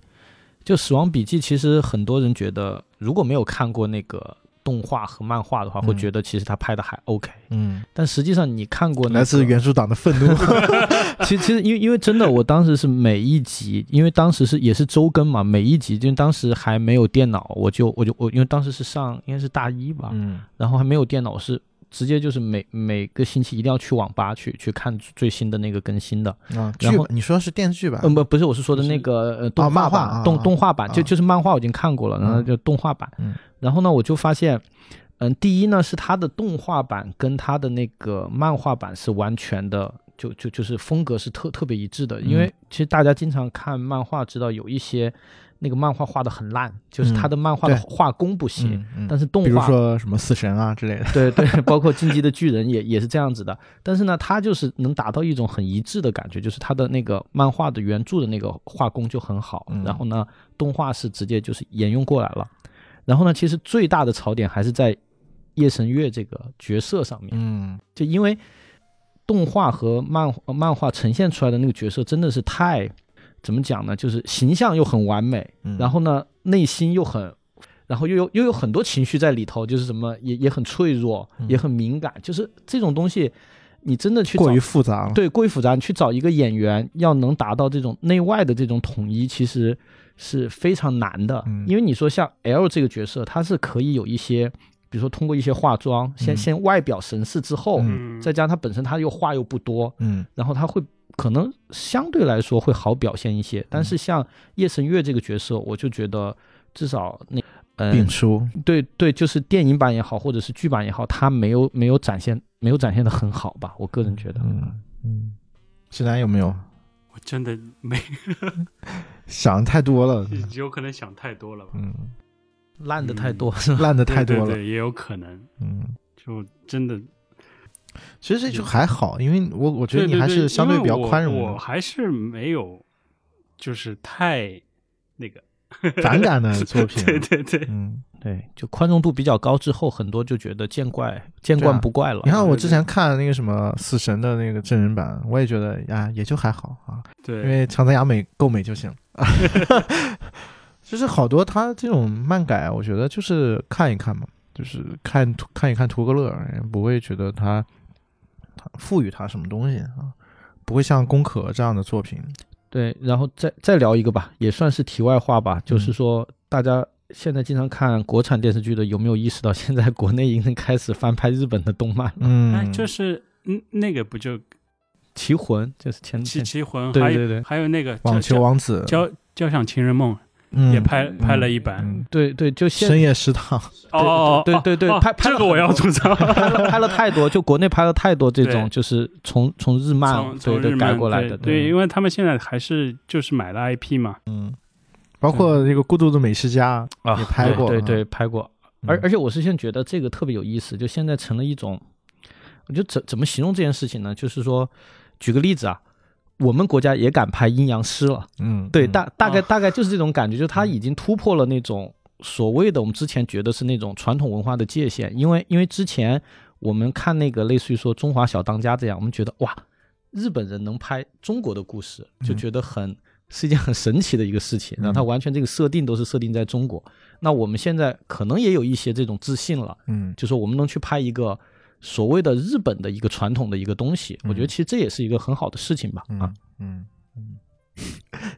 [SPEAKER 2] 就《死亡笔记》，其实很多人觉得，如果没有看过那个动画和漫画的话，会
[SPEAKER 3] 嗯
[SPEAKER 2] 觉得其实他拍的还 OK。
[SPEAKER 3] 嗯，
[SPEAKER 2] 但实际上，你看过、那个、嗯
[SPEAKER 3] 来自原著党的愤 怒。
[SPEAKER 2] 其实其实因为因为真的，我当时是每一集，因为当时是也是周更嘛，每一集就当时还没有电脑，我就我就我因为当时是上应该是大一吧，
[SPEAKER 3] 嗯
[SPEAKER 2] 然后还没有电脑，我是直接就是每每个星期一定要去网吧去去看最新的那个更新的。
[SPEAKER 3] 啊，
[SPEAKER 2] 然
[SPEAKER 3] 剧
[SPEAKER 2] 后
[SPEAKER 3] 本你说是电视剧吧？
[SPEAKER 2] 嗯，不不是，我是说的
[SPEAKER 1] 不是
[SPEAKER 2] 那个呃动画
[SPEAKER 3] 漫画
[SPEAKER 2] 版，
[SPEAKER 3] 啊
[SPEAKER 2] 动
[SPEAKER 3] 啊
[SPEAKER 2] 动画版，就
[SPEAKER 3] 啊
[SPEAKER 2] 就是漫画我已经看过了，然后
[SPEAKER 3] 嗯
[SPEAKER 2] 就动画版
[SPEAKER 3] 嗯。
[SPEAKER 2] 然后呢，我就发现，嗯，第一呢是它的动画版跟它的那个漫画版是完全的，就就就是风格是特特别一致的。因为
[SPEAKER 3] 嗯
[SPEAKER 2] 其实大家经常看漫画，知道有一些那个漫画画的很烂，就是它
[SPEAKER 3] 嗯
[SPEAKER 2] 的漫画的
[SPEAKER 3] 对
[SPEAKER 2] 画工不行，
[SPEAKER 3] 嗯，嗯
[SPEAKER 2] 但是动
[SPEAKER 3] 比如
[SPEAKER 2] 画
[SPEAKER 3] 说什么死神啊之类的，
[SPEAKER 2] 对对，包括《进击的巨人也》也是这样子的。但是呢，它就是能达到一种很一致的感觉，就是它的那个漫画的原著的那个画工就很好，
[SPEAKER 3] 嗯
[SPEAKER 2] 然后呢，动画是直接就是沿用过来了。然后呢，其实最大的槽点还是在夜神月这个角色上面，
[SPEAKER 3] 嗯
[SPEAKER 2] 就因为动画和漫呃漫画呈现出来的那个角色真的是太怎么讲呢？就是形象又很完美，
[SPEAKER 3] 嗯
[SPEAKER 2] 然后呢，内心又很，然后又有又有很多情绪在里头，就是什么也也很脆弱，
[SPEAKER 3] 嗯
[SPEAKER 2] 也很敏感，就是这种东西，你真的去找
[SPEAKER 3] 过于复杂了。
[SPEAKER 2] 对过于复杂，你去找一个演员要能达到这种内外的这种统一，其实是非常难的。
[SPEAKER 3] 嗯
[SPEAKER 2] 因为你说像 L 这个角色，他是可以有一些，比如说通过一些化妆，先、
[SPEAKER 3] 嗯
[SPEAKER 2] 先外表神似之后，
[SPEAKER 1] 嗯，
[SPEAKER 2] 再加上他本身他又话又不多，
[SPEAKER 3] 嗯
[SPEAKER 2] 然后他会可能相对来说会好表现一些，但是像叶神月这个角色，我就觉得至少那
[SPEAKER 1] 嗯
[SPEAKER 2] 呃，
[SPEAKER 3] 丙叔，
[SPEAKER 2] 对对，就是电影版也好，或者是剧版也好，他没有没有展现没有展现的很好吧，我个人觉得。
[SPEAKER 3] 嗯嗯，直男有没有
[SPEAKER 1] 我真的没，
[SPEAKER 3] 想太多了？
[SPEAKER 1] 有可能想太多了吧？
[SPEAKER 3] 嗯，
[SPEAKER 2] 烂的太多是吧？
[SPEAKER 3] 烂的太多
[SPEAKER 1] 对
[SPEAKER 3] 了。
[SPEAKER 1] 对对也有可能，
[SPEAKER 3] 嗯，
[SPEAKER 1] 就真的
[SPEAKER 3] 其实这就还好，因为我我觉得
[SPEAKER 1] 对
[SPEAKER 3] 你还
[SPEAKER 1] 对
[SPEAKER 3] 是相
[SPEAKER 1] 因为
[SPEAKER 3] 对比较
[SPEAKER 1] 我
[SPEAKER 3] 宽
[SPEAKER 1] 我
[SPEAKER 3] 容
[SPEAKER 1] 还是没有，就是太那个
[SPEAKER 3] 的、反感
[SPEAKER 2] 呃
[SPEAKER 3] 的作品。
[SPEAKER 1] 对对对，
[SPEAKER 3] 嗯，
[SPEAKER 2] 对，就宽容度比较高之后，很多就觉得见怪见
[SPEAKER 3] 对啊
[SPEAKER 2] 惯不怪了。
[SPEAKER 3] 你看我
[SPEAKER 1] 对
[SPEAKER 3] 之前看那个什么《死神》的那个真人版，我也觉得呀，也就还好啊，
[SPEAKER 1] 对，
[SPEAKER 3] 因为长泽雅美够美就行。 就是好多他这种漫改，我觉得就是看一看嘛，就是看图看一看图个乐儿，也不会觉得他他赋予他什么东西啊，不会像《攻壳》这样的作品。
[SPEAKER 2] 对，然后再再聊一个吧，也算是题外话吧，就是
[SPEAKER 3] 嗯
[SPEAKER 2] 说大家现在经常看国产电视剧的，有没有意识到现在国内已经开始翻拍日本的动漫了？
[SPEAKER 3] 嗯，
[SPEAKER 1] 哎，就是嗯，那个不就
[SPEAKER 2] 棋魂就是前
[SPEAKER 1] 七
[SPEAKER 2] 前
[SPEAKER 1] 七魂，
[SPEAKER 2] 对
[SPEAKER 1] 还有
[SPEAKER 2] 对对啊
[SPEAKER 1] 还有那个
[SPEAKER 3] 网球
[SPEAKER 1] 交
[SPEAKER 3] 王子
[SPEAKER 1] 交交响情人梦
[SPEAKER 3] 嗯
[SPEAKER 1] 也拍拍了一
[SPEAKER 3] 嗯
[SPEAKER 1] 版，
[SPEAKER 2] 对对，就
[SPEAKER 3] 深
[SPEAKER 2] 现
[SPEAKER 3] 夜食堂，
[SPEAKER 1] 哦，
[SPEAKER 2] 嗯对
[SPEAKER 1] 哦
[SPEAKER 2] 对对
[SPEAKER 1] 哦
[SPEAKER 2] 拍拍了
[SPEAKER 1] 这个我要吐槽，
[SPEAKER 2] 拍了拍了太多，就国内拍了太多这种，
[SPEAKER 1] 对
[SPEAKER 2] 就是从从日漫
[SPEAKER 1] 从
[SPEAKER 2] 对
[SPEAKER 1] 从日
[SPEAKER 2] 对改
[SPEAKER 1] 漫
[SPEAKER 2] 过来
[SPEAKER 1] 对
[SPEAKER 2] 的，
[SPEAKER 1] 对，因为他们现在还是就是买了 IP 嘛，
[SPEAKER 3] 嗯，包括这个《孤独的美食家》
[SPEAKER 2] 啊
[SPEAKER 3] 也拍过
[SPEAKER 2] 对
[SPEAKER 3] 啊
[SPEAKER 2] 对对拍过。嗯而而且我是现在觉得这个特别有意思，就现在成了一种，我觉得怎怎么形容这件事情呢？就是说，举个例子啊，我们国家也敢拍阴阳师了，
[SPEAKER 3] 嗯，
[SPEAKER 2] 对，
[SPEAKER 3] 嗯
[SPEAKER 2] 大大概
[SPEAKER 1] 啊
[SPEAKER 2] 大概就是这种感觉，就是它已经突破了那种所谓的我们之前觉得是那种传统文化的界限，因为因为之前我们看那个类似于说《中华小当家》这样，我们觉得哇，日本人能拍中国的故事，就
[SPEAKER 3] 嗯
[SPEAKER 2] 觉得很、是一件很神奇的一个事情，
[SPEAKER 3] 嗯
[SPEAKER 2] 然后它完全这个设定都是设定在中国。那我们现在可能也有一些这种自信了，
[SPEAKER 3] 嗯
[SPEAKER 2] 就说我们能去拍一个。所谓的日本的一个传统的一个东西，我觉得
[SPEAKER 3] 嗯
[SPEAKER 2] 其实这也是一个很好的事情吧。啊
[SPEAKER 3] 嗯，嗯嗯，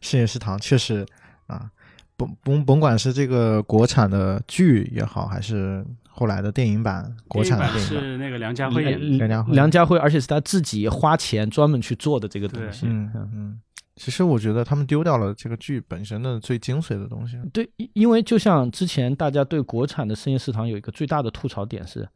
[SPEAKER 3] 深夜食堂确实啊，甭甭甭管是这个国产的剧也好，还是后来的电影版，国产的
[SPEAKER 1] 第一版
[SPEAKER 3] 电
[SPEAKER 2] 啊
[SPEAKER 3] 影版，
[SPEAKER 1] 是那个梁家辉演的，
[SPEAKER 3] 梁家辉
[SPEAKER 2] 嗯梁家辉，而且是他自己花钱专门去做的这个东西。
[SPEAKER 3] 嗯嗯嗯，其实我觉得他们丢掉了这个剧本身的最精髓的东西。
[SPEAKER 2] 对，因因为就像之前大家对国产的深夜食堂有一个最大的吐槽点是，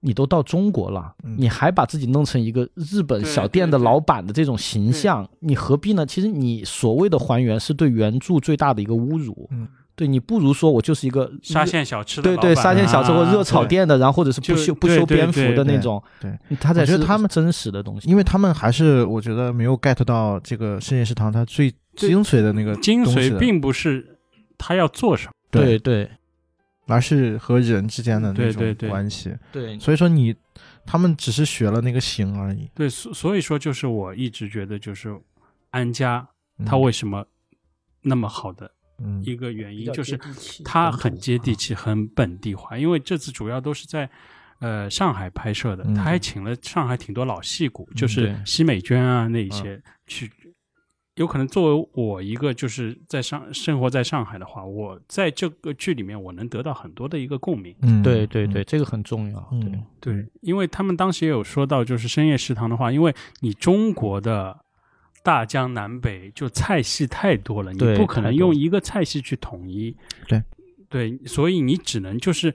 [SPEAKER 2] 你都到中国了，
[SPEAKER 3] 嗯
[SPEAKER 2] 你还把自己弄成一个日本
[SPEAKER 1] 对
[SPEAKER 2] 小店的
[SPEAKER 1] 对对
[SPEAKER 2] 老板的这种形象，你何必呢？其实你所谓的还原是对原著最大的一个侮辱。
[SPEAKER 3] 嗯
[SPEAKER 2] 对你不如说我就是一个
[SPEAKER 1] 沙县小吃的
[SPEAKER 2] 对
[SPEAKER 1] 老
[SPEAKER 2] 对
[SPEAKER 1] 板
[SPEAKER 2] 沙县小吃或
[SPEAKER 1] 啊
[SPEAKER 2] 热炒
[SPEAKER 1] 对
[SPEAKER 2] 店的，然后或者是不
[SPEAKER 1] 就
[SPEAKER 2] 修不
[SPEAKER 1] 对
[SPEAKER 2] 修
[SPEAKER 1] 对
[SPEAKER 2] 边幅
[SPEAKER 1] 对
[SPEAKER 2] 的那
[SPEAKER 3] 对
[SPEAKER 2] 种，
[SPEAKER 3] 对，
[SPEAKER 2] 他才
[SPEAKER 3] 我觉
[SPEAKER 2] 是
[SPEAKER 3] 得他们
[SPEAKER 2] 真实的东西。
[SPEAKER 3] 因为他们还是我觉得没有 get 到这个深夜食堂它最精髓的那个
[SPEAKER 1] 精
[SPEAKER 3] 东西
[SPEAKER 1] 髓
[SPEAKER 3] 的
[SPEAKER 1] 并不是他要做什么，
[SPEAKER 2] 对对
[SPEAKER 3] 而是和人之间的那
[SPEAKER 1] 对对
[SPEAKER 3] 种
[SPEAKER 1] 对
[SPEAKER 3] 关系。
[SPEAKER 2] 对，
[SPEAKER 3] 所以说你他们只是学了那个形而已。
[SPEAKER 1] 对，所所以说就是我一直觉得就是安家
[SPEAKER 3] 嗯
[SPEAKER 1] 他为什么那么好的
[SPEAKER 3] 嗯
[SPEAKER 1] 一个原因就是它很接地气，很本地化。因为这次主要都是在呃上海拍摄的
[SPEAKER 3] 嗯，
[SPEAKER 1] 他还请了上海挺多老戏骨，就
[SPEAKER 3] 嗯
[SPEAKER 1] 是
[SPEAKER 2] 对
[SPEAKER 1] 奚美娟啊那一些去有可能作为我一个就是在上生活在上海的话，我在这个剧里面我能得到很多的一个共鸣。
[SPEAKER 3] 嗯
[SPEAKER 2] 对对对，，这个很重要。
[SPEAKER 3] 嗯
[SPEAKER 2] 对
[SPEAKER 3] 嗯，
[SPEAKER 1] 对，因为他们当时也有说到，就是深夜食堂的话，因为你中国的大江南北就菜系太多了，你
[SPEAKER 2] 对
[SPEAKER 1] 不可能
[SPEAKER 2] 太多
[SPEAKER 1] 用
[SPEAKER 2] 了
[SPEAKER 1] 一个菜系去统一。
[SPEAKER 3] 对
[SPEAKER 1] 对，所以你只能就是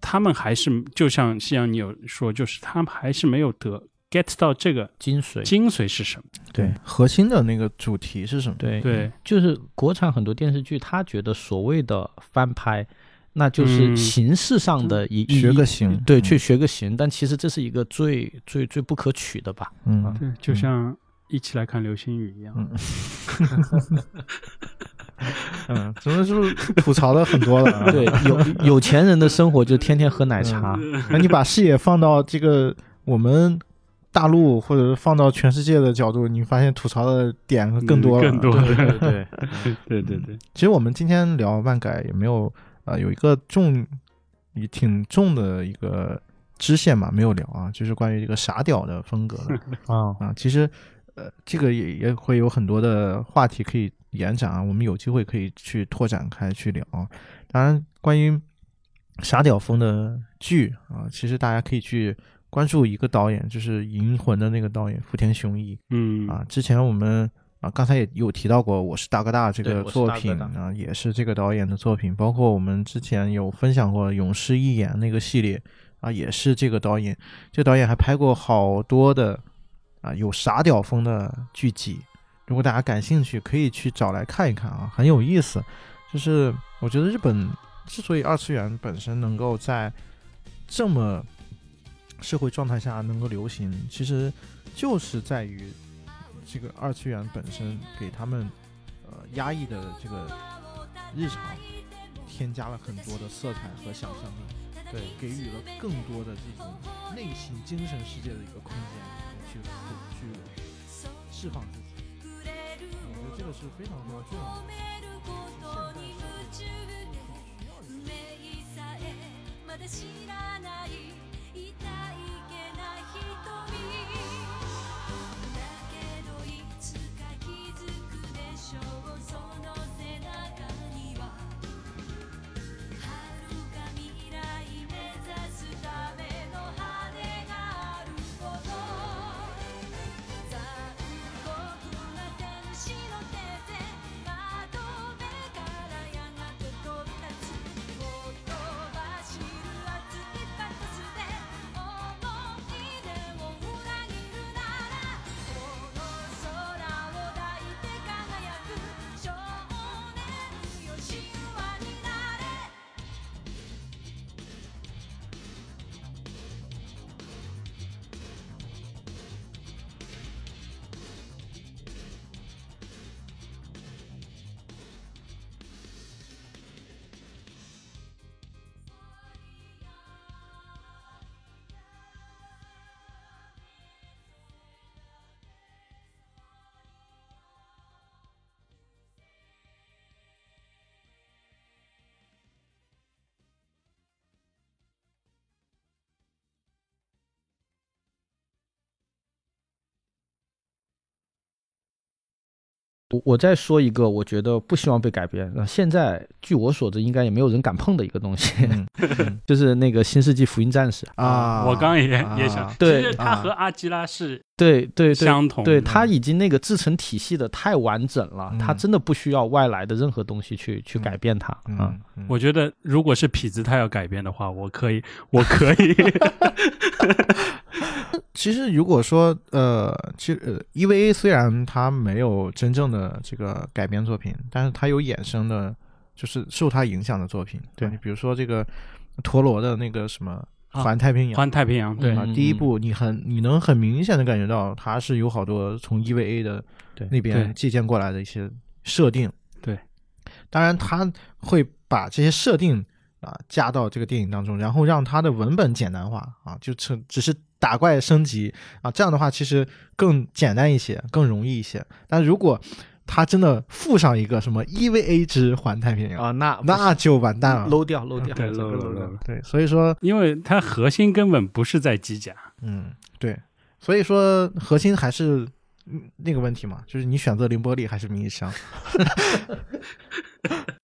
[SPEAKER 1] 他们还是就像西阳你有说，就是他们还是没有得 get 到这个
[SPEAKER 2] 精髓。
[SPEAKER 1] 精髓是什么。
[SPEAKER 3] 对，核心的那个主题是什么？
[SPEAKER 2] 对
[SPEAKER 1] 对，
[SPEAKER 2] 就是国产很多电视剧，他觉得所谓的翻拍，那就是
[SPEAKER 1] 嗯
[SPEAKER 2] 形式上的一、一
[SPEAKER 3] 学个形
[SPEAKER 2] 对，
[SPEAKER 3] 嗯
[SPEAKER 2] 去学个形，但其实这是一个最最最不可取的吧。
[SPEAKER 3] 嗯，
[SPEAKER 1] 对，就像一起来看流星雨一样。
[SPEAKER 3] 嗯嗯，咱们是不是吐槽的很多了、 啊？
[SPEAKER 2] 对，有有钱人的生活就天天喝奶茶，
[SPEAKER 3] 那你把视野放到这个我们大陆，或者是放到全世界的角度，你发现吐槽的点嗯更多了。
[SPEAKER 1] 更多。
[SPEAKER 2] 对对
[SPEAKER 1] 对
[SPEAKER 2] 对，
[SPEAKER 1] 对对，
[SPEAKER 3] 其实我们今天聊漫改也没有呃有一个重也挺重的一个支线嘛，没有聊啊，就是关于这个傻屌的风格的
[SPEAKER 2] 啊、
[SPEAKER 3] 啊。其实呃这个也也会有很多的话题可以延展啊，我们有机会可以去拓展开去聊。啊当然，关于傻屌风的剧啊，其实大家可以去关注一个导演，就是《银魂》的那个导演福田雄一。
[SPEAKER 1] 嗯
[SPEAKER 3] 啊，之前我们啊，刚才也有提到过《我是大哥大》这
[SPEAKER 2] 对
[SPEAKER 3] 个
[SPEAKER 2] 我是
[SPEAKER 3] 作
[SPEAKER 2] 大哥
[SPEAKER 3] 品
[SPEAKER 2] 大
[SPEAKER 3] 啊，也是这个导演的作品，包括我们之前有分享过《勇士一言》那个系列啊，也是这个导演。这导演还拍过好多的啊有傻屌风的剧集，如果大家感兴趣，可以去找来看一看啊，很有意思。就是我觉得日本之所以二次元本身能够在这么社会状态下能够流行，其实就是在于这个二次元本身给他们呃压抑的这个日常添加了很多的色彩和想象力，对，给予了更多的这种内心精神世界的一个空间去去释放自己。我觉得这个是非常非常重要的。
[SPEAKER 4] 「名さえまだ知らない」「痛いけない瞳」「だけどいつか気づくでしょう」「その背中には」「遥か未来目指すための羽があること」「残酷な天使の手で窓辺からやがて飛び立つ」「ほとばしる熱いパックスで思い出を裏切るなら」「この空を抱いて輝く少年よ神話になれ」
[SPEAKER 2] 我我再说一个，我觉得不希望被改编。呃现在据我所知，应该也没有人敢碰的一个东西，
[SPEAKER 3] 嗯嗯
[SPEAKER 2] 就是那个《新世纪福音战士》。
[SPEAKER 3] 啊，
[SPEAKER 1] 我刚也
[SPEAKER 3] 啊
[SPEAKER 1] 也想，
[SPEAKER 2] 对
[SPEAKER 1] 其实它和阿基拉是
[SPEAKER 2] 对对对，
[SPEAKER 1] 相同的，
[SPEAKER 2] 对，它已经那个制成体系的太完整了，它
[SPEAKER 3] 嗯
[SPEAKER 2] 真的不需要外来的任何东西去去改变它啊。
[SPEAKER 3] 嗯，嗯
[SPEAKER 1] 我觉得如果是痞子他要改编的话，我 可以，我可以，
[SPEAKER 3] 其实如果说呃，其实、呃、EVA 虽然它没有真正的这个改编作品，但是它有衍生的，就是受它影响的作品。
[SPEAKER 2] 对
[SPEAKER 3] 你比如说这个陀螺的那个什么
[SPEAKER 1] 啊
[SPEAKER 3] 《环太平洋》
[SPEAKER 1] 环太平洋，对，
[SPEAKER 3] 啊，
[SPEAKER 2] 嗯
[SPEAKER 3] 第一
[SPEAKER 2] 嗯
[SPEAKER 3] 部你很你能很明显的感觉到它是有好多从 EVA 的
[SPEAKER 2] 对
[SPEAKER 3] 那边
[SPEAKER 1] 对
[SPEAKER 3] 借鉴过来的一些设定。
[SPEAKER 1] 对，
[SPEAKER 3] 当然它会把这些设定啊加到这个电影当中，然后让它的文本简单化啊，就成只是打怪升级啊，这样的话其实更简单一些，更容易一些。但如果它真的附上一个什么 EVA 之环太平洋，
[SPEAKER 2] 啊，那
[SPEAKER 3] 那就完蛋了。
[SPEAKER 2] 搂掉搂掉，
[SPEAKER 1] 对
[SPEAKER 2] 这个
[SPEAKER 1] 搂
[SPEAKER 2] 漏
[SPEAKER 1] 了
[SPEAKER 2] 掉
[SPEAKER 1] 搂了
[SPEAKER 3] 对，所以说
[SPEAKER 1] 因为它核心根本不是在机甲，
[SPEAKER 3] 嗯，对，所以说核心还是嗯那个问题嘛，就是你选择凌波丽还是明日香？